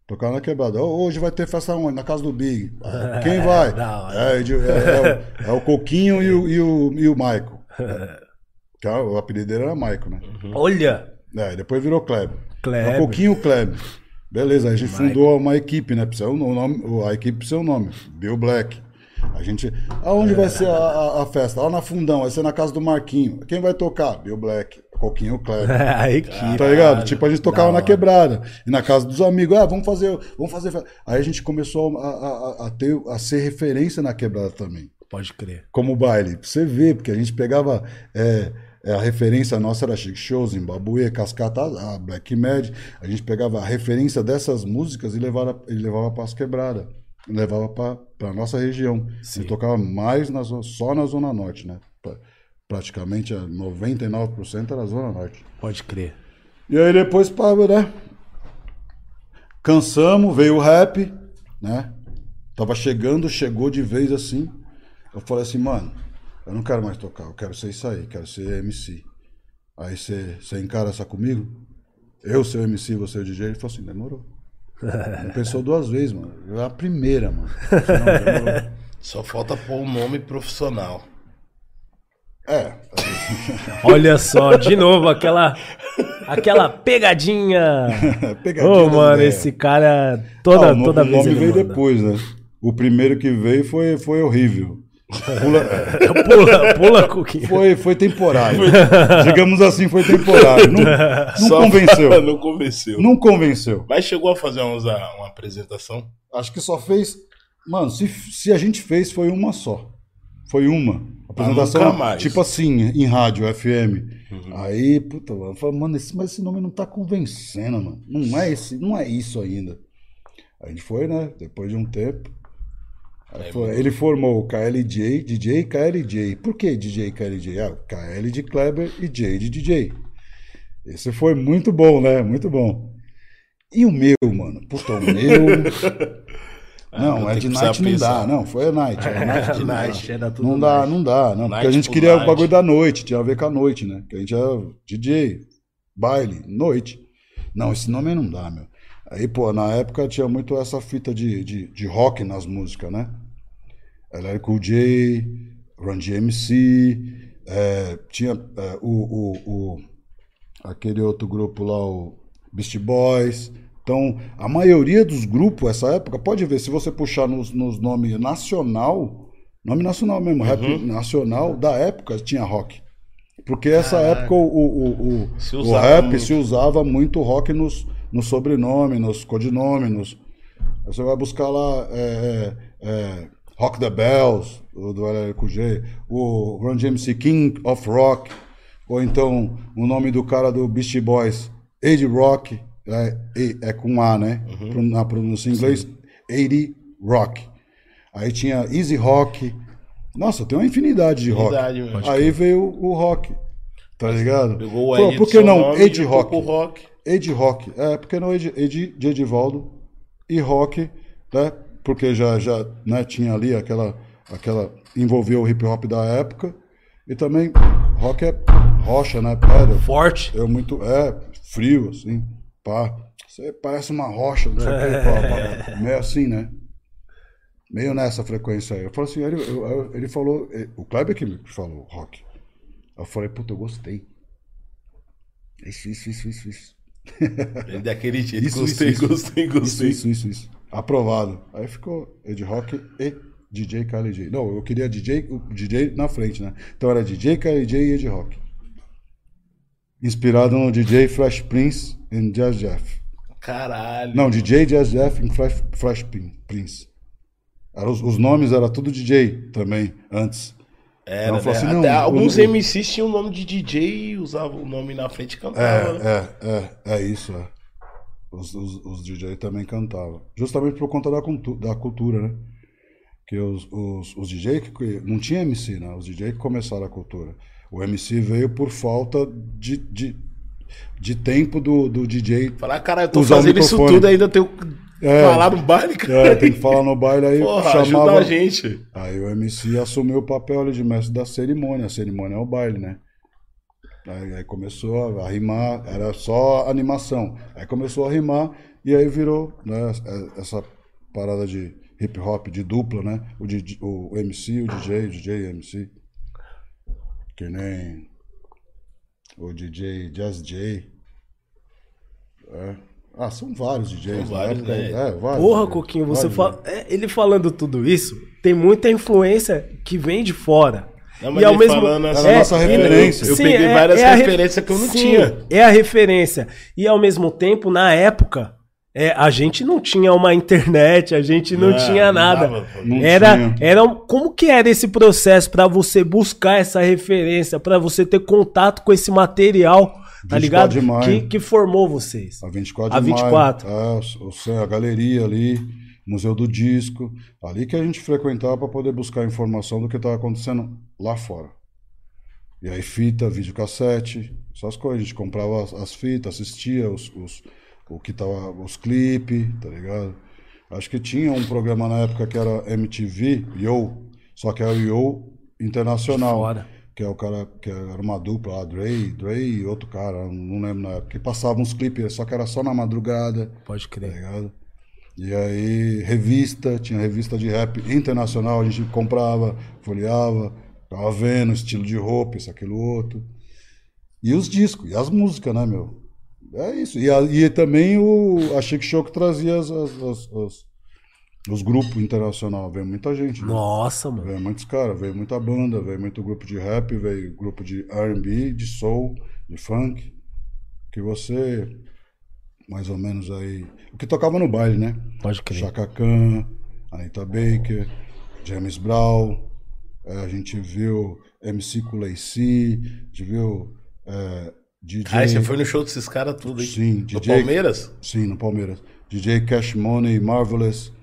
S3: Tocava na quebrada. Ô, Hoje vai ter festa onde? Na casa do Big. Quem vai?
S1: da hora.
S3: É, de- é- é o- é o Coquinho e o, e o, e o Michael. Que era- o apelido dele era Michael, né?
S1: Olha,
S3: Uhum. É, depois virou Kleber.
S1: Kleber.
S3: Um pouquinho Kleber. Beleza, aí a gente fundou uma equipe, né? Precisa um nome, a equipe precisa um nome. Bill Black. A gente. Aonde
S1: É.
S3: vai ser a, a- a festa? Lá na Fundão, vai ser na casa do Marquinho. Quem vai tocar? Bill Black. Coquinho Kleber.
S1: aí que.
S3: Tá ligado? Tipo, a gente tocava
S1: da
S3: na
S1: hora.
S3: quebrada. E na casa dos amigos, ah, vamos fazer, vamos fazer. fe-". Aí a gente começou a, a- a- a ter, a ser referência na quebrada também.
S1: Pode crer.
S3: Como baile. Pra você ver, porque a gente pegava. é, é, a referência nossa era Chic Shows, Embabuê, Cascata, a Black Mad. A gente pegava a referência dessas músicas e levava, e levava para as quebradas. Levava pra, pra nossa região.
S1: Sim.
S3: E tocava mais na, zo- só na Zona Norte, né? Pra- Praticamente eh, 99% era Zona Norte.
S1: Pode crer.
S3: E aí depois, pá, né? Cansamos, veio o rap, né? Tava chegando, chegou de vez assim. Eu falei assim, mano, eu não quero mais tocar, eu quero ser isso aí, quero ser MC. Aí você você encara essa comigo? Eu ser o MC, você o DJ? Ele falou assim, demorou. Não pensou duas vezes, mano. Eu era a primeira, mano. Eu falei, não, demorou.
S2: Só falta pôr um nome profissional.
S3: É,
S1: Olha só, de novo aquela aquela pegadinha. Ô,
S3: é, pegadinha das
S1: mano,
S3: ideias.
S1: esse cara toda
S3: Ah, o no-
S1: toda
S3: o
S1: vez
S3: nome
S1: ele
S3: veio
S1: manda.
S3: depois, né? O primeiro que veio foi, foi horrível. Pula-
S1: Pula, pula, Coquinho.
S3: foi, foi temporário. Digamos assim, foi temporário. Não, não
S2: Só-
S3: convenceu.
S2: não convenceu.
S3: Não convenceu.
S2: Mas chegou a fazer umas- uma apresentação.
S3: Acho que só fez. Mano, se, se a gente fez, foi uma só. Foi uma. Apresentação,
S2: Ah, nunca mais. Uhum.
S3: tipo assim, em rádio, FM. Aí, puta, eu falo, mano, esse, mas esse nome não tá convencendo, mano. Não é, esse, não é isso ainda. A gente foi, né? Depois de um tempo.
S2: É,
S3: Aí foi- ele formou o KLJ, DJ e KLJ. Por que DJ e KLJ? Ah, KL de Kleber e J de DJ. Esse foi muito bom, né? Muito bom. E o meu, mano? Puta, o meu.
S2: Ah,
S3: não,
S2: É, eu
S3: é
S2: tenho que
S3: de
S2: precisar
S3: night não dá.
S2: pensar.
S3: Não, foi a night. É a night
S2: De
S3: não dá.
S2: night,
S1: era tudo
S3: Não dá, não dá. Não, porque
S2: Night
S3: a gente
S2: por
S3: queria
S2: night.
S3: o bagulho da noite, tinha a ver com a noite, né? Que a gente era DJ, baile, noite. Não, esse nome aí não dá, meu. Aí, pô, na época tinha muito essa fita de, de, de rock nas músicas, né? LL Eh, Cool J, Run DMC, é, tinha é, o, o, o- aquele outro grupo lá, o Beast Boys. Então, a maioria dos grupos, essa época, pode ver, se você puxar nos, nos nomes nacional, nome nacional mesmo, rap
S2: Uhum.
S3: nacional, da época tinha rock. Porque essa época o, o, o, o-
S2: Se
S3: o
S2: usava
S3: rap
S2: muito.
S3: se usava muito rock nos, nos sobrenomes, nos codinomes, nos, Aí você vai buscar lá é, é, é, Rock the Bells, o do LLQG, o Run DMC King of Rock, ou então o nome do cara do Beast Boys, Age Rock, é, é, é com A, né?
S2: Uhum.
S3: Pro- Na pronúncia em inglês, 80 Rock. Aí tinha Easy Rock. Nossa, tem uma infinidade de rock.
S2: Infinidade mesmo. Pode
S3: Aí veio o rock. Tá ligado?
S2: Pegou o
S3: Pô,
S2: Ed
S3: por
S2: do
S3: que
S2: seu
S3: não?
S2: nome
S3: Age
S2: e
S3: Rock.
S2: tocou rock.
S3: Ed Rock. É, porque não Ed, Ed de Edivaldo e Rock, né? Porque já, já né, tinha ali aquela, aquela. envolveu o hip hop da época. E também rock é rocha, né? Pedra.
S1: Forte.
S3: É muito. É, frio, assim. Pá. Você parece uma rocha, não sei o que. Pá, pá. Meio assim, né? Meio nessa frequência aí. Eu falo assim, ele, eu- eu- ele falou. eh, O Kleber que me falou, rock. Eu falei, puta, eu gostei. Isso, isso, isso, isso, isso.
S2: Ele daquele jeito.
S3: Isso,
S2: gostei,
S3: isso,
S2: gostei,
S3: Isso,
S2: gostei,
S3: isso, isso, isso. Aprovado. Aí ficou Ed Rock e DJ KLJ. Não, eu queria DJ, o DJ na frente, né? Então era DJ KLJ e Ed Rock. Inspirado no DJ Flash Prince e Jazz Jeff.
S2: Caralho.
S3: Não, DJ Jazz Jeff e Flash, Flash Pin- Prince. Era os, os nomes era tudo DJ também, antes.
S2: Era,
S3: Não,
S2: né?
S3: falou assim, não,
S2: Até
S3: eu-
S2: alguns
S3: eu-
S2: MCs tinham o nome de DJ e usavam o nome na frente e
S3: É,
S2: cantavam. né?
S3: é, é, é isso, é. Os, os, os DJ também cantavam. Justamente por conta da, cultu- da cultura, né? Que os, os, os DJ que, que- não tinha MC, né? Os DJ que começaram a cultura. O MC veio por falta de, de, de tempo do, do DJ.
S2: Falar, caralho, eu tô
S3: é. Usar o
S2: fazendo isso
S3: microfone.
S2: tudo ainda, eu tenho que
S3: É.
S2: falar no baile, cara.
S3: É, tem que falar no baile aí,
S2: Porra,
S3: chamava.
S2: ajuda a gente.
S3: Aí o MC assumiu o papel ali de mestre da cerimônia. A cerimônia é o baile, né? Aí, aí começou a, a rimar, era só animação. Aí começou a rimar e aí virou né, essa- essa parada de hip hop, de dupla, né? O, DJ, o MC, o DJ, o DJ e MC. Que nem o DJ Jazz J. É. Ah, são vários DJs.
S2: São
S3: na
S2: vários,
S3: época,
S2: né?
S3: é, vários
S1: Porra,
S3: DJs,
S1: Coquinho, você
S3: vários
S1: fala. É, ele falando tudo isso, tem muita influência que vem de fora.
S2: Não, mas ele falando assim,
S3: É a nossa
S1: e- é,
S3: referência.
S2: Eu peguei várias
S1: a re-
S2: referências que eu não
S1: sim,
S2: tinha.
S1: É a referência. E ao mesmo tempo, na época, é, a gente não tinha uma internet, a gente não,
S2: Ah,
S1: tinha
S2: não
S1: nada.
S2: dava, pô.
S3: Não
S1: era,
S3: tinha.
S1: era um- como que era esse processo pra você buscar essa referência, pra você ter contato com esse material, tá
S3: 24
S1: ligado?
S3: de maio.
S1: Que, que formou vocês.
S3: A 24
S1: A
S3: de
S1: 24.
S3: maio. É, o céu, a galeria ali, Museu do Disco. Ali que a gente frequentava para poder buscar informação do que estava acontecendo lá fora. E aí fita, videocassete, essas coisas. A gente comprava as, as fitas, assistia os, os- o que tava, os clipes, tá ligado? Acho que tinha um programa na época que era MTV, Yo, só que era o Yo Internacional.
S1: Fora.
S3: Que é o cara, que era uma dupla lá, Dre, Dre e outro cara, não lembro na época. Que passava uns clipes, só que era só na madrugada,
S1: Pode
S3: tá
S1: crer.
S3: ligado? E aí, revista, tinha revista de rap internacional, a gente comprava, folheava, ficava vendo, estilo de roupa, isso, aquilo, outro. E os discos, e as músicas, né, meu? É isso. E, a- e também o, a Chic Show que trazia as, as, as- as- Os grupos internacional veio muita gente, né?
S1: Nossa, mano.
S3: Veio muitos caras, veio é muita banda, veio muito grupo de rap, veio grupo de R&B, de soul, de funk, que você mais ou menos aí, o que tocava no baile, né?
S1: Pode crer.
S3: Chaka Khan, Anita Baker, James Brown, eh, a gente viu MC Kuleici, a gente viu eh, DJ...
S2: Aí você foi no show desses caras tudo, hein?
S3: Sim,
S2: Do
S3: DJ.
S2: Palmeiras?
S3: Sim, no Palmeiras. DJ Cash Money, Marvelous,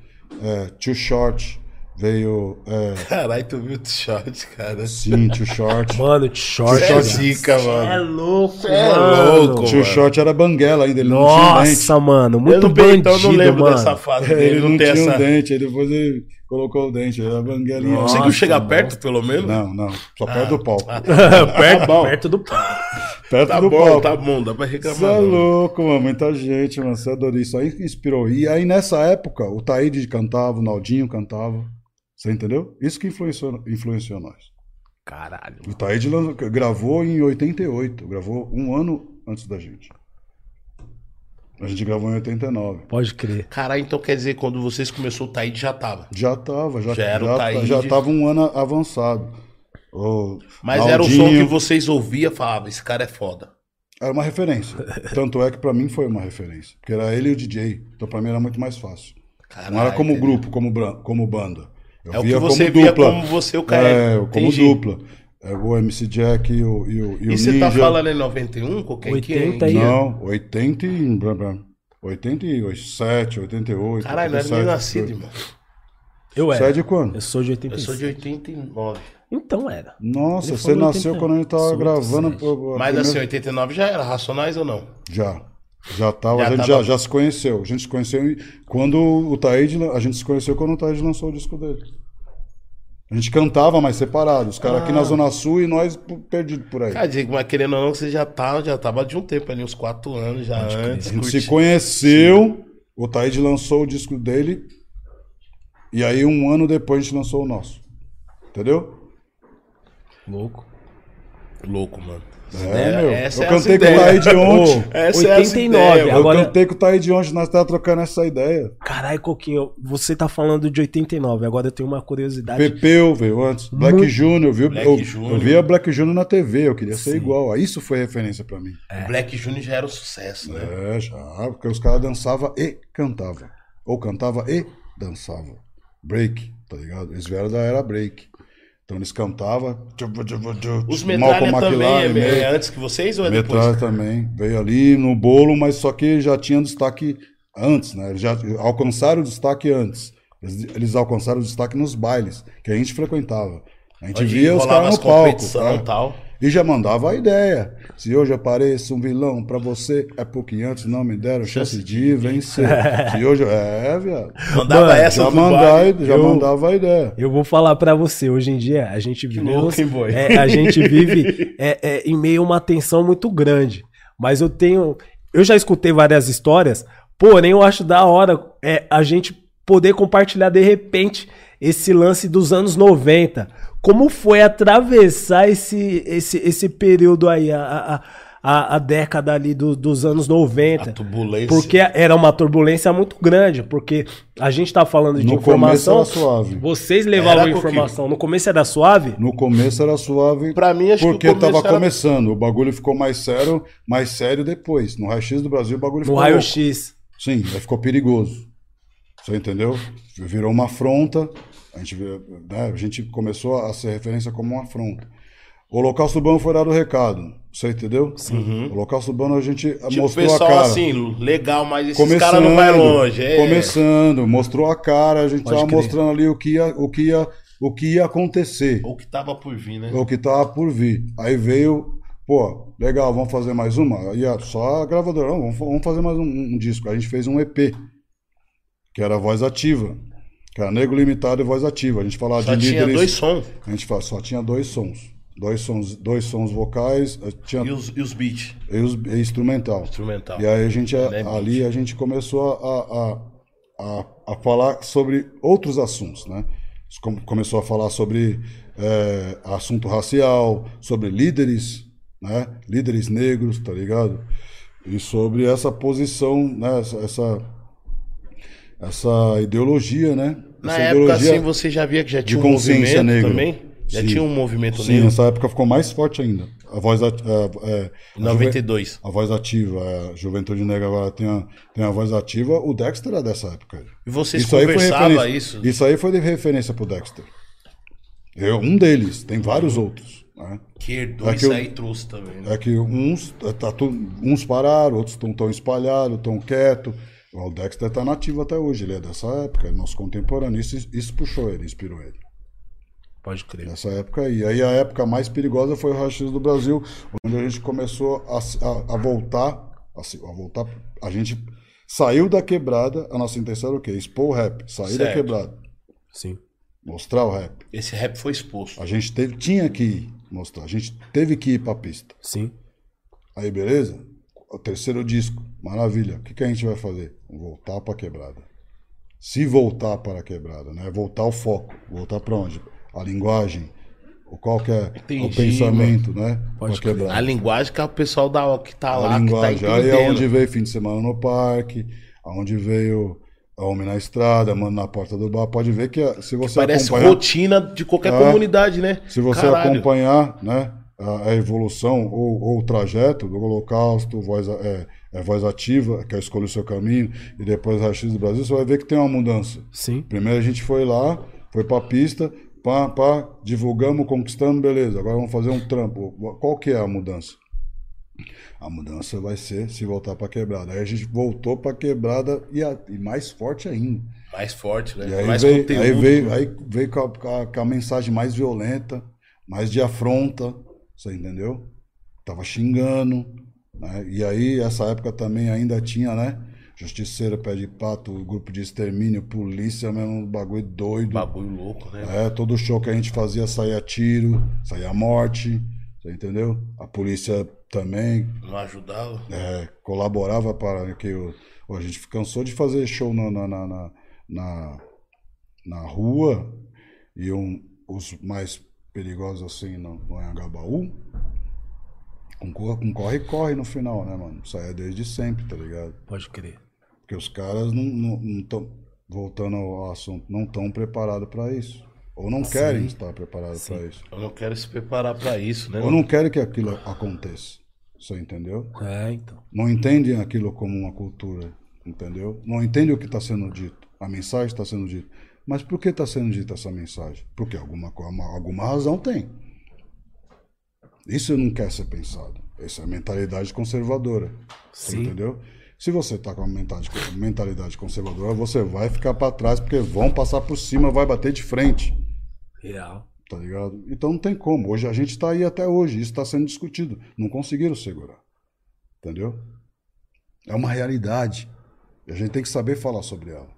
S3: eh, Too Short, veio... eh,
S2: Caralho, tu viu o short, cara.
S3: sim, Too Short.
S1: Mano, de short.
S2: Cê é
S1: velho.
S2: zica,
S1: Cê
S2: mano.
S1: É louco,
S2: Cê é
S1: mano.
S2: louco.
S3: Tio Short era banguela ainda, ele não tinha um dente.
S1: Nossa, mano. Muito bandido,
S2: então eu não lembro
S1: mano.
S2: dessa fase
S3: Ele,
S2: dele, não,
S3: não
S2: tem
S3: tinha
S2: essa.
S3: um dente, aí depois ele colocou o dente, ele era banguelinha.
S1: Nossa.
S2: Conseguiu chegar Ah.
S1: mano.
S2: perto, pelo menos?
S3: Não, não, só perto do palco.
S1: perto,
S2: Tá bom.
S1: perto do pau.
S3: Perto
S2: Tá
S3: do
S2: bom,
S3: palco.
S2: tá bom, dá pra reclamar.
S3: Você é
S2: não.
S3: louco, mano. Muita gente, mano. Você adorou isso. Aí inspirou. E aí, nessa época, o Taíde cantava, o Naldinho cantava. Você entendeu? Isso que influenciou, influenciou nós.
S1: Caralho.
S3: O Taíde lan- gravou em 88. Gravou um ano antes da gente. A gente gravou em 89.
S1: Pode crer.
S2: Caralho, então quer dizer, quando vocês começou o Taíde já tava.
S3: Já tava, já,
S2: Já era o
S3: já,
S2: Taíde.
S3: já tava um ano avançado. O
S2: Mas era o som
S3: Naldinho
S2: que vocês ouviam e falavam, esse cara é foda.
S3: Era uma referência. Tanto é que pra mim foi uma referência. Porque era ele e o DJ. Então pra mim era muito mais fácil.
S2: Caralho,
S3: Não era como
S2: entendeu?
S3: grupo, como, bran- como banda. Eu
S2: Ah, É o que você via como você, o cara é-
S3: É, eu como
S2: Entendi.
S3: dupla. É, o MC Jack e o, e o, e o
S2: E
S3: Ninja.
S2: você tá falando em 91? Qualquer é,
S1: 80 aí.
S3: Não, 80 e... blá, blá. 87, 88,
S2: Caralho, não era nem
S3: 87,
S2: nascido, irmão.
S1: Eu
S3: Você é
S1: era.
S3: de quando?
S1: Eu sou de
S2: Eu
S1: 85.
S2: sou de 89.
S1: Então era.
S3: Nossa,
S1: Ele
S3: você
S1: falou
S3: nasceu
S1: 80.
S3: quando a gente tava
S1: Sou
S3: gravando...
S1: 87.
S3: a- a
S2: Mas
S3: primeira-
S2: assim, 89 já era Racionais ou não?
S3: Já. Já tava,
S2: Já
S3: a gente
S2: tava-
S3: Já, já se conheceu. A gente se conheceu em- quando o Taíde, lan- a gente se conheceu quando o Taíde lançou o disco dele. A gente cantava, mas separado. Os caras aqui na Zona Sul e nós p- perdidos por aí.
S2: Ah. Cara, digo, mas querendo ou não, você já tava, já tava de um tempo ali, uns 4 anos já antes.
S3: a gente
S2: curti-
S3: se conheceu, o Taíde lançou o disco dele e aí um ano depois a gente lançou o nosso. Entendeu?
S1: Louco.
S2: Louco, mano.
S3: É, meu.
S2: essa
S3: eu
S2: é as
S3: cantei com o
S2: ideias.
S3: Taíde ontem.
S2: Essa é essa
S1: 89,
S2: ideia,
S1: agora-
S2: mano.
S3: Eu cantei com o Taíde ontem, nós tava trocando essa ideia.
S1: Caralho, Coquinho, você tá falando de 89. Agora eu tenho uma curiosidade.
S3: Pepeu veio antes, Black
S1: Muito-
S3: Júnior, viu?
S2: Black
S3: eu,
S2: Júnior.
S3: eu via Black Júnior na TV, eu queria ser igual. Aí Isso foi referência pra mim.
S2: O Black Jr. já era um sucesso, né?
S3: É, já, porque os caras dançavam e cantavam. Ou cantava e dançavam. Break, tá ligado? Eles vieram da era break. Então eles cantavam. tchubu, tchubu, tchu,
S2: Os
S3: tchu,
S2: Metralha
S3: Malcolm né?
S2: também é,
S3: McLaren,
S2: é
S3: meio-
S2: antes que vocês ou é
S3: Metralha
S2: depois?
S3: também. Veio ali no bolo, mas só que já tinha destaque antes, né? Eles já alcançaram o destaque antes. Eles, eles alcançaram o destaque nos bailes que a gente frequentava. A gente
S2: Onde
S3: via os
S2: rolava
S3: caras
S2: as
S3: no palco.
S2: competição
S3: tá?
S2: e tal.
S3: E já mandava a ideia. Se hoje apareço um vilão pra você, é porque antes não me deram chance de vencer. Se hoje. É, viado.
S2: Mandava
S1: Mano,
S2: essa
S3: Já,
S2: do
S3: mandava,
S2: baile.
S3: já
S1: Eu-
S3: mandava a ideia.
S1: Eu vou falar pra você, hoje em dia a gente vive.
S2: louco, hein, boy?
S1: é, a gente vive é, é, em meio a uma tensão muito grande. Mas eu tenho. Eu já escutei várias histórias, porém eu acho da hora é, a gente poder compartilhar de repente esse lance dos anos 90. Como foi atravessar esse, esse, esse período aí, a- a, a, a, a década ali do- dos anos 90?
S2: A turbulência.
S1: Porque era uma turbulência muito grande, porque a gente tá falando de
S3: No começo
S1: informação.
S3: era suave.
S1: Vocês levavam
S2: Era,
S1: informação. No começo era suave?
S3: No começo era suave.
S2: Pra mim, acho que o
S3: porque tava
S2: começo era-
S3: começando. O bagulho ficou mais sério, mais sério depois. No raio-x do Brasil, o bagulho
S1: No
S3: ficou. louco.
S1: raio-x.
S3: Sim, aí ficou perigoso. Você entendeu? Virou uma afronta. A gente, né, a gente começou a ser referência como uma afronta. O Holocausto Urbano foi dado o recado. Você entendeu? Sim. O Holocausto Urbano a gente
S2: Uhum. Tipo, o
S3: mostrou a
S2: pessoal
S3: cara.
S2: assim, legal, mas esses
S3: começando,
S2: caras não vai longe. É.
S3: começando, mostrou a cara, a gente
S1: Pode
S3: estava
S1: crer.
S3: mostrando ali o que ia, o que ia, o que ia acontecer
S2: Ou que tava por vir, né?
S3: É o que tava por vir. Aí veio, pô, legal, vamos fazer mais uma? Aí a- só a gravadora, não, vamos, fa- vamos fazer mais um, um disco. Aí A gente fez um EP, que era voz ativa. Que era Negro Limitado e Voz Ativa. A gente falava
S2: Só
S3: de
S2: tinha
S3: líderes.
S2: dois sons.
S3: A gente fala, só tinha dois sons. Dois sons, dois sons vocais eh, tinha,
S2: E os, e os beats
S3: e os- e instrumental.
S2: instrumental.
S3: E aí a gente a-
S2: Né,
S3: ali a gente começou a, a, a, a falar sobre outros assuntos, né? Com- Começou a falar sobre eh, assunto racial, sobre líderes, né? Líderes negros, tá ligado? E sobre essa posição, né? Essa, essa- essa ideologia, né?
S2: Na
S3: essa
S2: época,
S3: ideologia
S2: assim, você já via que já
S3: de
S2: tinha um
S3: consciência
S2: movimento
S3: negra.
S2: também? Já
S3: Sim.
S2: tinha um movimento
S3: Sim,
S2: negro?
S3: nessa época ficou mais forte ainda. A voz ativa. É,
S2: Em 92.
S3: A, voz ativa, a Juventude Negra agora tem a, tem a voz ativa. O Dexter é dessa época.
S2: E vocês conversavam
S3: referência.
S2: isso?
S3: Isso aí foi de referência pro Dexter. Eu, um deles, tem vários outros. Né?
S2: Que herdou
S3: É que
S2: isso
S3: eu-
S2: aí trouxe também. né?
S3: É que uns, é, tá tudo- uns pararam, outros estão tão espalhados, estão quietos. O Dexter está nativo até hoje, ele é dessa época, é nosso contemporâneo. Isso, isso puxou ele, inspirou ele.
S1: Pode crer.
S3: Nessa época aí. Aí a época mais perigosa foi o racismo do Brasil, onde a gente começou a, se- a- a voltar. A, se- a voltar. A gente saiu da quebrada, a nossa intenção era o quê? Expor o rap, sair da
S2: Certo.
S3: quebrada,
S1: Sim.
S3: mostrar o rap.
S2: Esse rap foi exposto.
S3: A gente teve, tinha que ir mostrar, a gente teve que ir pra pista.
S1: Sim.
S3: Aí, beleza? O terceiro disco, maravilha. O que, que a gente vai fazer? Voltar para a quebrada. Se voltar para a quebrada, né? Voltar ao foco. Voltar para onde? A linguagem. O qual que é o
S2: Entendi,
S3: pensamento, né? Para
S1: Pode
S3: a quebrada.
S2: A linguagem que é o pessoal da, que tá
S3: A
S2: lá, que
S3: linguagem.
S2: tá
S3: Aí
S2: entendendo.
S3: é onde veio fim de semana no parque, aonde veio a Homem na Estrada, Mano na Porta do Bar. Pode ver que a- se você
S2: Parece
S3: acompanhar...
S2: rotina de qualquer
S3: É.
S2: comunidade, né?
S3: Se você
S2: Caralho.
S3: acompanhar né, a, a evolução ou, ou o trajeto do Holocausto, voz, a- é, é voz ativa, que é escolha o seu caminho, e depois Rachis do Brasil, você vai ver que tem uma mudança.
S1: Sim.
S3: Primeiro a gente foi lá, foi pra pista, pá, pá, divulgamos, conquistamos, beleza. Agora vamos fazer um trampo. Qual que é a mudança? A mudança vai ser se voltar pra quebrada. Aí a gente voltou pra quebrada e, a- e mais forte ainda.
S2: Mais forte, né?
S3: E aí
S2: Mais
S3: veio,
S2: conteúdo. né?
S3: aí veio, aí veio com, a, com a- com a mensagem mais violenta, mais de afronta, você entendeu? Tava xingando, né? E aí, essa época também ainda tinha, né? Justiceiro, pé de pato, grupo de extermínio, polícia mesmo, um bagulho doido.
S2: Bagulho louco, né?
S3: É, todo show que a gente fazia saía tiro, saía morte, você entendeu? A polícia também
S2: Não ajudava.
S3: é, colaborava para que o, o- a gente cansou de fazer show na, na, na, na, na- na rua e um- os mais perigosos assim no, no Anhangabaú com cor- com corre-corre no final, né, mano? Isso aí é desde sempre, tá ligado?
S1: Pode crer.
S3: Porque os caras não estão, voltando ao assunto, não estão preparados para isso. Ou não querem estar preparados para isso.
S2: Eu não quero se preparar pra isso, né?
S3: Ou não querem que aquilo aconteça. Você entendeu?
S1: É, então.
S3: não entendem aquilo como uma cultura, entendeu? Não entendem o que está sendo dito, a mensagem está sendo dita. Mas por que está sendo dita essa mensagem? Porque alguma, co- uma- alguma razão tem. Isso não quer ser pensado. Essa é a mentalidade conservadora, você
S1: Sim.
S3: entendeu? Se você está com uma mentalidade, mentalidade conservadora, você vai ficar para trás, porque vão passar por cima, vai bater de frente.
S1: Real.
S3: Tá ligado? Então não tem como. Hoje a gente tá aí até hoje, isso está sendo discutido. Não conseguiram segurar. Entendeu? É uma realidade. E a gente tem que saber falar sobre ela.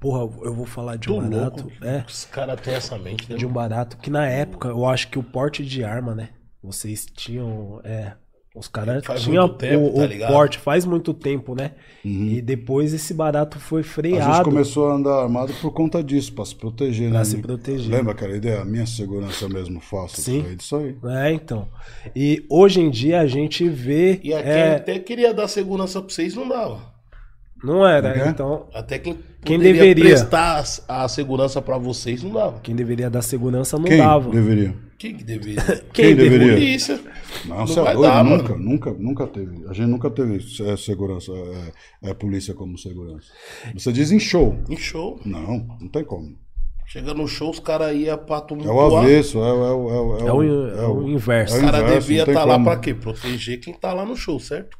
S1: Porra, eu vou falar de
S2: Tô
S1: um barato.
S2: louco.
S1: É.
S2: Os caras têm essa mente, né?
S1: de um barato que na época eu acho que o porte de arma, né? Vocês tinham, é, os caras
S2: Faz
S1: tinham
S2: muito tempo,
S1: o,
S2: tá
S1: o
S2: ligado? Uhum.
S1: porte faz muito tempo, né? E depois esse barato foi
S3: A gente
S1: freado.
S3: começou a andar armado por conta disso, para se proteger,
S1: Pra
S3: né?
S1: se proteger.
S3: Lembra, cara? A ideia, a minha segurança eu mesmo faço.
S1: Sim.
S3: É disso aí.
S1: É, então. E hoje em dia a gente vê
S2: E aqui
S1: é,
S2: até queria dar segurança pra vocês, não dava.
S1: não era,
S3: Não é?
S1: então
S2: Até quem,
S1: Quem
S2: poderia
S1: deveria.
S2: prestar as- a segurança pra vocês, não dava.
S1: quem deveria dar segurança não
S3: Quem
S1: dava.
S3: deveria?
S2: Quem que deveria?
S3: Quem deveria?
S2: Polícia.
S3: Não, você é
S2: vai
S3: doido,
S2: dar, mano.
S3: nunca, nunca, nunca teve. A gente nunca teve é, segurança, é, é polícia como segurança. Você diz em show.
S2: Em show.
S3: Não, não tem como.
S2: Chegando no show, os caras iam pra
S3: É o
S2: tumultuar.
S3: avesso, é, o- é, o- é, o- é,
S1: É o,
S3: o-
S1: é o inverso.
S3: é
S2: O cara
S3: Inverso, não
S2: devia
S3: tem
S2: estar lá
S3: como.
S2: pra quê? Proteger quem tá lá no show, certo?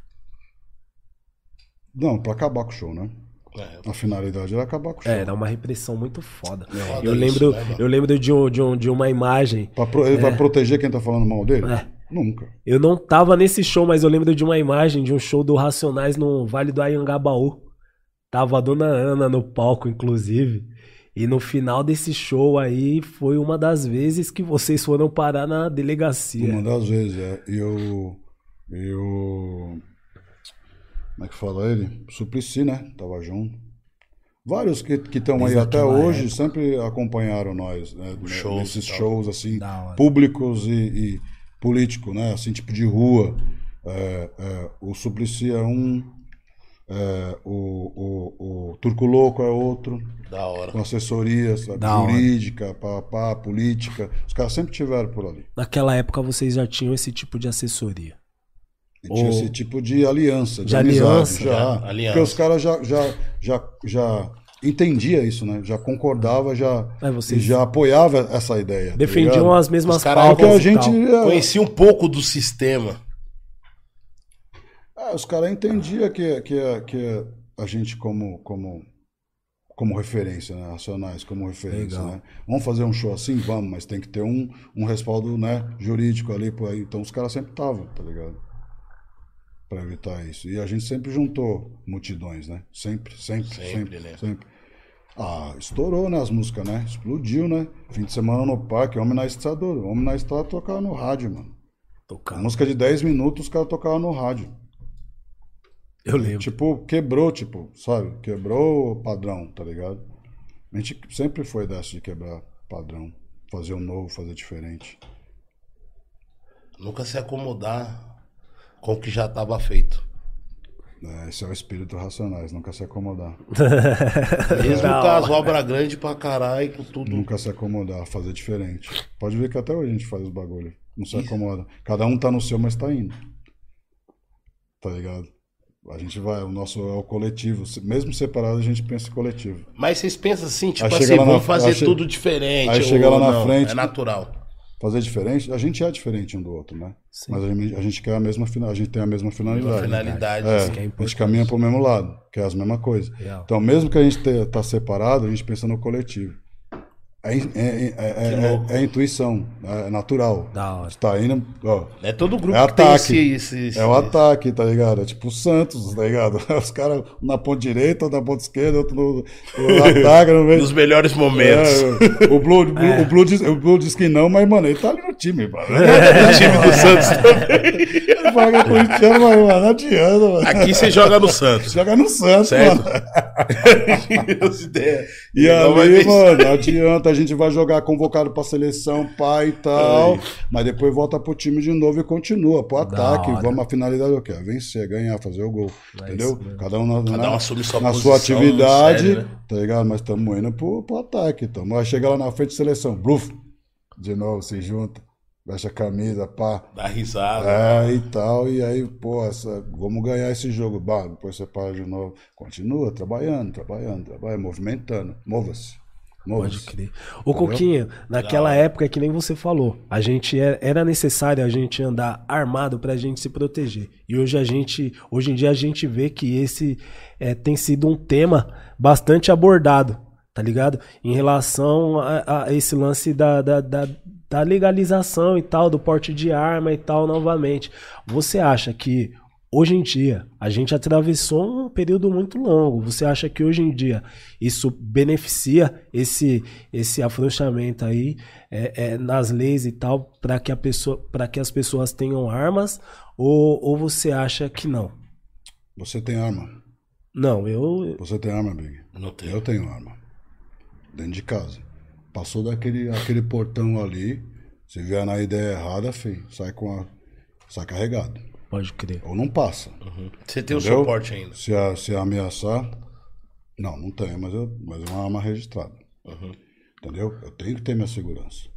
S3: Não, pra acabar com o show, né?
S2: É,
S3: A finalidade era acabar com o show.
S1: É, era uma repressão muito foda.
S2: foda
S1: Eu
S2: isso,
S1: lembro,
S2: né, mano?
S1: eu lembro de, um, de, um, de uma imagem
S3: Pra pro- Ele vai proteger quem tá falando mal dele?
S1: É.
S3: Nunca.
S1: Eu não tava nesse show, mas eu lembro de uma imagem de um show do Racionais no Vale do Ayangabaú. Tava a dona Ana no palco, inclusive. E no final desse show aí foi uma das vezes que vocês foram parar na
S3: Uma
S1: delegacia.
S3: das vezes, é. E o. E o. Como é que fala ele? Suplicy, né? Tava junto. Vários que estão aí
S1: Desde
S3: até
S1: aquela
S3: hoje sempre acompanharam nós, né?
S2: Shows,
S3: Nesses
S2: tal.
S3: shows, assim,
S1: Da hora.
S3: públicos e, e político, né? Assim, tipo de rua. É, é, o Suplicy é um. É, o, o, o Turco Louco é outro,
S2: Da hora.
S3: com assessoria, sabe,
S1: Da hora.
S3: jurídica, pá, pá, política. Os caras sempre tiveram por ali.
S1: Naquela época vocês já tinham esse tipo de assessoria.
S3: E tinha
S1: Ou-
S3: esse tipo de aliança, de,
S1: De
S3: amizade,
S1: aliança,
S3: já.
S2: né? Aliança.
S3: Porque os caras já, já, já, já entendia isso, né? Já concordava, já,
S1: É, vocês-
S3: e já apoiava essa ideia. tá
S1: Defendiam
S3: ligado?
S1: as mesmas
S2: Os caras
S1: pautas
S3: Porque
S1: e
S3: a gente.
S1: tal.
S3: é,
S2: Conheci um pouco do sistema.
S3: Ah, os caras entendiam que, que, que a gente como, como, como referência, né? Racionais como referência,
S1: Legal.
S3: né? Vamos fazer um show assim? Vamos, mas tem que ter um, um respaldo né, jurídico ali por aí. Então os caras sempre estavam, tá ligado? Pra evitar isso. E a gente sempre juntou multidões, né? Sempre, sempre,
S2: Sempre,
S3: sempre.
S2: né?
S3: sempre. Ah, estourou, né, as músicas, né? Explodiu, né? Fim de semana no parque, Homem na Estrada, Homem na Estrada tocava no rádio, mano.
S1: Tocava.
S3: Música de 10 minutos, os caras tocavam no rádio.
S1: Eu lembro.
S3: Tipo, quebrou, tipo, sabe? Quebrou o padrão, tá ligado? A gente sempre foi dessa de quebrar padrão. Fazer o novo, fazer diferente.
S2: Nunca se acomodar com o que já tava feito.
S3: É, esse é o espírito racionais, nunca se acomodar.
S1: Uhum.
S2: Mesmo
S1: Da
S2: caso, obra grande pra caralho, com tudo.
S3: Nunca se acomodar, fazer diferente. Pode ver que até hoje a gente faz os bagulho. Não se acomoda. Cada um tá no seu, mas tá indo. Tá ligado? A gente vai, o nosso é o coletivo. Se- Mesmo separado, a gente pensa em coletivo.
S2: Mas vocês pensam assim, tipo
S3: Aí
S2: assim,
S3: chega lá na-
S2: vamos fazer
S3: aí chega-
S2: tudo diferente.
S3: aí chega
S2: ou
S3: lá na
S2: não,
S3: frente-
S2: É natural.
S3: Fazer diferente, a gente é diferente um do outro, né?
S1: Sim.
S3: Mas a gente, a gente quer a mesma final, a gente tem a mesma finalidade.
S2: Uma finalidade. assim.
S1: Isso
S3: É,
S1: que é um
S3: a
S1: importante.
S3: gente caminha pro mesmo lado, que é as mesma coisa.
S1: Real.
S3: Então, mesmo que a gente te- tá separado, a gente pensa no coletivo. É, in- é, é- é-
S2: Que
S3: é-
S2: louco.
S3: é intuição, é natural.
S1: Da hora.
S3: Tá indo, ó,
S2: É todo grupo
S3: É
S2: que tem
S3: ataque.
S2: esse, esse,
S3: é o ataque, tá ligado? É tipo o Santos, tá ligado? Os caras um na ponta direita, outro na ponta esquerda, outro no, no ataque, no meio.
S2: Nos melhores momentos.
S3: É, o, Blue, o Blue- o Blue diz, o Blue diz que não, mas, mano, ele tá ali no time, mano.
S2: O time do Santos também.
S3: Ele paga corintiano, mas, mano, não adianta, mano.
S2: Aqui você joga no Santos.
S3: Joga no Santos,
S2: Certo?
S3: mano. E
S2: e não vai
S3: aí,
S2: vencer.
S3: mano, não adianta, a gente vai jogar convocado pra seleção, pai e tal, mas depois volta pro time de novo e continua, pro
S1: Da
S3: ataque,
S1: hora.
S3: vamos, a finalidade é o quê? É Vencer, ganhar, fazer o gol, entendeu?
S1: isso mesmo.
S3: Cada um na,
S2: Cada
S3: na-
S2: um assume sua
S3: na
S2: posição,
S3: sua atividade,
S2: segue, né?
S3: tá ligado? Mas estamos indo pro, pro ataque, tamo, aí chega lá na frente, seleção, bluf, de novo, se junta, baixa a camisa, pá,
S2: Dá risada.
S3: é, e tal, e aí, pô, essa- vamos ganhar esse jogo. Bah, depois você para de novo. Continua trabalhando, trabalhando, trabalhando, movimentando. Mova-se.
S1: Pode
S3: Mova-se.
S1: crer. Ô Coquinho, naquela época que nem você falou, a gente era, era necessário a gente andar armado pra gente se proteger. E hoje a gente, hoje em dia a gente vê que esse é, tem sido um tema bastante abordado, tá ligado? Em relação a, a esse lance da, da, da- da legalização e tal, do porte de arma e tal, novamente. Você acha que Hoje em dia, a gente atravessou um período muito longo. Você acha que hoje em dia isso beneficia esse, esse afrouxamento aí é, é, nas leis e tal para que, a pessoa- pra que as pessoas tenham armas? Ou, ou você acha que não?
S3: Você tem arma.
S1: Não, eu.
S3: Você tem arma, Big.
S2: Não tem.
S3: Eu tenho arma. Dentro de casa. Passou daquele aquele portão ali. Se vier na ideia errada, filho, sai com a. Sai carregado.
S1: Pode crer.
S3: Ou não passa.
S2: Você tem o
S3: Entendeu?
S2: suporte ainda.
S3: Se, a- se ameaçar. Não, não tenho, mas, eu, mas é uma arma registrada. Entendeu? Eu tenho que ter minha segurança.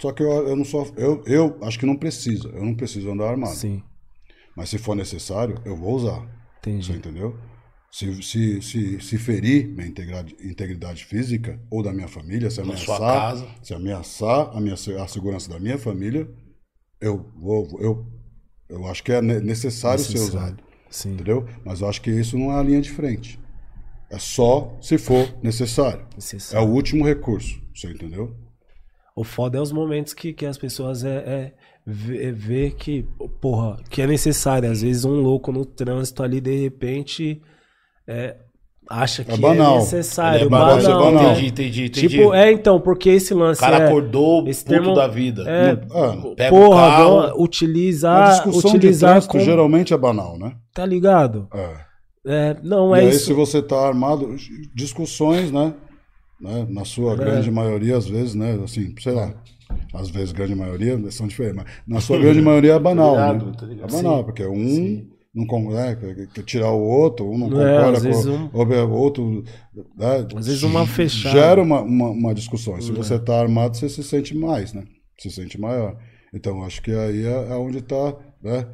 S3: Só que eu, eu não sou. Eu, eu acho que não precisa. Eu não preciso andar armado.
S1: Sim,
S3: Mas se for necessário, eu vou usar. Você
S1: entendi.
S3: entendeu? Se, se, se, se ferir minha integridade, integridade física ou da minha família, se
S2: Na
S3: ameaçar,
S2: sua casa.
S3: se ameaçar a, minha, se- a segurança da minha família, eu vou. Eu, eu acho que é ne- necessário, ser
S1: Necessário.
S3: usado.
S1: Sim,
S3: Entendeu? Mas eu acho que isso não é a linha de frente. É só se for necessário. É
S1: necessário.
S3: o último recurso. Você entendeu?
S1: O foda é os momentos que, que as pessoas é, é, vê, é vê que, porra, que é necessário. Às vezes um louco no trânsito ali, de repente, é, acha que é,
S3: banal.
S1: necessário.
S2: Ele é
S1: banal,
S3: pode ser banal.
S1: né?
S2: Entendi, entendi, entendi.
S1: Tipo, é então, porque esse
S2: O
S1: lance
S2: cara
S1: é...
S2: acordou
S1: esse
S2: puto
S1: termo-
S2: da vida.
S1: é,
S3: Ah,
S2: Pega o
S1: porra,
S2: carro.
S1: vamos utilizar,
S3: a discussão de
S1: utilizar
S3: trânsito
S1: com-
S3: geralmente é banal, né?
S1: tá ligado?
S3: É.
S1: É, não,
S3: e
S1: é
S3: aí,
S1: isso.
S3: se você está armado, discussões, né? né? Na
S1: É.
S3: sua grande maioria, às vezes, né? Assim, sei lá. Às
S1: Tá
S3: vezes, grande maioria, são diferentes, mas na sua grande maioria é banal.
S2: ligado,
S3: né?
S2: tá ligado.
S3: É banal, porque um não concorda, né, que tirar o outro, um não
S1: É,
S3: concorda
S1: às vezes um-
S3: com o o outro. né,
S1: Às vezes uma fechada. É.
S3: Gera uma, uma, uma discussão. E Se você está armado, você se sente mais, né? Se sente maior. Então, acho que aí é, é onde está né,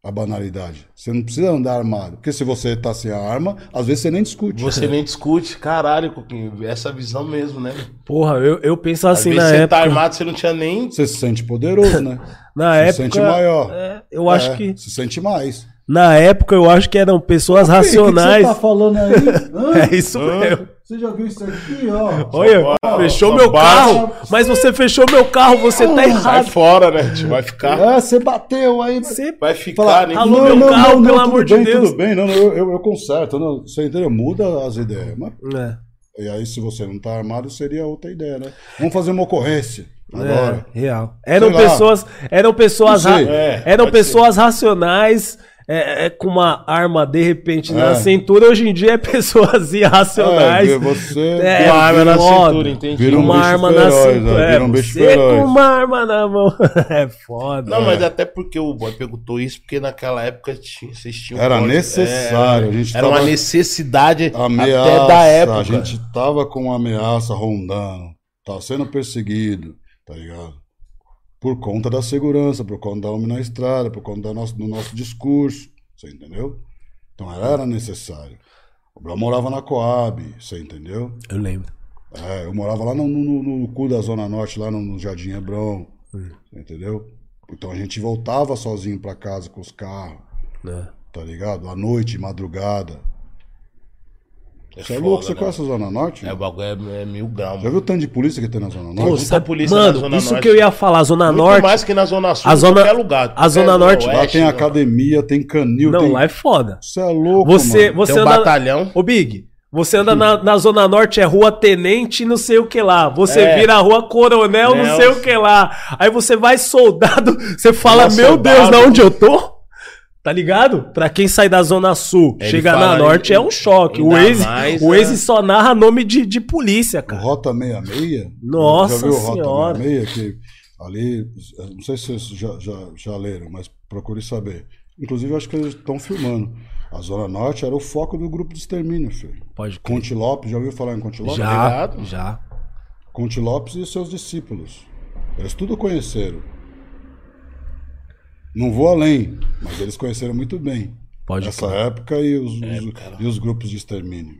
S3: a banalidade. Você não precisa andar armado. Porque se você está sem a arma, às vezes você nem discute.
S2: Você nem discute, caralho, Coquinho. Essa visão mesmo, né?
S1: Porra, eu, eu penso assim
S2: Às
S1: na
S2: vezes você
S1: época.
S2: tá armado, você não tinha nem.
S3: Você se sente poderoso, né?
S1: Na
S3: se
S1: época.
S3: sente maior.
S1: é, eu acho
S3: É,
S1: que.
S3: Se sente mais.
S1: Na época eu acho que eram pessoas racionais.
S3: O que que você tá falando aí? Hã?
S1: É isso mesmo.
S3: Você já viu isso aqui, ó?
S1: Olha, fechou
S2: só
S1: meu
S2: bate.
S1: carro. Mas você fechou meu carro, você tá
S2: Sai
S1: errado.
S2: fora, né? tio? Vai ficar.
S3: É, você bateu aí.
S1: Você
S2: Vai ficar,
S3: Fala,
S2: nem.
S1: alô, meu carro, pelo
S3: tudo
S1: amor de
S3: bem,
S1: Deus.
S3: Tudo bem, não, não, eu, eu, eu conserto. Não, você entendeu? Muda as ideias. Mas,
S1: É.
S3: e aí, se você não tá armado, seria outra ideia, né? Vamos fazer uma ocorrência agora.
S1: É, real. Eram
S3: Sei lá.
S1: pessoas, eram pessoas,
S3: Não
S1: ra-
S3: sei.
S2: É,
S1: eram
S2: pode ser.
S1: pessoas racionais. é, é, com uma arma de repente na
S3: É.
S1: cintura, hoje em dia é pessoas irracionais.
S3: É, você
S1: É,
S2: Tem uma arma na
S1: foda.
S2: cintura, entende?
S3: Vira um
S1: uma
S3: bicho
S1: arma
S3: feroz,
S1: na
S3: né?
S1: cintura. É,
S3: Vira um bicho
S1: você
S3: feroz.
S1: com uma arma na mão. É foda.
S2: Não, mas até porque o boy perguntou isso, porque naquela época tinha, vocês tinham.
S3: Era
S2: código- é,
S3: necessário, a gente
S2: Era
S3: tava-
S2: uma necessidade
S3: ameaça,
S2: até da época.
S3: A gente tava com uma ameaça rondando, tava sendo perseguido, tá ligado? Por conta da segurança, por conta da homem na estrada, por conta do nosso, do nosso discurso, você entendeu? Então era, era necessário. O Brau morava na Coab, você entendeu?
S1: Eu lembro.
S3: É, eu morava lá no, no- no- no cu da Zona Norte, lá no, no Jardim Hebron, entendeu? Então a gente voltava sozinho pra casa com os carros,
S1: né?
S3: tá ligado? À noite, madrugada. Você é,
S2: foda,
S3: louco, você
S2: né?
S3: conhece a Zona Norte?
S2: É, o bagulho é, é mil graus.
S3: Já
S2: mano.
S3: viu o tanto de polícia que tem na Zona
S1: Pô,
S3: Norte?
S2: muita
S1: sabe-
S2: polícia
S1: mano,
S2: na Zona
S1: isso
S2: Norte.
S1: que eu ia falar, Zona
S2: Muito
S1: Norte.
S2: mais que na Zona Sul,
S1: A
S2: em
S1: zona-
S2: qualquer lugar.
S1: a Zona Norte-
S3: Lá tem academia, tem canil,
S1: né? Não,
S3: tem...
S1: lá é foda.
S3: Você é louco,
S1: Você,
S3: mano.
S1: você
S2: Tem um
S1: anda.
S2: batalhão.
S1: Ô, Big, você anda na, na Zona Norte, é rua Tenente, não sei o que lá. Você
S2: É.
S1: vira a rua Coronel, não
S2: Nelson.
S1: sei o que lá. Aí você vai soldado, você fala,
S2: Rua
S1: meu
S2: Soldado.
S1: Deus, da onde eu tô? Tá ligado? Pra quem sai da Zona Sul,
S2: Ele
S1: chegar
S2: fala,
S1: na Norte
S2: ele-
S1: é um choque. O
S2: ainda
S1: Waze,
S2: mais,
S1: o
S2: né?
S1: Waze só narra nome de, de polícia, cara.
S3: Rota 66?
S1: Nossa
S3: já viu Rota
S1: Senhora.
S3: 66? Que ali, eu não sei se vocês já, já, já leram, mas procure saber. Inclusive, eu acho que eles estão filmando. A Zona Norte era o foco do grupo de extermínio, filho.
S1: Pode crer.
S3: Conte Lopes, já ouviu falar em Conte Lopes?
S1: Já,
S2: Obrigado.
S1: já.
S3: Conte Lopes e seus discípulos. Eles tudo conheceram. Não vou além, mas eles conheceram muito bem
S1: Pode
S3: essa
S1: crer.
S3: época né? e os, os-
S2: cara.
S3: e os grupos de extermínio.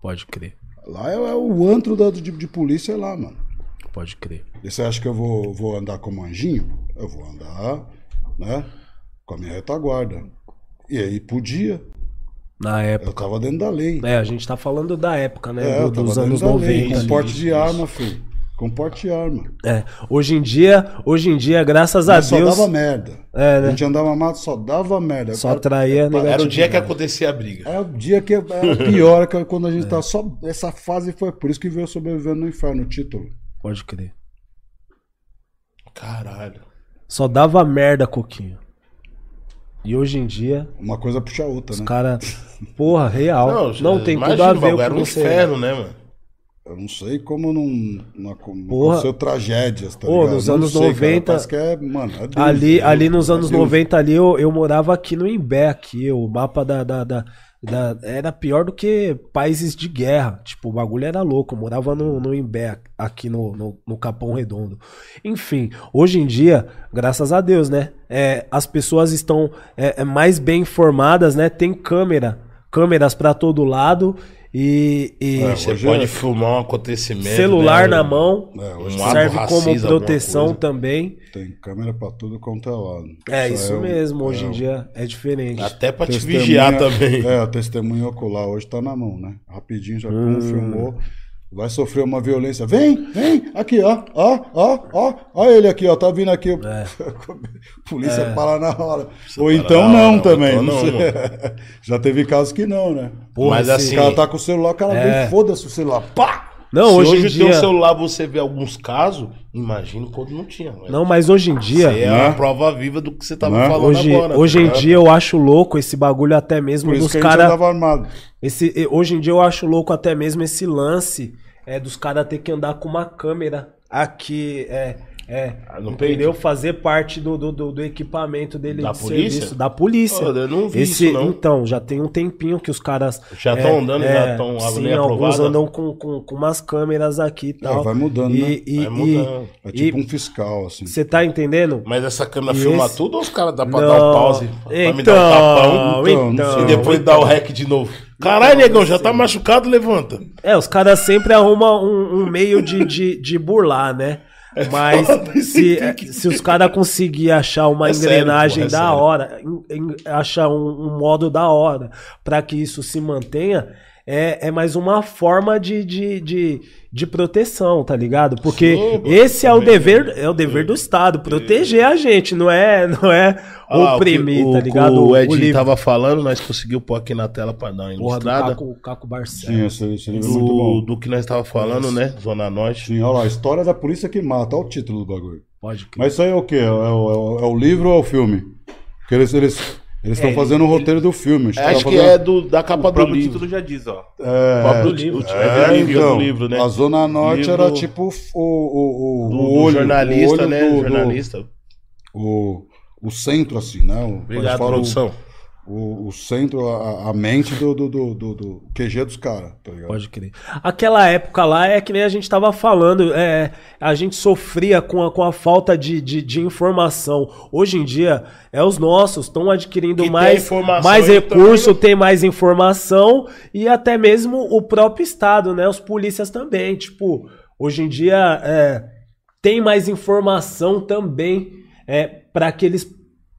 S1: Pode crer.
S3: Lá é, é o antro da, de, de polícia, é lá, mano.
S1: Pode crer.
S3: E você acha que eu vou, vou andar como anjinho? Eu vou andar, né? Com a minha retaguarda. E aí podia.
S1: Na época.
S3: Eu tava dentro da lei.
S1: É, a gente tá falando da época, né?
S3: É,
S1: do-
S3: eu tava
S1: dos
S3: dentro
S1: anos né?
S3: da lei.
S1: 90.
S3: Com
S1: ali.
S3: porte de arma, filho. Com porte de arma.
S1: É, hoje em dia, hoje em dia, graças a
S3: Mas só
S1: Ah, Deus,
S3: dava merda.
S1: É, né?
S3: A gente andava mato, só dava merda.
S1: só
S3: Era-
S1: traía negativo.
S2: Era o dia que acontecia a briga.
S3: É o dia que é o pior, que é quando a gente tá só. Essa fase foi por isso que veio sobrevivendo no inferno, o título.
S1: Pode crer.
S2: Caralho.
S1: Só dava merda, Coquinho. E hoje em dia,
S3: Uma coisa puxa a outra,
S1: os
S3: né?
S1: caras. Porra, real. Não,
S2: já-
S1: tem
S2: imagina,
S1: tudo a
S2: o bagulho
S1: ver
S2: Era
S1: com
S2: um
S1: você.
S2: inferno, né, mano?
S3: Eu não sei como não, não acon- não
S1: Porra.
S3: aconteceu tragédias, tá
S1: Ô,
S3: ligado?
S1: nos
S3: Não
S1: anos
S3: sei, cara,
S1: 90,
S3: parece que é, mano, é Deus,
S1: Ali,
S3: né?
S1: ali nos anos
S3: É Deus.
S1: 90, ali eu, eu morava aqui no Imbé, aqui, o mapa da, da, da- da- Era pior do que países de guerra. Tipo, o bagulho era louco. Eu morava no, no Imbé, aqui no, no, no Capão Redondo. Enfim, hoje em dia, graças a Deus, né? é, as pessoas estão é, é, mais bem informadas, né? Tem câmera, câmeras pra todo lado e. e
S3: É,
S2: Você
S3: hoje
S2: pode
S3: é-
S2: filmar um acontecimento.
S1: celular
S2: né?
S1: na mão.
S3: É, hoje
S2: Um ato
S1: serve como
S2: racista, alguma
S1: proteção
S2: coisa.
S1: também.
S3: Tem câmera pra tudo quanto é lado.
S1: É
S3: Só
S1: isso
S3: um-
S1: mesmo, hoje
S3: é
S1: em
S3: um
S1: dia é diferente.
S2: Até pra te
S3: testemunha-
S2: vigiar também.
S3: É, a testemunha ocular hoje tá na mão, né? Rapidinho já
S2: Ah.
S3: confirmou. Vai sofrer uma violência. Vem, vem, aqui, ó, ó, ó, ó. Ó ele aqui, ó, tá vindo aqui.
S2: É.
S3: Polícia para na hora. Ou então
S2: na
S3: não
S2: hora,
S3: também.
S2: ou então
S3: não
S2: não,
S3: sei. já teve casos que não, né?
S1: Porra,
S2: Mas
S1: esse-
S2: assim,
S3: O cara tá com o celular, o cara
S1: É.
S3: vem, foda-se o celular. Pá!
S1: Não,
S2: se
S1: hoje,
S2: hoje
S1: em
S2: o teu
S1: dia.
S2: celular você vê alguns casos, imagina quando não tinha. velho.
S1: Não, mas hoje em dia.
S2: Você é
S3: Né?
S2: a prova viva do que você tava
S3: Né?
S2: falando
S1: Hoje,
S2: agora.
S1: hoje
S2: tá
S1: em
S2: ligado?
S1: dia eu acho louco esse bagulho até mesmo
S2: Um
S3: Por isso
S1: dos
S3: que a gente
S1: caras.
S3: andava armado.
S1: Esse, hoje em dia eu acho louco até mesmo esse lance é, dos caras ter que andar com uma câmera aqui, é, É.
S2: Ah, no
S1: entendeu?
S2: peito?
S1: Fazer parte do, do, do- do equipamento dele
S2: Da
S1: de
S2: polícia?
S1: serviço. Da polícia.
S2: Olha, eu não vi
S1: Esse,
S2: isso, não.
S1: Então, já tem um tempinho que os caras. é,
S2: Já tão andando, já tão a
S1: Sim,
S2: lei
S1: alguns
S2: aprovada?
S1: andam com, com, com umas câmeras aqui e tal.
S3: É, vai mudando,
S1: e,
S3: né?
S1: E,
S2: Vai mudando.
S3: É tipo um fiscal, assim.
S1: Você tá entendendo?
S2: Mas essa câmera
S1: E
S2: filma
S1: esse?
S2: tudo ou os caras dá pra dar um pause? Pra me dar um tapão
S1: então,
S3: então,
S2: e depois dá o rec de novo. Caralho, negão, já tá machucado, levanta.
S1: É, os caras sempre arrumam um, um meio de, de, de burlar, né? Mas
S2: É foda esse
S1: se, é,
S2: pique.
S1: se os caras conseguirem achar uma
S2: É sério,
S1: engrenagem
S2: porra, é
S1: da
S2: sério.
S1: hora, em- em- achar um, um modo da hora pra que isso se mantenha, é, é mais uma forma de, de, de, de proteção, tá ligado? Porque
S2: Sim, mano,
S1: esse é o
S2: também.
S1: dever é o dever do Estado, proteger a gente, não é, não é
S2: Ah,
S1: oprimir,
S2: o que-
S1: tá
S2: o que
S1: ligado?
S2: O Edinho
S1: livre.
S2: tava falando, nós conseguiu pôr aqui na tela pra dar uma
S1: Porra, do
S2: ilustrada
S1: Caco, Caco Barcelos.
S3: Sim, esse, esse livro é muito
S2: do,
S3: bom.
S2: do que nós tava falando, né? Zona Norte.
S3: Sim, olha lá, História da Polícia que Mata, olha o título do bagulho.
S1: Pode crer.
S3: Mas isso aí é o quê? É o, é o- é o livro ou é o filme? Porque eles estão eles, eles estão fazendo o roteiro do filme.
S2: É, Acho
S1: tá
S2: que é do, da capa
S4: O
S2: do
S4: próprio
S2: livro. É,
S4: título já diz, ó.
S2: O
S3: é, então,
S2: próprio livro. É, do livro, é do livro, né?
S3: A Zona Norte
S2: Livro
S3: era tipo o, o, o,
S2: Do,
S3: o
S2: do
S3: olho,
S2: jornalista,
S3: o olho
S2: né?
S3: do- do-
S2: jornalista.
S3: o, o centro, assim, né? O,
S2: Obrigado,
S3: fala o-
S2: produção.
S3: O, o centro, a, a- a mente do, do, do, do, do QG dos caras, tá ligado?
S1: Pode crer. Aquela época lá é que nem a gente tava falando, é, a gente sofria com a, com a falta de, de, de informação. Hoje em dia, é os nossos, estão adquirindo
S2: Que tem
S1: mais,
S2: informação
S1: mais
S2: e
S1: recurso,
S2: também né?
S1: tem mais informação e até mesmo o próprio Estado, né? Os polícias também. Tipo, hoje em dia é, tem mais informação também é, para que eles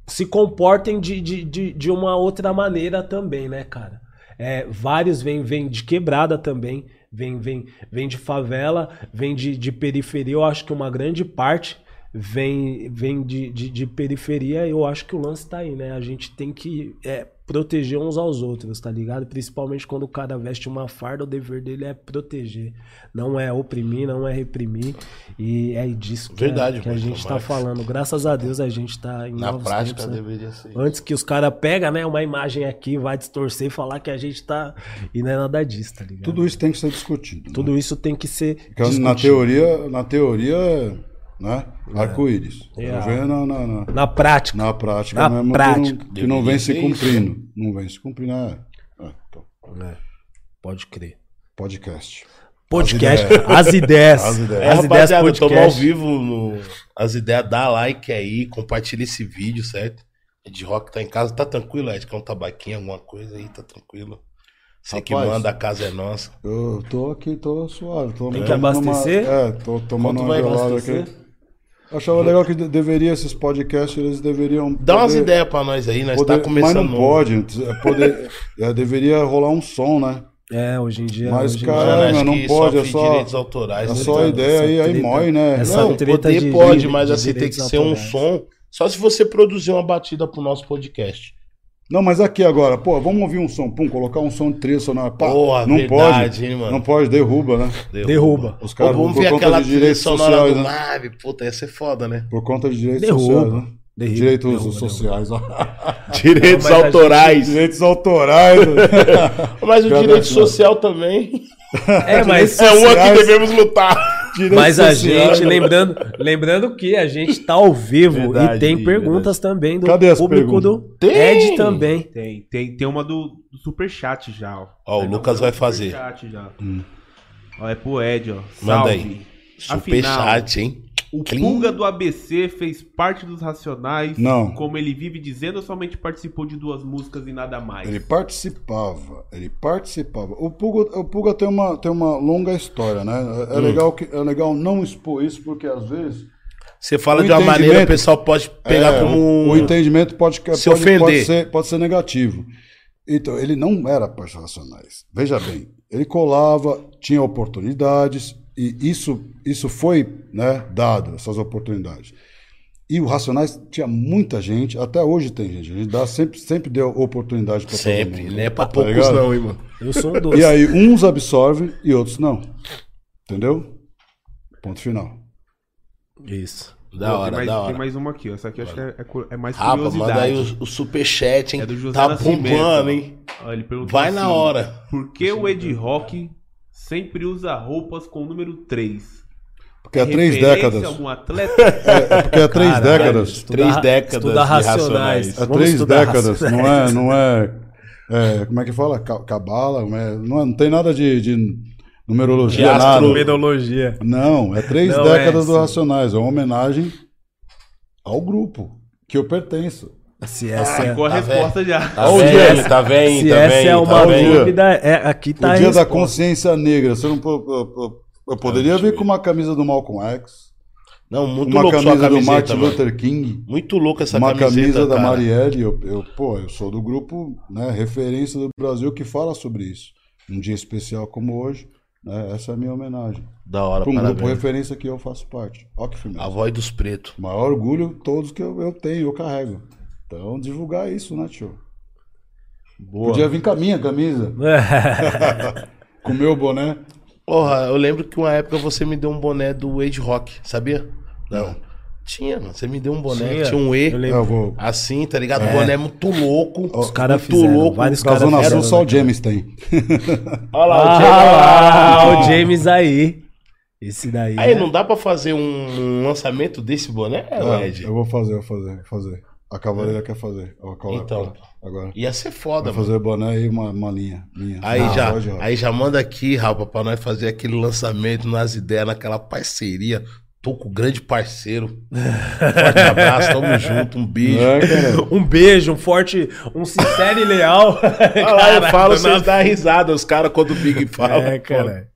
S1: se comportem de, de, de, de uma outra maneira também, né, cara? É, vários vêm vêm de quebrada também, vêm vem, vem de favela, vêm de, de periferia. Eu acho que uma grande parte vem, vem de, de, de periferia. Eu acho que o lance tá aí, né? A gente tem que é, proteger uns aos outros, tá ligado? Principalmente quando o cara veste uma farda, o dever dele é proteger. Não é oprimir, não é reprimir. E é disso que, é-
S2: Verdade,
S1: que a
S2: Marcelo
S1: gente tá
S2: Marques.
S1: falando. Graças a Deus a gente tá em
S2: Na
S1: novos
S2: prática
S1: tempos, né?
S2: deveria ser.
S1: Antes que os caras pegam, né, uma imagem aqui, vai distorcer e falar que a gente tá. E não é nada disso, tá ligado?
S3: Tudo isso tem que ser discutido. né?
S1: Tudo isso tem que ser.
S3: Porque na
S1: discutido.
S3: teoria, na teoria, né? Arco-íris.
S1: É.
S3: Vamos ver Na, na, na,
S1: Na prática.
S3: na prática
S1: Na
S3: mesmo
S1: prática.
S3: que não, que não vem se
S2: Deveria ser
S3: cumprindo. Não vem se cumprindo. É. É, então,
S1: É, Pode crer.
S3: podcast.
S1: Podcast, as ideias.
S3: As ideias.
S2: É,
S1: As ideias
S2: rapaziada, estamos ao
S1: podcast.
S2: vivo no As Ideias, dá like aí, compartilha esse vídeo, certo? Ed Rock tá em casa, tá tranquilo, Ed? Quer um tabaquinho, alguma coisa aí, tá tranquilo. Você que
S3: Rapaz.
S2: manda, a casa é nossa.
S3: Eu tô aqui, tô suave. Tô
S1: Tem
S3: tomando
S1: que abastecer?
S3: Uma, é, tô tomando
S2: Quanto
S3: uma
S2: vai
S3: gelada
S2: abastecer?
S3: aqui. Eu Achava legal que de- deveria esses podcasts, eles deveriam.
S2: Dá umas
S3: poder-
S2: ideias pra nós aí, nós
S3: poder-
S2: tá começando.
S3: Mas não
S2: novo.
S3: pode. é, poder- é, deveria rolar um som, né?
S1: É, hoje em dia.
S3: Mas,
S1: hoje em
S2: Já
S3: cara,
S1: dia-
S3: Caralho,
S2: Ah, acho
S3: não
S2: que
S3: pode, é
S2: de
S3: só-
S2: direitos autorais.
S3: É
S2: né?
S3: só
S1: treta,
S3: ideia aí,
S1: essa
S3: aí
S1: treta-
S3: mói, né?
S1: essa
S2: Não,
S1: treta
S2: poder
S1: de-
S2: pode,
S1: de-
S2: mas
S1: de
S2: assim, tem que
S1: direitos
S2: ser um
S1: autorais.
S2: som. Só se você produzir uma batida pro nosso podcast.
S3: Não, mas aqui agora, pô, vamos ouvir um som, pum, colocar um som de trilha sonora, pá,
S2: Porra,
S3: não
S2: verdade,
S3: pode,
S2: hein, mano?
S3: não pode, derruba, né?
S1: Derruba.
S3: Os
S2: Ou
S3: caras
S2: vamos
S3: por
S2: ver
S3: conta
S2: aquela
S3: de
S2: trilha
S3: direitos
S2: sonora
S3: sociais,
S2: do
S3: né?
S2: Live. Puta, ia ser foda, né?
S3: Por conta de direitos
S1: Derruba.
S3: sociais, né?
S1: Derriba,
S3: Direitos
S1: derruba,
S3: sociais, ó.
S2: Direitos
S1: Não, mas a
S2: autorais.
S3: direitos autorais.
S2: Mas o
S3: Pior
S2: direito
S3: que não.
S2: social também
S1: derruba. É, mas.
S2: é uma
S3: sociais.
S2: que devemos lutar.
S3: direitos
S1: Mas a
S3: sociais.
S1: gente, lembrando, lembrando que a gente tá ao vivo
S2: Verdade,
S1: e tem perguntas também do
S3: Cadê as
S1: público
S3: perguntas?
S1: do
S2: Tem!
S1: Ed também.
S4: Tem, tem, tem uma do, do Superchat já, ó.
S2: Ó, o
S4: Tem uma
S2: Lucas
S4: do
S2: vai fazer. Hum.
S4: Superchat já. Ó, é pro Ed, ó.
S2: Manda
S4: Salve.
S2: aí.
S4: Afinal,
S2: Superchat, hein?
S4: O
S2: Clim.
S4: Pulga do ABC fez parte dos Racionais.
S3: Não.
S4: Como ele vive dizendo, ou somente participou de duas músicas e nada mais.
S3: Ele participava, ele participava. O Puga, o Puga tem, uma, tem uma longa história, né? É, é legal que, é legal não expor isso, porque às vezes
S2: Você fala
S3: O
S2: de uma maneira, o
S3: entendimento-
S2: pessoal pode pegar
S3: É,
S2: como
S3: o,
S2: um.
S3: o entendimento pode,
S2: Se
S3: pode,
S2: ofender.
S3: pode ser, pode ser negativo. Então, ele não era parte racionais. Veja bem, ele colava, tinha oportunidades, e isso, isso foi né, dado, essas oportunidades. E o Racionais tinha muita gente, até hoje tem gente. A gente dá, sempre, sempre deu oportunidade para
S2: Sempre, né? Pra
S3: Tá
S2: poucos
S3: ligado?
S2: não, hein, mano?
S1: Eu sou um
S3: E
S1: doce.
S3: aí, uns absorvem e outros não. Entendeu? Ponto final.
S1: Isso.
S2: Da
S4: Ó,
S2: hora,
S4: tem mais,
S2: da
S4: Tem
S2: hora.
S4: mais uma aqui, ó. Essa aqui eu acho que é, é cu- é mais
S2: Rapa,
S4: curiosidade.
S2: manda aí o, o superchat, hein?
S4: É do José
S2: tá
S4: Nascimento,
S2: bombando,
S4: ó.
S2: hein?
S4: Ó, ele perguntou
S2: Vai na
S4: assim,
S2: hora.
S4: Por que o Ed Rock sempre usa roupas com o número 3?
S3: Porque há três
S4: referência
S3: décadas.
S4: a algum atleta?
S3: É porque há três
S1: Caralho.
S3: décadas.
S1: Estudar-
S2: Três décadas
S1: estudar
S2: de
S1: racionais.
S2: Racionais.
S3: Há
S1: Vamos
S3: três
S1: estudar
S3: décadas,
S1: racionais.
S3: não é, não é, é, Como é que fala? Ca- Cabala, não, é- não, é- não tem nada de, de numerologia,
S2: De
S3: nada.
S2: astro-
S1: Metodologia.
S3: Não, é três
S1: Não,
S3: décadas
S1: é,
S3: do
S1: sim.
S3: Racionais, é uma homenagem ao grupo que eu pertenço.
S1: Se essa é,
S4: Ficou a
S2: Tá
S4: resposta já.
S2: Tá
S3: Onde
S2: vendo,
S3: é?
S2: tá vendo,
S1: se
S2: tá
S1: essa
S2: vendo,
S1: é
S2: tá
S1: uma
S2: vendo.
S1: dúvida, é, aqui tá
S3: o
S1: a
S3: dia da
S1: resposta.
S3: consciência negra. Você não, po- po- po- eu poderia
S1: Tá,
S3: vir com uma camisa do Malcolm X,
S2: Não, muito
S3: uma
S2: louco sua
S3: camisa do Martin
S2: camiseta, mano.
S3: Luther King,
S2: Muito louco essa
S3: uma
S2: camiseta,
S3: camisa da
S2: cara.
S3: Marielle. Eu, eu, pô, eu sou do grupo, né, referência do Brasil que fala sobre isso. Um dia especial como hoje, né, essa é a minha homenagem.
S2: Da hora,
S3: Para um grupo
S2: parabéns.
S3: referência que eu faço parte. Ó que filme.
S2: A voz dos pretos.
S3: O maior orgulho todos que eu, eu tenho, eu carrego. Então, divulgar isso, né, tio?
S2: Boa.
S3: Podia vir com a minha camisa, com o meu boné.
S2: Porra, eu lembro que uma época você me deu um boné do Age Rock, sabia?
S3: Não.
S2: Tinha, mano. Você me deu um boné,
S1: Tinha.
S2: tinha, um
S1: Eu
S2: E,
S1: lembro.
S3: É, Eu vou.
S2: assim, tá ligado? Um boné muito louco.
S1: Os caras
S2: muito
S1: fizeram,
S2: louco.
S1: vários
S3: Pra
S1: caras
S3: Zona
S1: fizeram,
S3: Sul, só
S1: né,
S3: o James tem.
S2: Olha lá, o Diego, olha
S1: Ah,
S2: lá.
S1: o James aí. Esse daí.
S2: Aí,
S1: né?
S2: não dá pra fazer um lançamento desse boné,
S3: Ah,
S2: É Ed?
S3: eu vou fazer, eu vou fazer, vou fazer. A cavaleira quer fazer. Ó, qual é?
S2: Então.
S3: Agora.
S2: Ia ser foda,
S3: Vou
S2: mano.
S3: fazer boné e uma, uma linha. minha.
S2: Aí,
S3: Ah,
S2: já,
S3: pode, ó.
S2: aí já manda aqui, rapaz, pra nós fazer aquele lançamento nas ideias, naquela parceria. Tô com o grande parceiro. Forte abraço, tamo junto, um beijo.
S3: É, cara.
S1: Um beijo, um forte, um sincero e leal.
S2: Ah, lá, eu falo,
S1: do
S2: vocês
S1: nada.
S2: dão risada, os caras quando o Big fala.
S1: É,
S2: pô.
S1: cara.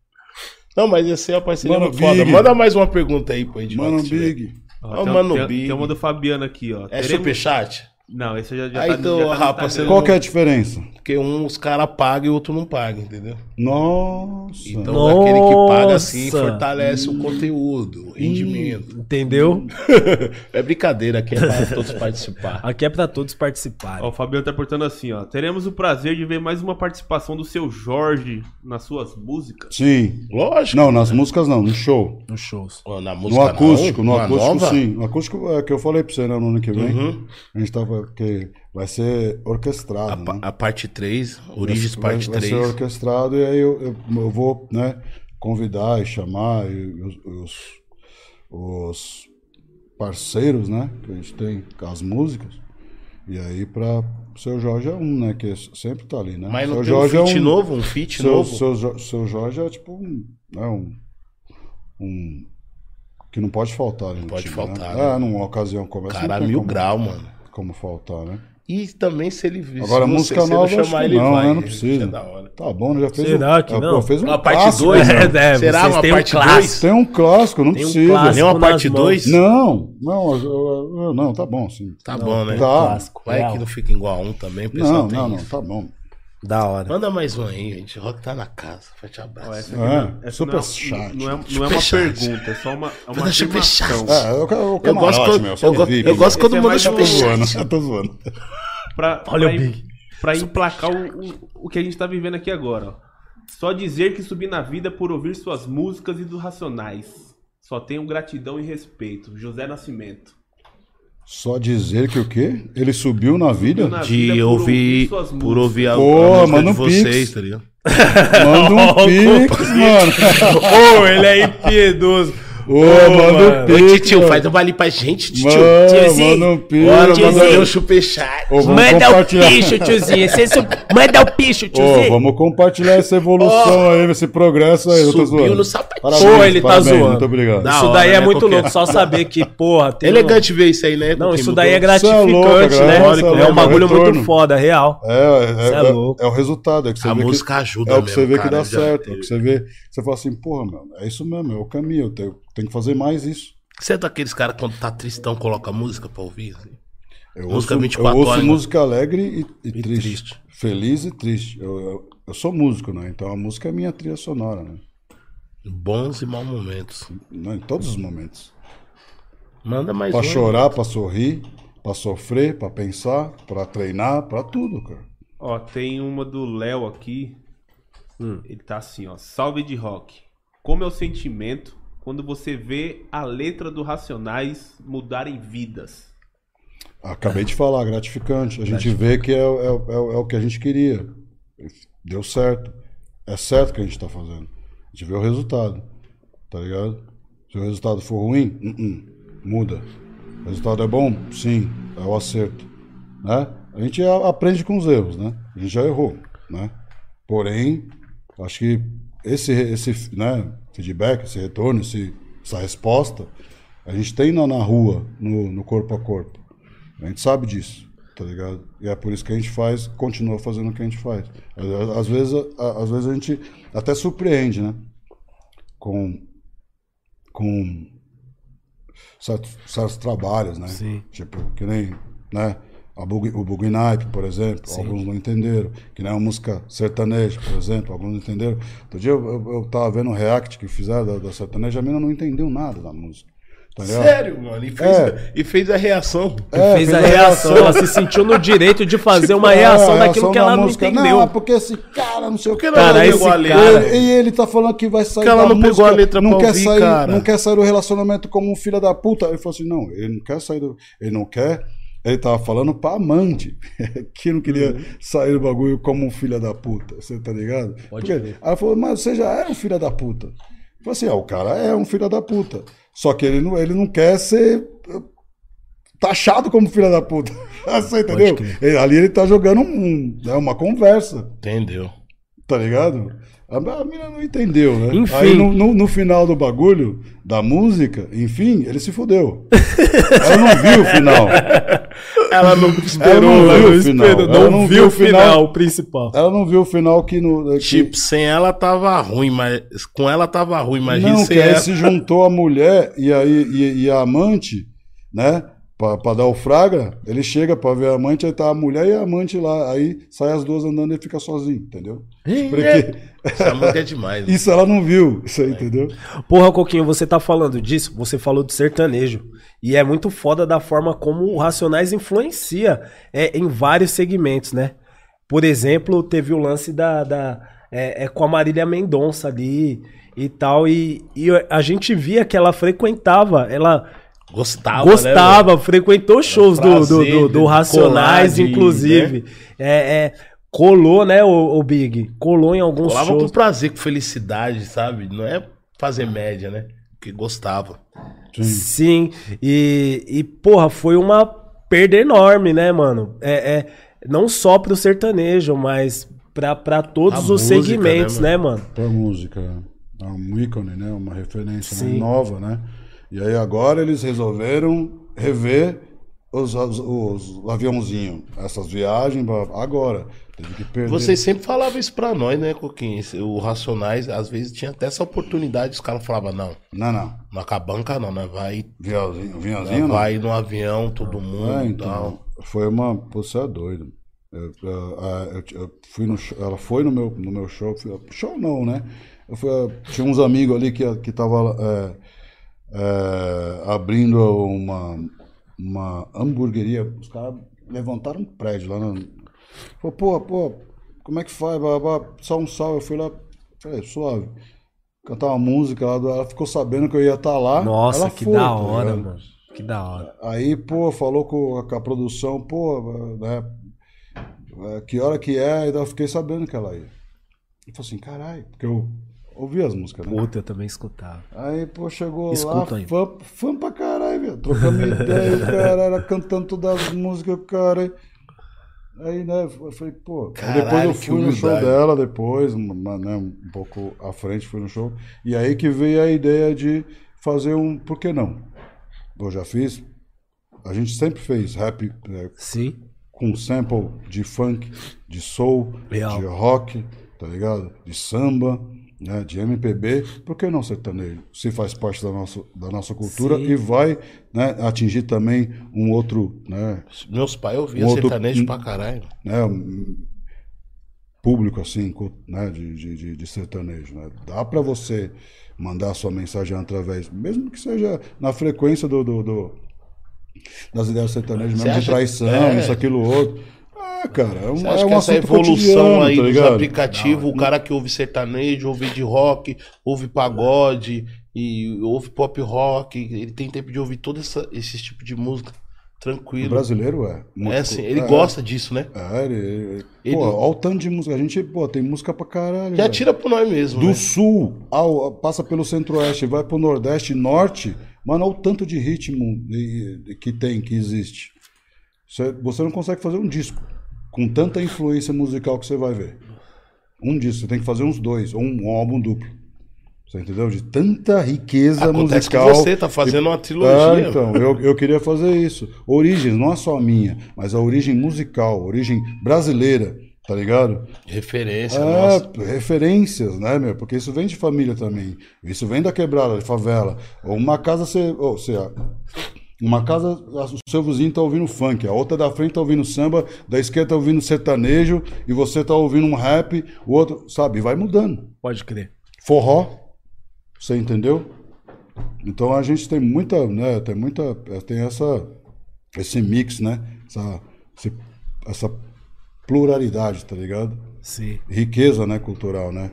S2: Não, mas esse é uma parceria
S3: Mano
S2: muito foda.
S3: Big.
S2: Manda mais uma pergunta aí pro Edmar.
S3: Mano
S2: se tiver.
S3: Big.
S2: Ó,
S4: tem- um-
S2: Mano
S4: tem,
S2: Big.
S4: tem uma do Fabiano aqui, ó.
S2: É
S4: Teremos-
S2: superchat?
S4: Não, esse já, já
S2: Aí,
S4: tá,
S2: então,
S4: já tá no
S2: rapaz,
S4: Instagram.
S2: você
S3: Qual que é a diferença?
S2: Porque um os caras pagam e o outro não paga, entendeu?
S3: Nossa.
S2: Então, aquele que paga assim
S1: Nossa.
S2: fortalece o conteúdo, o rendimento.
S1: Entendeu?
S2: É brincadeira, aqui é para todos participar.
S1: Aqui é pra todos
S4: Ó,
S1: participarem.
S4: o Fabiano tá portando assim, ó. Teremos o prazer de ver mais uma participação do seu Jorge nas suas músicas.
S3: Sim.
S2: Lógico.
S3: Não, nas músicas não, no show.
S1: Nos shows.
S2: Ó, Na
S3: No
S2: música
S3: acústico, no
S2: não, na
S3: acústico
S2: nova?
S3: sim. No acústico é que eu falei pra você, né, no ano que vem.
S2: Uhum.
S3: A gente tava. Que vai ser orquestrado.
S2: A,
S3: né?
S2: pa- a parte 3, Origens
S3: vai,
S2: parte
S3: vai
S2: 3.
S3: ser orquestrado e aí eu, eu, eu vou né, convidar e chamar e os, os- os parceiros né, que a gente tem com as músicas. E aí para seu Jorge é um, né? Que sempre tá ali, né?
S2: Mas não
S3: seu
S2: tem
S3: Jorge
S2: um feat
S3: é um,
S2: novo, um feat
S3: Seu,
S2: novo?
S3: seu, Jo- seu Jorge é tipo um. Né, um, um- que não pode faltar, né, no
S2: Pode
S3: time,
S2: faltar,
S3: Né?
S2: né?
S3: É, numa ocasião como essa.
S2: Cara,
S3: não tem
S2: mil
S3: como,
S2: grau, mano.
S3: como faltar, né?
S2: E também se ele se
S3: Agora,
S2: você-
S3: música
S2: se eu
S3: nova, acho que não, né? Não
S2: Isso
S3: precisa.
S2: é da hora.
S3: Tá bom, né, já fez
S1: Será
S3: um,
S1: que
S3: é,
S1: não?
S3: pô, Fez um
S2: Uma parte
S3: clássico,
S2: dois, né?
S3: né?
S1: é,
S2: Será
S1: vocês
S2: uma
S1: têm um
S2: parte
S1: clássico.
S3: Tem um clássico, não
S1: Tem um
S3: precisa.
S1: clássico.
S2: Nem uma
S1: nas
S2: parte
S1: mãos.
S2: 2?
S3: Não, não, eu- eu- não, tá bom, sim.
S2: Tá bom, né?
S3: tá.
S1: Clássico.
S2: Vai
S1: real.
S2: que não fica igual a um também, o pessoal
S3: Não,
S2: tem
S3: não, não,
S2: isso.
S3: tá bom.
S1: Da hora.
S2: Manda mais um aí, gente. Rock tá na casa. Forte abraço.
S4: Ó, essa
S3: É,
S4: essa
S3: super
S4: não é,
S3: chat.
S4: Não é, não é uma
S2: Superchat.
S4: pergunta, é só uma, é uma
S2: Super chat.
S4: afirmação.
S3: É, eu, eu,
S2: eu gosto quando, eu, gosto- eu gosto quando
S4: Esse é
S2: manda
S4: mais
S2: super
S4: um.
S2: chat.
S3: Eu tô zoando.
S4: pra,
S1: Olha
S4: pra,
S1: o Big.
S4: pra emplacar o, o, o que a gente tá vivendo aqui agora. ó. Só dizer que subi na vida por ouvir suas músicas e dos Racionais. Só tenho gratidão e respeito. José Nascimento.
S3: Só dizer que o quê? Ele subiu na vida?
S4: Subiu na-
S2: De
S4: vida
S2: ouvir,
S4: por ouvir suas músicas.
S2: por ouvir a, a
S3: Pô,
S2: música
S3: manda
S2: de
S3: um
S2: vocês,
S3: pix.
S2: tá ligado?
S3: Manda um pix, mano.
S1: Ô, ele é impiedoso.
S3: Ô,
S1: Ô,
S3: manda
S1: mano.
S3: um
S2: Ô,
S3: pix.
S2: titio,
S3: mano.
S2: faz um vale pra gente, titio.
S3: Mano,
S2: Tiozinho,
S3: manda um pix,
S2: Bora,
S3: manda
S2: manda
S3: um-
S2: um super chat.
S3: Ô, vamos
S1: Manda o
S3: compartilhar.
S1: picho, tiozinho. Esse é su- Manda o picho,
S3: Ô,
S1: tiozinho.
S3: vamos compartilhar essa evolução aí, esse progresso aí. Eu tô
S2: Subiu
S3: zoando.
S2: no sapatinho.
S3: Parabéns,
S1: Pô, ele tá
S3: parabéns,
S1: zoando.
S3: Muito obrigado.
S2: Da
S1: isso
S2: hora,
S1: daí é
S2: né,
S1: muito
S2: qualquer-
S1: louco, só saber que, porra,
S2: É
S1: tem um-
S2: elegante ver isso aí, né?
S1: Não,
S2: Porque
S1: isso daí é
S2: mudou.
S3: Isso é
S1: gratificante,
S3: louco, cara.
S1: né?
S3: Isso é
S1: é um
S3: louco,
S1: bagulho
S3: retorno.
S1: muito foda, real.
S3: É, é,
S1: Cê é
S3: é,
S1: louco.
S3: é o resultado. É que você
S2: A
S3: vê que-
S2: música ajuda
S3: É o que
S2: mesmo,
S3: você vê
S2: cara,
S3: que dá
S2: eu já-
S3: certo. É o que você vê. Você fala assim, porra, mano, é isso mesmo, é o caminho. Eu tenho, tenho que fazer mais isso.
S2: Você é daqueles caras que quando tá tristão coloca música pra ouvir? assim?
S3: Eu
S2: Música
S3: ouço,
S2: 24
S3: eu ouço
S2: horas, né?
S3: música alegre e, e triste.
S2: triste.
S3: Feliz e triste. Eu, eu, eu sou músico, né? Então a música é minha trilha sonora, né?
S2: Bons e maus momentos.
S3: Né? Em todos os momentos.
S2: Manda mais
S3: Pra
S2: um.
S3: chorar, pra sorrir, pra sofrer, pra pensar, pra treinar, pra tudo, cara.
S4: Ó, tem uma do Léo aqui. Ele tá assim, ó. Salve de rock. Como é o sentimento quando você vê a letra do Racionais mudarem vidas?
S3: Acabei de falar, gratificante. A gente vê que é, o- é o- é o- é o que a gente queria. Deu certo. É certo o que a gente está fazendo. A gente vê o resultado. Tá ligado? Se o resultado for ruim, uh -uh, muda. O resultado é bom? Sim, é o acerto. Né? A gente a- aprende com os erros, né? A gente já errou, né? Porém, acho que esse, esse né, feedback, esse retorno, esse- essa resposta, a gente tem na, na rua, no, no corpo a corpo. A gente sabe disso, tá ligado? E é por isso que a gente faz, continua fazendo o que a gente faz. Às- Às vezes, a- às vezes a gente até surpreende, né? Com, com certos, certos trabalhos, né?
S1: Sim.
S3: Tipo, que nem, né? A Bug, o Bug Naipe, por exemplo, alguns não entenderam. Que nem a música sertaneja, por exemplo, alguns não entenderam. Outro dia eu, eu, eu tava vendo um react que fizeram da, da sertaneja, a mina não entendeu nada da música. Tá ligado?
S2: Sério, mano. E fez,
S3: É.
S2: e fez a reação.
S3: É,
S1: fez a reação, Tipo, ela se sentiu no direito de fazer uma reação daquilo que ela não entendeu.
S3: Não, é porque esse cara, não sei o tá que.
S2: ela
S1: Cara,
S2: pegou
S1: esse
S2: a letra?
S1: cara-
S3: E ele tá falando que vai sair
S2: Porque ela
S3: da
S2: não pegou
S3: música,
S2: a letra
S3: não
S2: pra
S3: quer
S2: ouvir,
S3: sair,
S2: cara.
S3: Não quer sair do relacionamento como um filho da puta. Ele falou assim, não, ele não quer sair do... Ele não quer... Ele tava falando pra amante, que não queria
S2: Uhum.
S3: sair do bagulho como um filho da puta, você tá ligado?
S1: Pode
S3: Porque-
S1: crer.
S3: Aí ela falou, mas você já era um filho da puta. Eu falei assim, ah, o cara é um filho da puta. Só que ele não, ele não quer ser eh, taxado como filho da puta. Você entendeu?
S1: crer.
S3: Ele- ali ele tá jogando um, é uma conversa,
S2: Entendeu.
S3: tá ligado? A, a mina não entendeu, né?
S1: Enfim.
S3: Aí no, no- no final do bagulho, da música, enfim, ele se fudeu. Ela não viu o final.
S2: Ela não
S3: Ela
S2: esperou.
S3: não
S2: ela
S3: viu
S2: não
S3: o final.
S2: esperou.
S3: Ela não viu o final.
S1: o principal.
S3: Ela não viu o final que no. que-
S2: Tipo, sem ela tava ruim, mas com ela tava ruim, imagina
S3: não,
S2: sem
S3: que é aí
S2: ela.
S3: se juntou a mulher e, aí, e, e a amante, né? Pra, pra dar o fraga, ele chega pra ver a amante, aí tá a mulher e a amante lá. Aí sai as duas andando e fica sozinho, entendeu? Porque
S2: Essa música é demais. né?
S3: isso ela não viu, isso aí, entendeu?
S1: Porra, Coquinho, você tá falando disso, você falou do sertanejo. E é muito foda da forma como o Racionais influencia é, em vários segmentos, né? Por exemplo, teve o lance da. da- é, é com a Marília Mendonça ali e tal. E, e a gente via que ela frequentava, ela Ah,
S2: Gostava, né,
S1: gostava, frequentou os shows do, do,
S2: prazer
S1: do, do
S2: de colar
S1: Racionais,
S2: de-
S1: inclusive. É, é, colou, né, o, o Big? Colou em
S2: velho?
S1: alguns
S2: Colava
S1: shows.
S2: com prazer, com felicidade, sabe? Não é fazer média, né? Porque gostava.
S1: Sim, e, e porra, foi uma perda enorme, né, mano? É, é, não só pro sertanejo, mas pra, pra todos
S2: A
S1: os
S2: música,
S1: segmentos, né,
S2: né,
S1: mano?
S3: Pra música. É um ícone, né? Uma referência né?
S1: Sim.
S3: nova, né? E aí agora eles resolveram rever os, os, os aviãozinhos. Essas viagens, blá, blá, agora. Teve que perder.
S2: Vocês sempre falavam isso pra nós, né, Coquinho? O Racionais, às vezes, tinha até essa oportunidade, os caras falavam, não,
S3: Não, não.
S2: não acabamos com a banca não, né? Vai,
S3: Tá Viãozinho, viãozinho não.
S2: vai no avião, todo mundo
S3: É,
S2: e
S3: então.
S2: tal.
S3: Foi uma. Pô, você é doido. Eu, eu- a- eu- eu fui no show- ela foi no meu, no meu show. eu fui- show não, né? Eu fui, eh, tinha uns amigos ali que, que tava eh, eh, abrindo uma, uma hamburgueria. Os caras levantaram um prédio lá. Na, falou, pô, pô, como é que faz? Blá, blá, blá. só um salve. Eu fui lá, falei, suave. Cantar uma música lá. do- Ela ficou sabendo que eu ia estar lá.
S1: Nossa,
S3: ela
S1: que
S3: foi,
S1: da
S3: tá
S1: hora,
S3: ligado?
S1: mano. Que da hora.
S3: Aí, pô, falou com a, com a produção, pô, né? eh, Que hora que é? E daí eu fiquei sabendo que ela ia. E falei assim, caralho, porque eu ouvi as músicas, né?
S1: Puta, eu também escutava.
S3: Aí, pô, chegou
S1: Escuta
S3: lá,
S1: aí.
S3: fã, fã pra caralho, velho. Trocando ideia, o cara era cantando todas as músicas, o cara. Aí, né, eu falei, pô. aí depois
S2: Caralho,
S3: eu
S2: que
S3: fui no show
S2: humildade.
S3: dela, depois, uma- né, um pouco à frente, fui no show. E aí que veio a ideia de fazer um. Por que não? Eu já fiz. A gente sempre fez rap né,
S1: Sim.
S3: com um sample de funk, de soul,
S1: Real.
S3: de rock, tá ligado? De samba, né? de MPB. Por que não sertanejo? Se faz parte da nossa, da nossa cultura
S1: Sim.
S3: e vai né, atingir também um outro, né,
S2: Meus pais ouviam
S3: Um outro-
S2: sertanejo
S3: um-
S2: pra caralho.
S3: né, um público assim, cu- né, de, de, de- de sertanejo. né? Dá para você mandar sua mensagem através, mesmo que seja na frequência do, do- do- das ideias sertanejas, mesmo
S2: Você
S3: de
S2: acha-
S3: traição,
S2: é.
S3: isso, aquilo, outro. Ah, cara, é um,
S2: Você
S3: é
S2: acha
S3: um
S2: que essa
S3: assunto
S2: evolução
S3: cotidiano,
S2: aí
S3: tá
S2: dos
S3: ligado?
S2: aplicativos, o cara que ouve sertanejo, ouve de rock, ouve pagode e ouve pop rock, ele tem tempo de ouvir todo essa, esse tipo de música,
S3: O
S2: tranquilo.
S3: brasileiro é. muito-
S2: É assim, ele
S3: é,
S2: gosta disso, né?
S3: É, ele,
S2: Ele-
S3: Pô, olha o tanto de música. A gente, pô, tem música pra caralho.
S2: Já
S3: velho.
S2: tira pro nós mesmo.
S3: É. Do
S2: né?
S3: sul, ao, passa pelo centro-oeste, vai pro nordeste, norte. Mano, olha o tanto de ritmo e- e- que tem, que existe. Você, você não consegue fazer um disco com tanta influência musical que você vai ver. Um disco, você tem que fazer uns dois, ou um, álbum duplo. Você entendeu? De tanta riqueza
S2: Acontece que
S3: musical.
S2: você né? tá fazendo uma
S3: Ah,
S2: trilogia.
S3: então, eu, eu queria fazer isso. Origens, não é só a minha, mas a origem musical, origem brasileira, tá ligado?
S2: Referência,
S3: É,
S2: nossa.
S3: referências, né, meu? Porque isso vem de família também. Isso vem da quebrada, de favela. Ou Uma casa, você. Ou você uma casa, a- o seu vizinho tá ouvindo funk, a outra da frente tá ouvindo samba, da esquerda tá ouvindo sertanejo, e você tá ouvindo um rap, o outro, sabe, vai mudando
S1: Pode crer.
S3: forró, você entendeu? Então a gente tem muita, né, tem muita, tem essa, esse mix, né, essa, esse- essa pluralidade, tá ligado?
S1: Sim.
S3: Riqueza, né, cultural, né,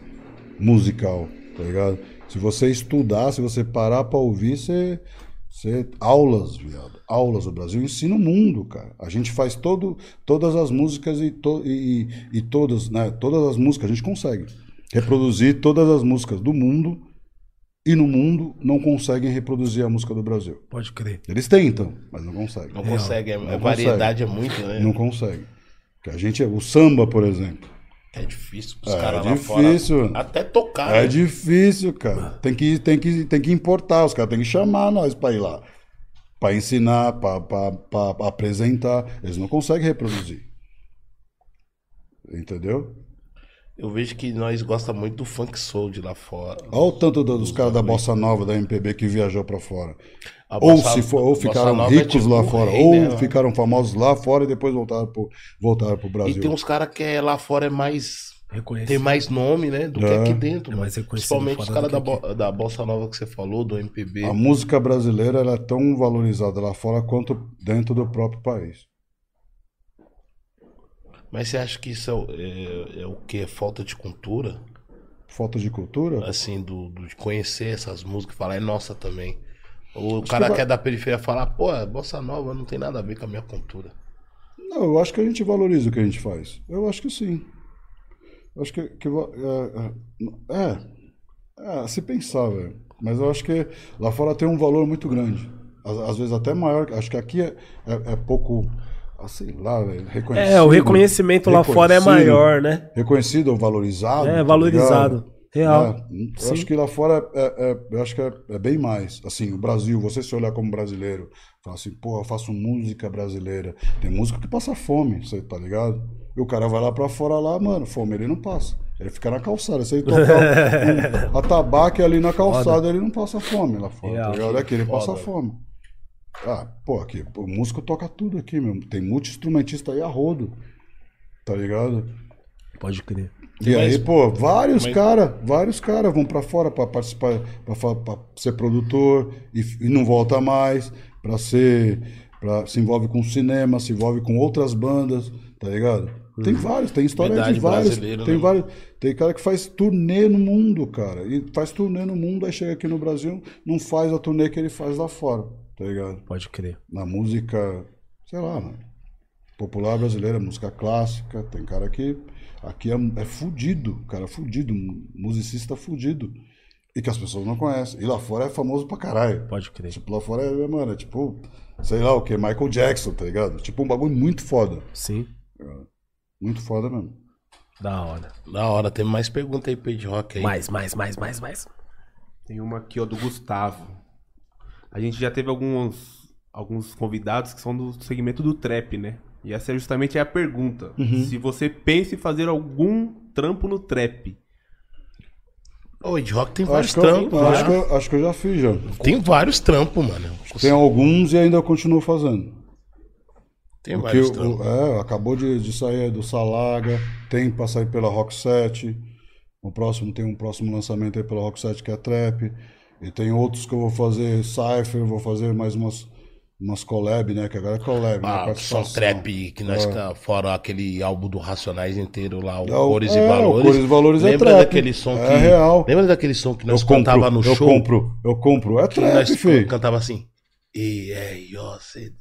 S3: musical, tá ligado? Se você estudar, se você parar pra ouvir, você, você aulas, viado, aulas, o Brasil ensina o mundo, cara. A gente faz todo, todas as músicas e, to, e, e e todas, né, todas as músicas a gente consegue reproduzir todas as músicas do mundo e no mundo não conseguem reproduzir a música do Brasil.
S1: Pode crer.
S3: Eles tentam, mas não conseguem.
S2: Não consegue, é-
S3: Não
S2: a
S3: consegue.
S2: variedade é muito, né?
S3: Não conseguem. Que a gente, o samba, por exemplo,
S2: É difícil pros
S3: É
S2: caras lá
S3: difícil.
S2: fora. Até tocar.
S3: é
S2: né?
S3: difícil, cara. Tem que, tem que, tem que importar, os caras têm que chamar nós pra ir lá, Pra ensinar, pra- pra pra apresentar. Eles não conseguem reproduzir. Entendeu?
S2: Eu vejo que nós gosta muito do funk soul de lá fora.
S3: Olha o tanto do- dos caras da bossa nova da MPB que viajou pra fora.
S2: A
S3: Ou,
S2: bossa-
S3: se for, ou
S2: bossa
S3: ficaram
S2: nova é
S3: ricos
S2: tipo
S3: lá
S2: o
S3: fora,
S2: rei,
S3: ou
S2: né?
S3: ficaram famosos lá fora e depois voltaram pro, voltaram pro
S2: E
S3: Brasil.
S2: tem uns caras que é lá fora é mais.
S1: Reconheço.
S2: Tem mais nome, né? Do que
S3: É.
S2: aqui dentro.
S1: É
S2: mano.
S1: mais reconhecido
S2: Principalmente os
S1: fora
S2: caras
S1: do
S2: da,
S1: que
S2: bo- da Bossa Nova que você falou, do MPB.
S3: A música brasileira ela é tão valorizada lá fora quanto dentro do próprio país.
S2: Mas você acha que isso é, o- é- é o que? É falta de cultura?
S3: Falta de cultura?
S2: Assim, do, do- de conhecer essas músicas e falar, é nossa também. Ou o
S3: que
S2: cara que,
S3: vai-
S2: é da periferia falar, pô, é Bossa Nova não tem nada a ver com a minha cultura.
S3: Não, eu acho que a gente valoriza o que a gente faz. Eu acho que sim. Eu acho que. que va- é, é, é, é, se pensar, velho. Mas eu acho que lá fora tem um valor muito grande. Às, às vezes até maior. Acho que aqui é, é- é pouco. ah, Sei lá, velho. Reconhecido.
S1: É, o reconhecimento lá fora é
S3: Reconhecido.
S1: maior, né?
S3: reconhecido ou valorizado.
S1: É,
S3: tá
S1: valorizado.
S3: ligado?
S1: Real.
S3: É, eu
S1: Sim.
S3: acho que lá fora é, é- eu acho que é, é bem mais. Assim, o Brasil, você se olhar como brasileiro, falar assim, pô, eu faço música brasileira. Tem música que passa fome, você tá ligado? E o cara vai lá pra fora lá, mano, fome ele não passa. Ele fica na calçada. Se ele tocar um atabaque ali na calçada, ele não passa fome lá fora,
S1: Real.
S3: tá ligado? É que ele passa
S2: Foda.
S3: fome. Ah, pô, aqui, pô, o músico toca tudo aqui, meu. Tem multi-instrumentista aí a rodo, tá ligado?
S1: Pode crer.
S2: Mas-
S3: E aí, pô, vários
S2: mas-
S3: cara, vários cara vão pra fora pra participar, pra fa- pra ser produtor e, e não volta mais, pra ser, pra, se envolve com cinema, se envolve com outras bandas, tá ligado? Tem vários, tem história
S2: Uhum. Verdade
S3: de vários,
S2: brasileira,
S3: tem
S2: né?
S3: vários, tem cara que faz turnê no mundo, cara, e faz turnê no mundo, aí chega aqui no Brasil, não faz a turnê que ele faz lá fora, tá ligado?
S1: Pode crer.
S3: Na música, sei lá, mano, popular brasileira, música clássica, tem cara que aqui é, é fudido, cara fudido, um musicista fudido. E que as pessoas não conhecem. E lá fora é famoso pra caralho.
S1: Pode crer.
S3: Tipo, lá fora é, mano, é tipo, sei lá o que, Michael Jackson, tá ligado? Tipo, um bagulho muito foda.
S1: Sim.
S3: Muito foda mesmo.
S1: Da hora.
S2: Da hora, tem mais pergunta aí pro Ed Rock aí.
S1: Mais, mais, mais, mais, mais.
S4: Tem uma aqui, ó, do Gustavo. A gente já teve alguns, alguns convidados que são do segmento do trap, né? E essa é justamente a pergunta. Se você pensa em fazer algum trampo no trap.
S2: Ô, Ed Rock tem vários
S3: Acho que, eu,
S2: trampos,
S3: acho,
S2: né?
S3: que eu, acho que eu já fiz já.
S2: Tem vários trampos, mano.
S3: Tem um alguns e ainda eu continuo fazendo.
S2: Tem
S3: Porque
S2: vários
S3: o-
S2: trampos.
S3: é, acabou de, de sair do Salaga, tem pra sair pela Rock 7. O próximo tem um próximo lançamento aí pela Rock 7 que é Trap. E tem outros que eu vou fazer Cypher, vou fazer mais umas, umas collab, né? Que agora é collab, né?
S2: Ah,
S3: participação.
S2: são trap que nós
S3: É.
S2: tá- fora aquele álbum do Racionais inteiro lá, o
S3: É, o-
S2: Cores
S3: é,
S2: e
S3: o
S2: Valores.
S3: Cores e Valores é
S2: lembra
S3: trap.
S2: daquele som que
S3: É real.
S2: Lembra daquele som que nós
S3: eu compro,
S2: cantava no
S3: eu
S2: show?
S3: compro, eu compro. É
S2: que
S3: trap,
S2: nós
S3: filho.
S2: cantava assim. E é o CD.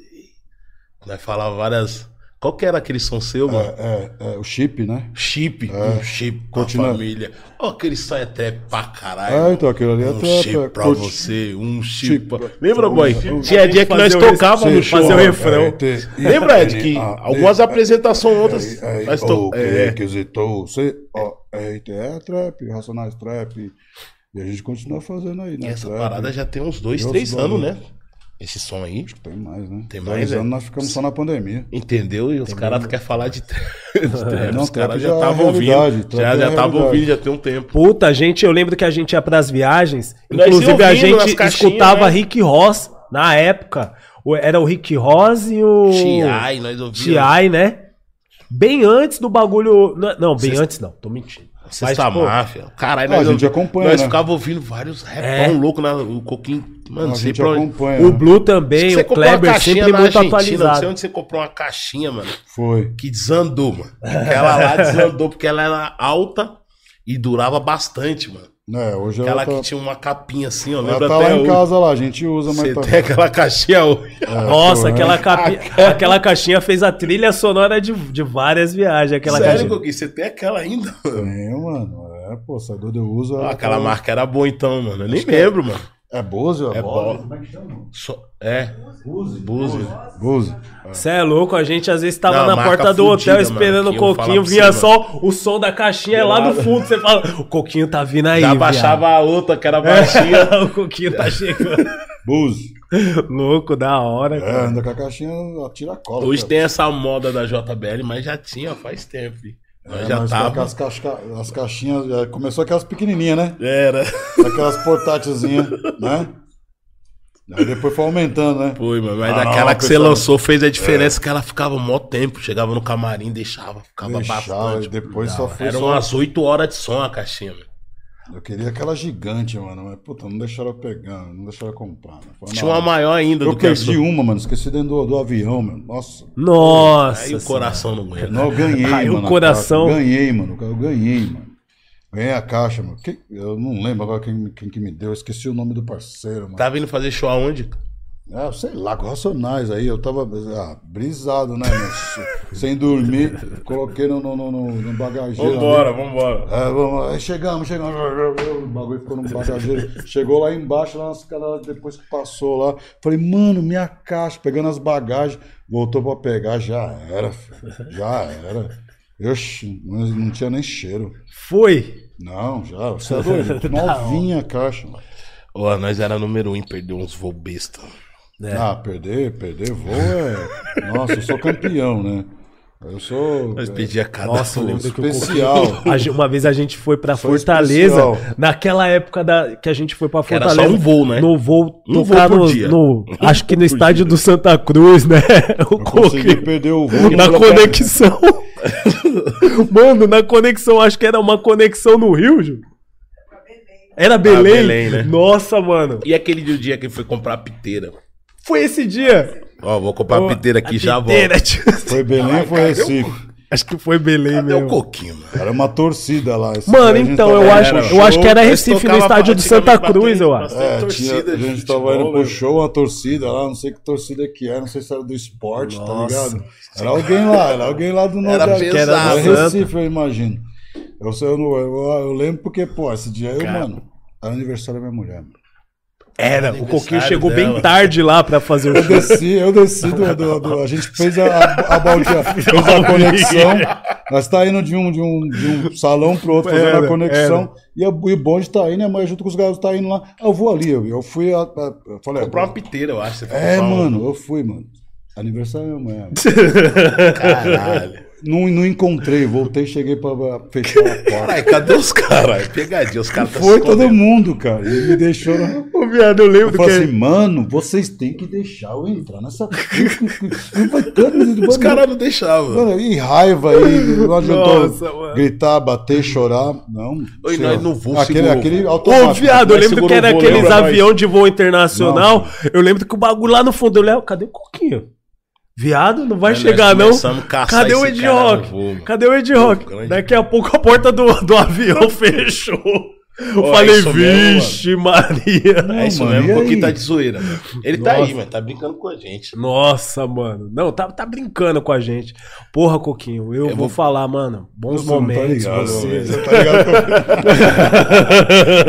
S2: Nós falava várias. Qual que era aquele som seu, mano?
S3: É, é, é, o chip, né?
S2: Chip, um chip com
S3: Continua.
S2: a família. Ó, aquele som é trap pra caralho.
S3: Ah,
S2: mano.
S3: então, aquilo ali é
S2: um
S3: trap,
S2: chip
S3: é,
S2: pra
S3: curte.
S2: você, um chip.
S3: Chip.
S2: pra- Lembra, boy?
S3: Um-
S2: Tinha dia que nós
S1: Fazer o-
S2: tocávamos no
S3: Sim,
S2: show.
S1: fazer o
S2: mano.
S1: refrão.
S3: É, tem-
S2: Lembra, Ed, que
S3: Ah,
S2: algumas
S3: é,
S2: apresentações, outras.
S3: Aí,
S2: nós
S3: o
S2: to...
S3: que
S2: é,
S3: requisitou você, ó, é, é trap, Racionais Trap, e a gente continua fazendo aí,
S2: e
S3: né?
S2: essa
S3: Trap,
S2: parada já tem uns dois,
S3: E outros
S2: três anos, né?
S3: bagulho.
S2: Esse som aí.
S3: Acho que tem mais, né?
S2: Tem
S3: Dois
S2: mais, é?
S3: anos nós ficamos só na pandemia.
S2: Entendeu? E os caras querem falar de trap.
S3: Não,
S2: Os
S3: trap
S2: caras já
S3: já é
S2: estavam
S3: realidade,
S2: ouvindo.
S3: trap
S2: Já
S3: é
S2: já estavam
S3: realidade.
S2: ouvindo, já tem um tempo.
S1: Puta, a gente, eu lembro que a gente ia pras viagens,
S2: Nós
S1: inclusive
S2: ia
S1: a
S2: ouvindo nas
S1: gente
S2: caixinhas,
S1: escutava
S2: né?
S1: Rick Ross na época. O- Era o Rick Ross e o.
S2: Tiai, nós ouvíamos.
S1: T.I., né? Bem antes do bagulho. não- Não, bem
S2: Sexta-
S1: antes não, tô mentindo.
S2: Sexta
S1: tipo,
S2: Máfia. Caralho,
S3: Ah, a
S2: ouvi-
S3: gente acompanha,
S2: Nós
S3: né?
S2: ficava ouvindo vários
S1: É.
S2: repão louco na o coquinho. Mano,
S3: Então a
S2: não sei
S3: gente
S2: pra onde.
S3: acompanha.
S1: O
S3: né?
S1: Blue também,
S2: Você
S1: o
S2: comprou uma
S1: Kleber
S2: caixinha
S1: sempre
S2: na
S1: muito
S2: Argentina, Não sei
S1: atualizado.
S2: onde você comprou uma caixinha, mano.
S3: Foi.
S2: que desandou, mano. Aquela lá desandou porque ela era alta e durava bastante, mano.
S3: É, hoje
S2: Aquela
S3: ela tá,
S2: que tinha uma capinha assim, ó.
S3: ela
S2: Lembra
S3: tá
S2: até
S3: lá em
S2: hoje.
S3: casa lá, a gente usa, mas
S2: Você
S3: tá...
S2: tem aquela caixinha hoje.
S1: Nossa,
S3: Pô,
S1: aquela,
S3: né?
S1: capi- aquela caixinha fez a trilha sonora de, de várias viagens. Aquela
S2: Sério,
S1: caixinha.
S2: Gugui, você tem aquela ainda? mano?
S3: Tem, mano. É, pô, Saidor de uso.
S2: Ah,
S3: ela
S2: aquela
S3: tá-
S2: marca era boa então, mano. Eu nem lembro, mano.
S3: É Búzio?
S2: É bola.
S3: Como é que chama?
S2: Só- É. Búzio.
S3: Búzio.
S1: Você é louco, a gente às vezes tava
S2: Não,
S1: na
S2: marca
S1: porta do
S2: fudida,
S1: hotel esperando
S2: mano, que eu
S1: o
S2: vou falar
S1: Coquinho,
S2: pra
S1: vinha
S2: você,
S1: só o som da caixinha é lá do
S2: Irado.
S1: fundo. Você fala, o Coquinho tá vindo aí.
S2: Já
S1: viado."
S2: baixava a outra que era baixinha.
S1: o Coquinho tá chegando.
S3: Búzio.
S1: louco, da hora.
S3: É,
S1: cara.
S3: anda com a caixinha, ela tira a cola.
S2: Hoje
S3: cara.
S2: tem essa moda da JBL, mas já tinha faz tempo. filho. Nós
S3: É,
S2: já
S3: mas tá com
S2: tava.
S3: as, casca- as caixinhas, é, começou aquelas pequenininhas, né?
S2: Era.
S3: Aquelas portátilzinhas, né? Aí depois foi aumentando, né?
S2: Foi, mano, mas
S3: Ah,
S2: aquela
S3: não, É.
S2: que você
S3: pessoal.
S2: lançou fez a diferença que ela ficava mó tempo. Chegava no camarim, deixava, ficava
S3: Deixava,
S2: bastante.
S3: e depois só foi
S2: Eram
S3: só...
S2: umas 8 horas de som a caixinha, mano.
S3: Eu queria aquela gigante, mano, mas puta, não deixaram eu pegar, não deixaram eu comprar. né? Foi
S2: Tinha
S3: na
S2: uma
S3: hora.
S2: maior ainda
S3: Eu
S2: do que a sua.
S3: perdi uma, mano, esqueci dentro do, do avião, mano. Nossa,
S1: Nossa.
S2: Aí o
S1: senhora.
S2: coração não aguenta.
S3: não, eu ganhei,
S1: Aí o
S3: mano. a
S1: coração-
S3: caixa. Eu ganhei, mano, eu ganhei, mano. Ganhei a caixa, mano. Quem- eu não lembro agora quem, quem que me deu, eu esqueci o nome do parceiro, mano.
S2: Tá vindo fazer show aonde?
S3: Ah, sei lá, com racionais aí. Eu tava ah, brisado, né? meu? Sem dormir, coloquei no, no, no, no- no bagageiro.
S2: vambora.
S3: É, vamos, aí chegamos, chegamos. O bagulho ficou no bagageiro. Chegou lá embaixo, lá nas caras, depois que passou lá. Falei, mano, minha caixa, pegando as bagagens. Voltou pra pegar, já era, filho, já era. Oxi, mas não tinha nem cheiro.
S1: Foi.
S3: Não, já, você é doido. Novinha a caixa. mano.
S2: Ó, nós era número 1 um, perdeu uns voos besta.
S3: Ah, perder, perder voo é. Nossa, eu sou campeão, né? Eu sou
S2: Nós
S3: é,
S2: pedia cada
S1: Nossa, eu
S2: voo.
S1: lembro que o
S3: especial.
S1: A gen- Uma vez a gente foi pra
S3: Só
S1: Fortaleza,
S3: especial.
S1: naquela época da, que a gente foi pra
S2: Que era
S1: Fortaleza.
S2: só um voo, né?
S1: No voo,
S2: Um
S1: tocar
S2: voo por
S1: no,
S2: dia.
S1: no-
S2: Um
S1: Acho que no
S2: voo por
S1: estádio
S2: dia.
S1: do Santa Cruz, né? O
S3: Eu consegui
S1: Coquinho.
S3: perder o voo.
S1: Na conexão. Mano, na conexão, acho que era uma conexão no Rio, Ju. Era Belém?
S2: Ah, Belém, né?
S1: Nossa, mano.
S2: E aquele dia- dia que foi comprar a piteira?
S1: Foi esse dia.
S2: Ó, vou comprar a piteira aqui
S1: A
S2: já
S1: piteira, tio.
S3: Foi Belém ou foi Recife?
S1: Acho que foi Belém
S2: volto. Cadê o
S1: mesmo.
S2: coquinho, mano?
S3: Era uma torcida lá. Esse
S1: Mano,
S3: dia a gente
S1: então,
S3: tava
S1: eu
S3: indo
S1: acho,
S3: pro
S1: eu acho que era
S2: Eles
S1: Recife no
S2: tocavam
S1: estádio do Santa
S2: praticamente
S1: Cruz, eu acho.
S2: um bastante
S3: É,
S2: torcida
S3: tinha, a
S2: de
S3: gente
S2: futebol, né?
S3: tava indo pro
S2: mano.
S3: show, a torcida lá, não sei que torcida que era, não sei se era do esporte, tá ligado? Era alguém lá, era alguém lá do
S2: Era
S3: Nordeste.
S2: pesado.
S3: Era Recife, eu imagino. Eu, sei, eu, não- eu- eu lembro porque, pô, esse dia eu,
S2: Cara.
S3: mano, era aniversário da minha mulher. mano.
S1: Era, o Coquinho chegou
S2: dela.
S1: bem tarde lá pra fazer o
S3: Eu
S1: show.
S3: desci, eu desci do, do- do- A gente fez a, a, a baldia, fez a conexão. Nós tá indo de um, de um, de um salão pro outro, fazendo
S1: Era,
S3: a conexão. E, a, e o bonde tá indo, a mãe junto com os garotos tá indo lá. Ah, Eu vou ali, eu, eu fui. a- a- eu falei,
S2: Comprar uma piteira, eu acho. Você foi
S3: é,
S2: comprar uma-
S3: mano, eu fui, mano. Aniversário da minha mãe.
S2: Caralho.
S3: não, não encontrei, voltei, cheguei pra pra fechar a porta.
S2: Ai, cadê os caras? É Pegadinha, os caras tá
S3: Foi todo mundo, cara. Ele me deixou na.
S1: Ô, viado, eu
S3: Eu
S1: lembro
S3: falei
S1: que.
S3: assim, mano, vocês têm que deixar eu entrar nessa. Não vai ter-
S2: Os caras não deixavam.
S3: Mano, e raiva aí, não adiantou
S1: Nossa, mano.
S3: gritar, bater, chorar, não.
S2: Oi,
S3: Sei
S2: nós
S3: lá.
S2: no voo
S3: Aquele,
S2: segurou.
S3: aquele
S1: Ô,
S3: automático.
S1: viado, eu
S2: Mas
S1: lembro que
S2: segura
S1: era
S2: o voo,
S1: aqueles
S2: lembra nós?
S1: avião de voo internacional. Eu lembro que o bagulho lá no fundo eu Léo, cadê o Coquinho? Viado, não vai
S2: Aí É, nós
S1: chegar, não.
S2: começamos a caçar
S1: Cadê o
S2: esse
S1: Ed
S2: cara no
S1: Rock?
S2: voo, mano.
S1: Cadê o Ed
S2: Pô,
S1: Rock?
S2: grande.
S1: Daqui a pouco a porta do, do avião fechou. Eu
S2: Ó, é
S1: falei,
S2: isso mesmo,
S1: vixe, Maria.
S2: É isso
S3: mano,
S2: mesmo,
S3: e
S2: um pouquinho
S3: aí?
S2: tá de zoeira. mano. Ele tá aí,
S1: Nossa.
S2: mano, tá brincando com a gente.
S1: Nossa, mano. Não, tá, tá brincando com a gente. Porra, Coquinho, eu, vou,
S2: vou-
S1: falar, mano. Bons
S3: Você não tá
S1: momentos,
S3: ligado,
S1: vocês.
S3: velho. Você tá ligado que eu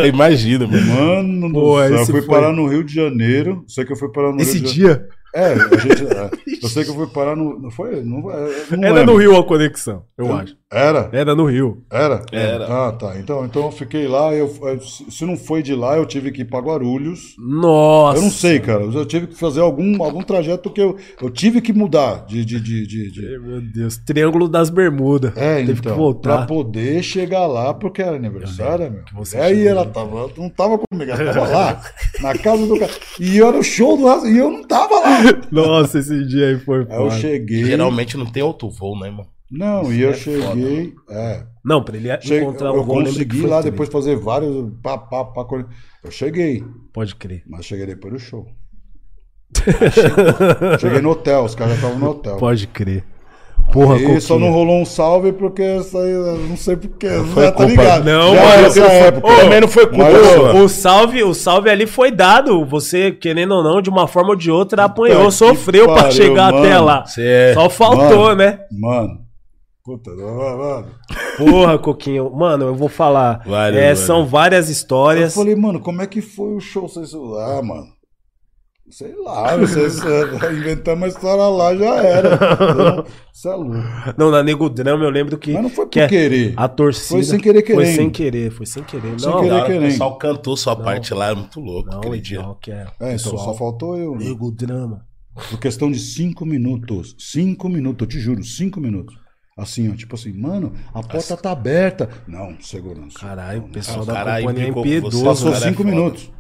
S2: Imagina, mano.
S3: Mano do
S1: Pô,
S3: céu, eu
S1: esse
S3: fui
S1: foi-
S3: parar no Rio de Janeiro. Sei que eu fui parar no
S1: Esse
S3: Rio de
S1: dia
S3: Janeiro. É, a gente, é, eu sei que eu fui parar no. Não foi? Não, vai- eu não
S1: era
S3: lembro.
S1: no Rio a conexão, eu acho.
S3: Era?
S1: Era no Rio.
S3: Era?
S2: Era.
S3: Ah, tá. Então, então eu fiquei lá. Eu, eu- se se não foi de lá, eu tive que ir pra Guarulhos.
S1: Nossa.
S3: Eu não sei, cara. Eu tive que fazer algum, algum trajeto que eu, eu tive que mudar de. de, de, de, de-
S1: Meu Deus, Triângulo das Bermudas.
S3: É,
S1: Teve
S3: então,
S1: que voltar.
S3: pra poder chegar lá, porque era aniversário, meu.
S1: você
S3: E aí
S1: chegou
S3: ela tava, não tava comigo, ela tava lá, na casa do cara. E era o show do Raça, e eu não tava lá.
S1: Nossa, esse dia aí foi.
S3: Aí É, eu
S1: foda.
S3: cheguei.
S2: Geralmente não tem outro voo, né, mano?
S3: Não, e eu cheguei. É,
S1: Não, pra ele né?
S3: che-
S1: encontrar
S3: eu
S1: um gol, lembra que
S3: consegui
S1: foi
S3: lá
S1: três.
S3: depois fazer vários. Pá, pá, pá, coisa. eu cheguei,
S1: Pode crer.
S3: mas cheguei depois do show. Cheguei- cheguei no hotel, os caras já estavam no hotel.
S1: Pode crer. Porra,
S3: E só não
S1: Coquinho.
S3: rolou um salve porque essa aí, eu não sei porquê.
S2: foi
S3: Já tá
S2: culpa-
S3: ligado.
S1: Não, é
S3: já
S1: mas
S3: era
S2: você
S3: essa
S2: foi-
S3: época.
S2: Ô, também não foi culpa
S3: Mas
S2: sua.
S3: eu-
S1: O salve, o salve ali foi dado. Você, querendo ou não, de uma forma ou de outra, apanhou,
S3: Puta que
S1: sofreu pra
S3: pariu,
S1: chegar
S3: mano.
S1: até lá.
S2: Você é
S1: Só faltou, né?
S3: Mano, puta, mano.
S1: Porra, Coquinho. Mano, eu vou falar.
S2: Várias,
S1: É,
S2: várias.
S1: São várias
S3: Eu
S1: histórias.
S3: falei, mano, como é que foi o show sem celular, mano? Sei lá, vocês eh, inventamos uma história lá, já era. Então, Isso é louco.
S1: Não, na Nego Drama eu lembro que.
S3: Mas não foi por
S1: que é-
S3: querer.
S1: A torcida.
S3: Foi sem querer
S1: Foi
S3: querendo.
S1: sem querer, foi sem querer.
S3: Sem
S1: não,
S3: querer.
S2: da hora que o
S3: querendo.
S2: pessoal cantou sua parte lá, é muito louco
S1: não,
S2: aquele dia.
S1: não, que é.
S3: É, então
S1: pessoal.
S3: só faltou eu. né?
S1: Nego Drama.
S3: Por questão de cinco minutos. Cinco minutos, eu te juro, cinco minutos. Assim, ó, tipo assim, mano, a porta tá aberta. Não, segurança.
S1: Caralho, o pessoal
S2: o
S1: da
S2: cara aí
S1: companhia é
S2: implicou Ah, com você,
S1: impiedoso.
S3: Passou
S1: né?
S2: cara é
S3: cinco
S2: foda.
S3: minutos.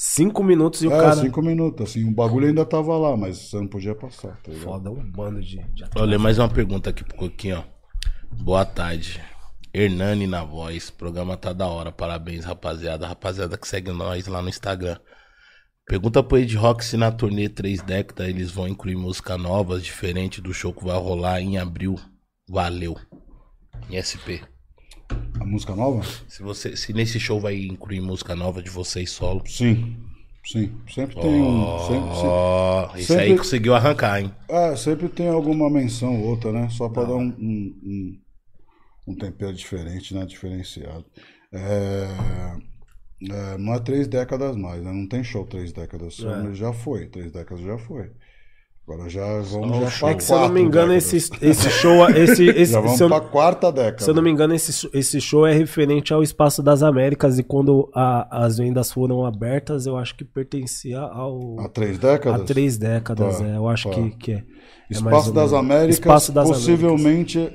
S1: Cinco minutos e o
S3: é,
S1: cara.
S3: cinco minutos, assim, o bagulho ainda tava lá, mas você não podia passar, tá ligado?
S1: Foda, um bando de. de-
S2: Olha, mais uma pergunta aqui pro Coquinho, ó. Boa tarde. Hernani na voz. O programa tá da hora. Parabéns, rapaziada. Rapaziada que segue nós lá no Instagram. Pergunta pro Ed Rock se na turnê 3 décadas eles vão incluir música novas, diferente do show que vai rolar em abril. Valeu. Em SP.
S3: A música nova?
S2: Se, você, se nesse show vai incluir música nova de vocês solo.
S3: Sim. Sim. Sempre tem um. Sempre, se-
S2: Ó, isso aí
S3: sempre-
S2: conseguiu arrancar, hein?
S3: é, sempre tem alguma menção ou outra, né? Só pra dar um, um, um- um tempero diferente, né? Diferenciado. É, é, não é três décadas mais, né? Não tem show três décadas. só,
S1: É.
S3: mas Já foi. Três décadas já foi. Agora já vamos
S2: um
S3: já
S2: show.
S3: pra
S1: É que, se eu não me
S3: quatro
S1: engano,
S3: décadas.
S1: esse, esse show. Esse, esse,
S3: Já vamos
S1: se eu-
S3: pra quarta década.
S1: Se eu não me engano, esse, esse show é referente ao Espaço das Américas e quando a- as vendas foram abertas, eu acho que pertencia ao.
S3: Há três décadas?
S1: Há três décadas,
S3: Tá,
S1: é, eu acho
S3: tá.
S1: que, que é. é mais
S3: Espaço
S1: ou
S3: das
S1: menos.
S3: Américas,
S1: Espaço das
S3: possivelmente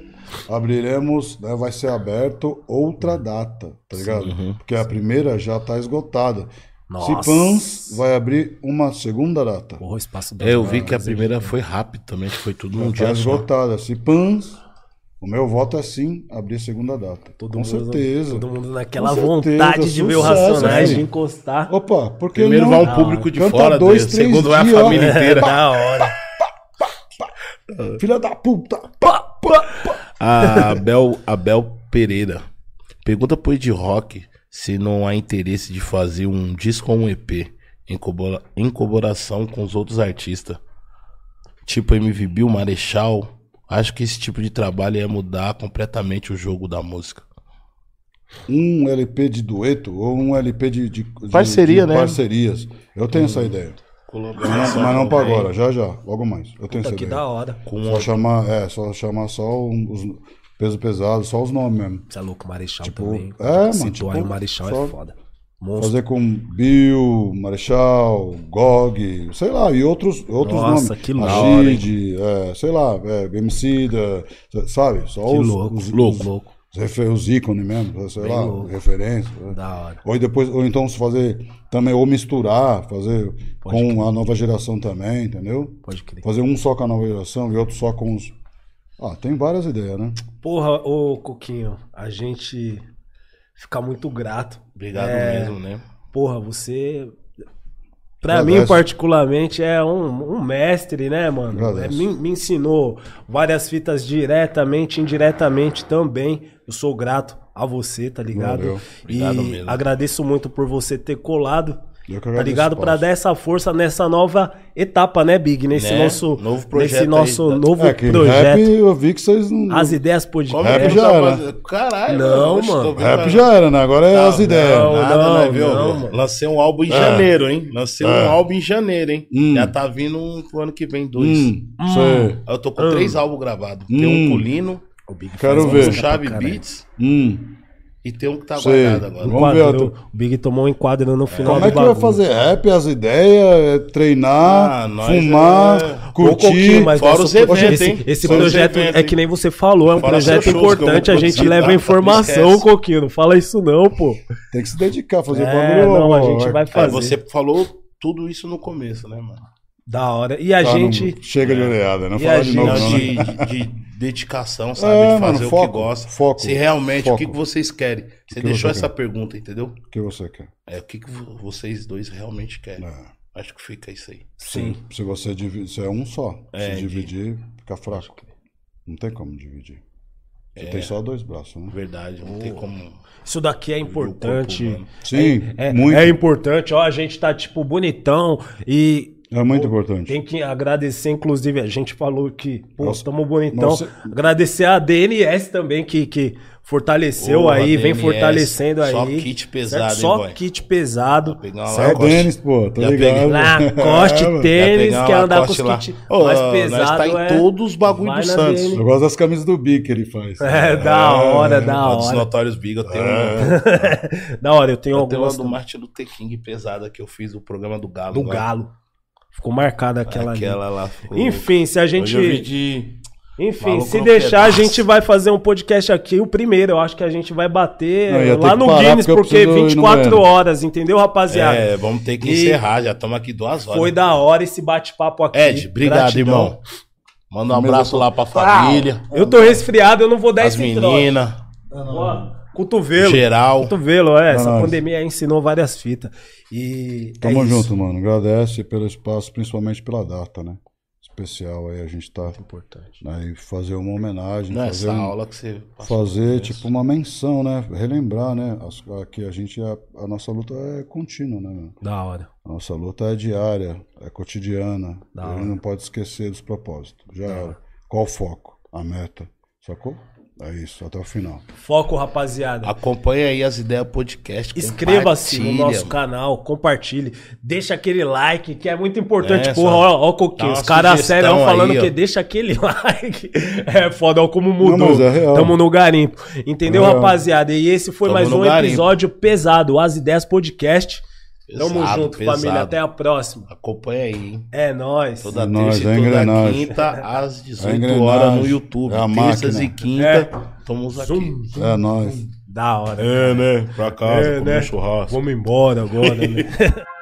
S3: abriremos, né, vai ser aberto outra data, tá ligado? Porque a primeira já tá esgotada.
S1: uhum. Nossa.
S3: Cipans vai abrir uma segunda data.
S1: Porra, Espaço das
S2: Eu vi que a
S1: Américas, hein?
S2: primeira foi rápido também, acho que foi tudo
S3: Já
S2: num
S3: tá
S2: dia só.
S3: esgotada. Cipans, o meu voto é sim, abrir a segunda data.
S1: Todo
S3: Com
S1: mundo,
S3: certeza.
S1: Todo mundo naquela
S3: Com certeza,
S1: vontade de ver o
S3: sucesso, né?
S1: Racionais,
S3: velho.
S1: de encostar.
S3: Opa, porque
S2: Primeiro
S3: não?
S2: vai um público de
S3: Canta
S2: fora,
S3: dois,
S2: Deus.
S3: três
S2: segundo vai a
S3: dias, ó.
S2: família inteira.
S1: É, Da hora.
S3: Filha da puta.
S1: Pá, pá.
S2: A Abel, Abel Pereira. Pergunta pro Ed Rock se não há interesse de fazer um disco ou um EP em, cobora- em colaboração com os outros artistas. Tipo MV Bill, Marechal. Acho que esse tipo de trabalho ia mudar completamente o jogo da música.
S3: um LP de dueto ou um LP de, de- de-
S2: Parceria,
S3: de
S2: né?
S3: parcerias. Eu tenho
S1: Hum.
S3: essa ideia. Mas não, mas não pra agora, já já, logo mais. Eu tenho
S1: Puta,
S3: essa
S1: que
S3: ideia.
S1: da hora.
S2: Com
S3: Só chamar, é, só chamar só um- os peso pesado, só os nomes mesmo.
S1: Você é louco, Marechal
S3: Tipo,
S1: também.
S3: é, mano,
S1: Citou aí
S3: tipo,
S1: o Marechal
S3: só-
S1: é foda. Monstro.
S3: Fazer com Bill, Marechal, Gog, sei lá, e outros, outros
S1: Nossa,
S3: nomes.
S1: que louco, hein?
S3: Rashid, é, sei lá, é, MC, da, sabe? Só
S1: Que
S3: os,
S1: louco,
S3: os,
S1: louco,
S3: os-
S1: louco.
S3: os refer- os ícones mesmo, sei
S1: Bem
S3: lá,
S1: louco.
S3: referência. né?
S1: Da hora.
S3: Ou depois, ou então se fazer também, ou misturar, fazer com a nova geração também, entendeu?
S1: Pode crer.
S3: Fazer um só com a nova geração e outro só com os. Ah, tem várias ideias, né?
S1: Porra, ô Coquinho, a gente fica muito grato. É,
S2: Obrigado mesmo, né?
S1: Porra, você. Pra
S3: Agradeço.
S1: mim, particularmente, é um, um mestre, né, mano?
S3: Agradeço.
S1: É, me, me ensinou várias fitas diretamente, indiretamente também. Eu sou grato a você, tá ligado?
S3: Valeu.
S1: E
S2: Obrigado mesmo.
S1: agradeço muito por você ter colado.
S3: Eu que
S1: Tá
S3: agradeço,
S1: ligado? Pra
S3: parça.
S1: dar essa força nessa nova etapa, né, Big? Nesse
S2: Né?
S1: nosso
S2: Novo
S1: nesse
S2: projeto
S1: nosso
S2: aí, tá-
S1: novo
S3: É, que rap
S1: projeto.
S3: eu vi que vocês não.
S1: As ideias podcast.
S3: Rap já era.
S2: Caralho,
S1: Não,
S2: eu tô
S1: mano.
S2: vendo
S3: Rap
S2: pra-
S3: já era, né? Agora é
S2: Não,
S3: as ideias.
S1: Tá, não.
S2: Nada, né, viu?
S1: não, mano.
S2: Lancei um álbum em janeiro, hein? Lancei
S3: É.
S2: um álbum em janeiro, hein?
S3: Ah. Hum.
S2: Já tá vindo um pro ano que vem, dois.
S3: Hum, sei.
S2: Eu tô com
S1: Hum.
S2: três álbuns gravados. Tem um
S3: Hum.
S2: com Lino,
S1: O Big
S3: Quero
S1: faz
S3: ver.
S2: um com
S1: música tá pra
S2: Chave
S1: caralho.
S2: Beats
S3: Hum.
S2: e tem um que tá
S3: Sei.
S2: guardado agora.
S1: Um
S3: Vamos ver,
S1: quadro.
S3: Arthur.
S1: O Big tomou um enquadro no final
S3: Como é
S1: do
S3: que vai
S1: bagulho.
S3: fazer rap, as ideias, é
S2: Ah,
S3: treinar,
S2: nós
S3: fumar,
S2: é-
S1: Ô, Coquinho,
S3: curtir?
S1: mas
S2: fora
S1: nosso-
S2: os eventos,
S1: esse,
S2: hein?
S1: Esse
S2: Fora os
S1: projeto
S2: eventos,
S1: é
S2: hein?
S1: que nem você falou, é um
S2: Fora
S1: projeto
S2: seus shows que eu vou
S1: importante, a gente
S2: produzir,
S1: leva
S2: tá?
S1: informação,
S2: Esquece.
S1: Coquinho. Não fala isso não, pô.
S3: Tem que se dedicar, fazer o
S1: É,
S3: bagulho. né?
S1: não, a
S3: ó,
S1: gente vai
S2: É,
S1: fazer.
S2: você falou tudo isso no começo, né, mano?
S1: Da hora. E a
S3: tá, não-
S1: gente É.
S3: Chega de olhada, não
S1: E
S3: fala
S1: a
S3: de
S1: gente-
S3: novo,
S2: Não,
S3: não. né?
S2: de, de- de dedicação, sabe?
S3: É,
S2: de fazer
S3: mano,
S2: o
S3: foco,
S2: que gosta.
S3: foco,
S2: se realmente, o que,
S3: foco.
S2: que vocês querem? Você
S3: que
S2: deixou
S3: você
S2: essa pergunta, entendeu?
S3: O que você quer?
S2: É, o que, que vo- vocês dois realmente querem?
S3: É,
S2: Acho que fica isso aí.
S1: Sim.
S3: Se você divide, se é um só.
S2: É,
S3: se
S2: de-
S3: dividir, fica fraco. Não tem como dividir.
S1: É.
S3: Você tem só dois braços, né?
S2: Verdade, não tem como.
S1: Isso daqui é importante.
S2: O corpo humano.
S3: Sim,
S1: É,
S3: muito.
S1: é
S3: É,
S1: importante, ó, a gente tá, tipo, bonitão e
S3: É muito importante.
S1: tem que agradecer, inclusive, a gente falou que, pô,
S3: Nossa,
S1: tamo bonitão.
S3: nossa.
S1: Agradecer a DNS também, que, que fortaleceu
S2: Porra,
S1: aí, vem
S2: DNS,
S1: fortalecendo aí.
S2: só kit pesado,
S1: certo?
S2: hein,
S1: Só
S2: boy?
S1: kit pesado.
S2: Vou pegar uma
S3: É
S2: Lacoste.
S3: Denis, pô, tá
S2: Já
S3: ligado?
S2: peguei.
S1: Ah, Lacoste,
S3: É, mano.
S2: Já pegar
S1: tênis,
S2: uma
S1: quer andar com os
S2: Lacoste lá.
S1: kit
S2: Ô,
S1: mais
S2: nós
S1: pesado.
S2: tá em
S1: é-
S2: todos os bagulhos
S1: vai
S2: do
S1: na
S2: Santos.
S1: DN.
S3: Eu gosto das camisas do Bi que ele faz.
S1: É, da hora, da
S2: Lá Dos
S1: hora.
S2: notórios Big, eu tenho,
S1: Da hora, eu tenho
S2: eu tenho
S1: algumas
S2: uma do Martin Luther King pesada que eu fiz o programa do Galo.
S1: do
S2: lá.
S1: Galo. Ficou marcada aquela,
S2: Aquela,
S1: ali.
S2: lá. ficou-
S1: Enfim, se a gente.
S2: Hoje eu vi de...
S1: Enfim,
S2: Maluco
S1: se
S2: no
S1: deixar,
S2: pedaço.
S1: a gente vai fazer um podcast aqui, o primeiro. Eu acho que a gente vai bater
S3: Não, eu ia ter
S1: lá
S3: que
S1: no
S3: parar,
S1: Guinness,
S3: porque eu
S1: porque
S3: preciso ir no
S1: 24
S3: banheiro.
S1: horas, entendeu, rapaziada?
S2: É, vamos ter que
S1: E-
S2: encerrar, já estamos aqui duas horas.
S1: Foi da hora esse bate-papo aqui.
S2: Ed, obrigado,
S1: Gratidão. Ah,
S2: irmão. Manda um
S3: Mesmo
S2: abraço lá pra família,
S1: Eu tô resfriado, eu não vou dar
S2: as
S1: esse troço.
S2: meninas,
S1: Ó, Cotovelo.
S2: geral.
S1: Cotovelo, é. Essa
S3: nóis.
S1: pandemia aí ensinou várias fitas. E. é
S3: Tamo
S1: isso.
S3: junto, mano. Agradece pelo espaço, principalmente pela data, né? Especial aí a gente tá
S1: Importante.
S3: né, e fazer uma homenagem,
S1: é
S2: Não, é
S3: fazer,
S2: essa
S3: um-
S2: aula que você
S1: tá
S2: passou
S3: fazer
S2: no
S3: tipo
S2: começo.
S3: uma menção, né? Relembrar, né? As, a- que a gente a, a nossa luta é contínua, né? Meu?
S1: Da hora.
S3: A nossa luta é diária, é cotidiana.
S1: Da
S3: a
S1: hora.
S3: gente não pode esquecer dos propósitos. Já era. Qual o foco? A meta. Sacou? É isso, até o final.
S1: Foco, rapaziada.
S2: Acompanha aí as ideias podcast.
S1: Inscreva-se no
S2: compartilha,
S1: nosso
S2: mano.
S1: canal, compartilhe, deixa aquele like, que é muito importante.
S2: É,
S1: Porra,
S2: só
S1: ó, ó o Coquinho,
S2: dá uma
S1: os caras
S2: sugestão
S1: sério falando
S2: aí, ó.
S1: que deixa aquele like. É foda, ó, como mudou.
S3: mas é real.
S1: Tamo no garimpo. Entendeu,
S3: É.
S1: rapaziada? E esse foi
S2: Tamo
S1: mais
S2: no
S1: um
S2: garimpo.
S1: episódio pesado, As Ideias Podcast. Tamo
S2: Pesado,
S1: junto,
S2: pesado.
S1: família. Até a próxima.
S2: Acompanha aí, hein?
S1: É nóis.
S2: Toda
S3: É nóis,
S2: terça
S3: é
S2: e toda
S3: engrenagem.
S2: quinta, às 18
S3: engrenagem.
S2: horas no YouTube.
S3: É a
S2: Terças
S3: máquina.
S2: e quinta,
S1: É.
S2: estamos aqui.
S1: Zum.
S3: É nóis.
S1: Da hora.
S2: É, né? Pra casa,
S1: É,
S2: comer
S1: né?
S2: churrasco.
S1: Vamos embora agora, né?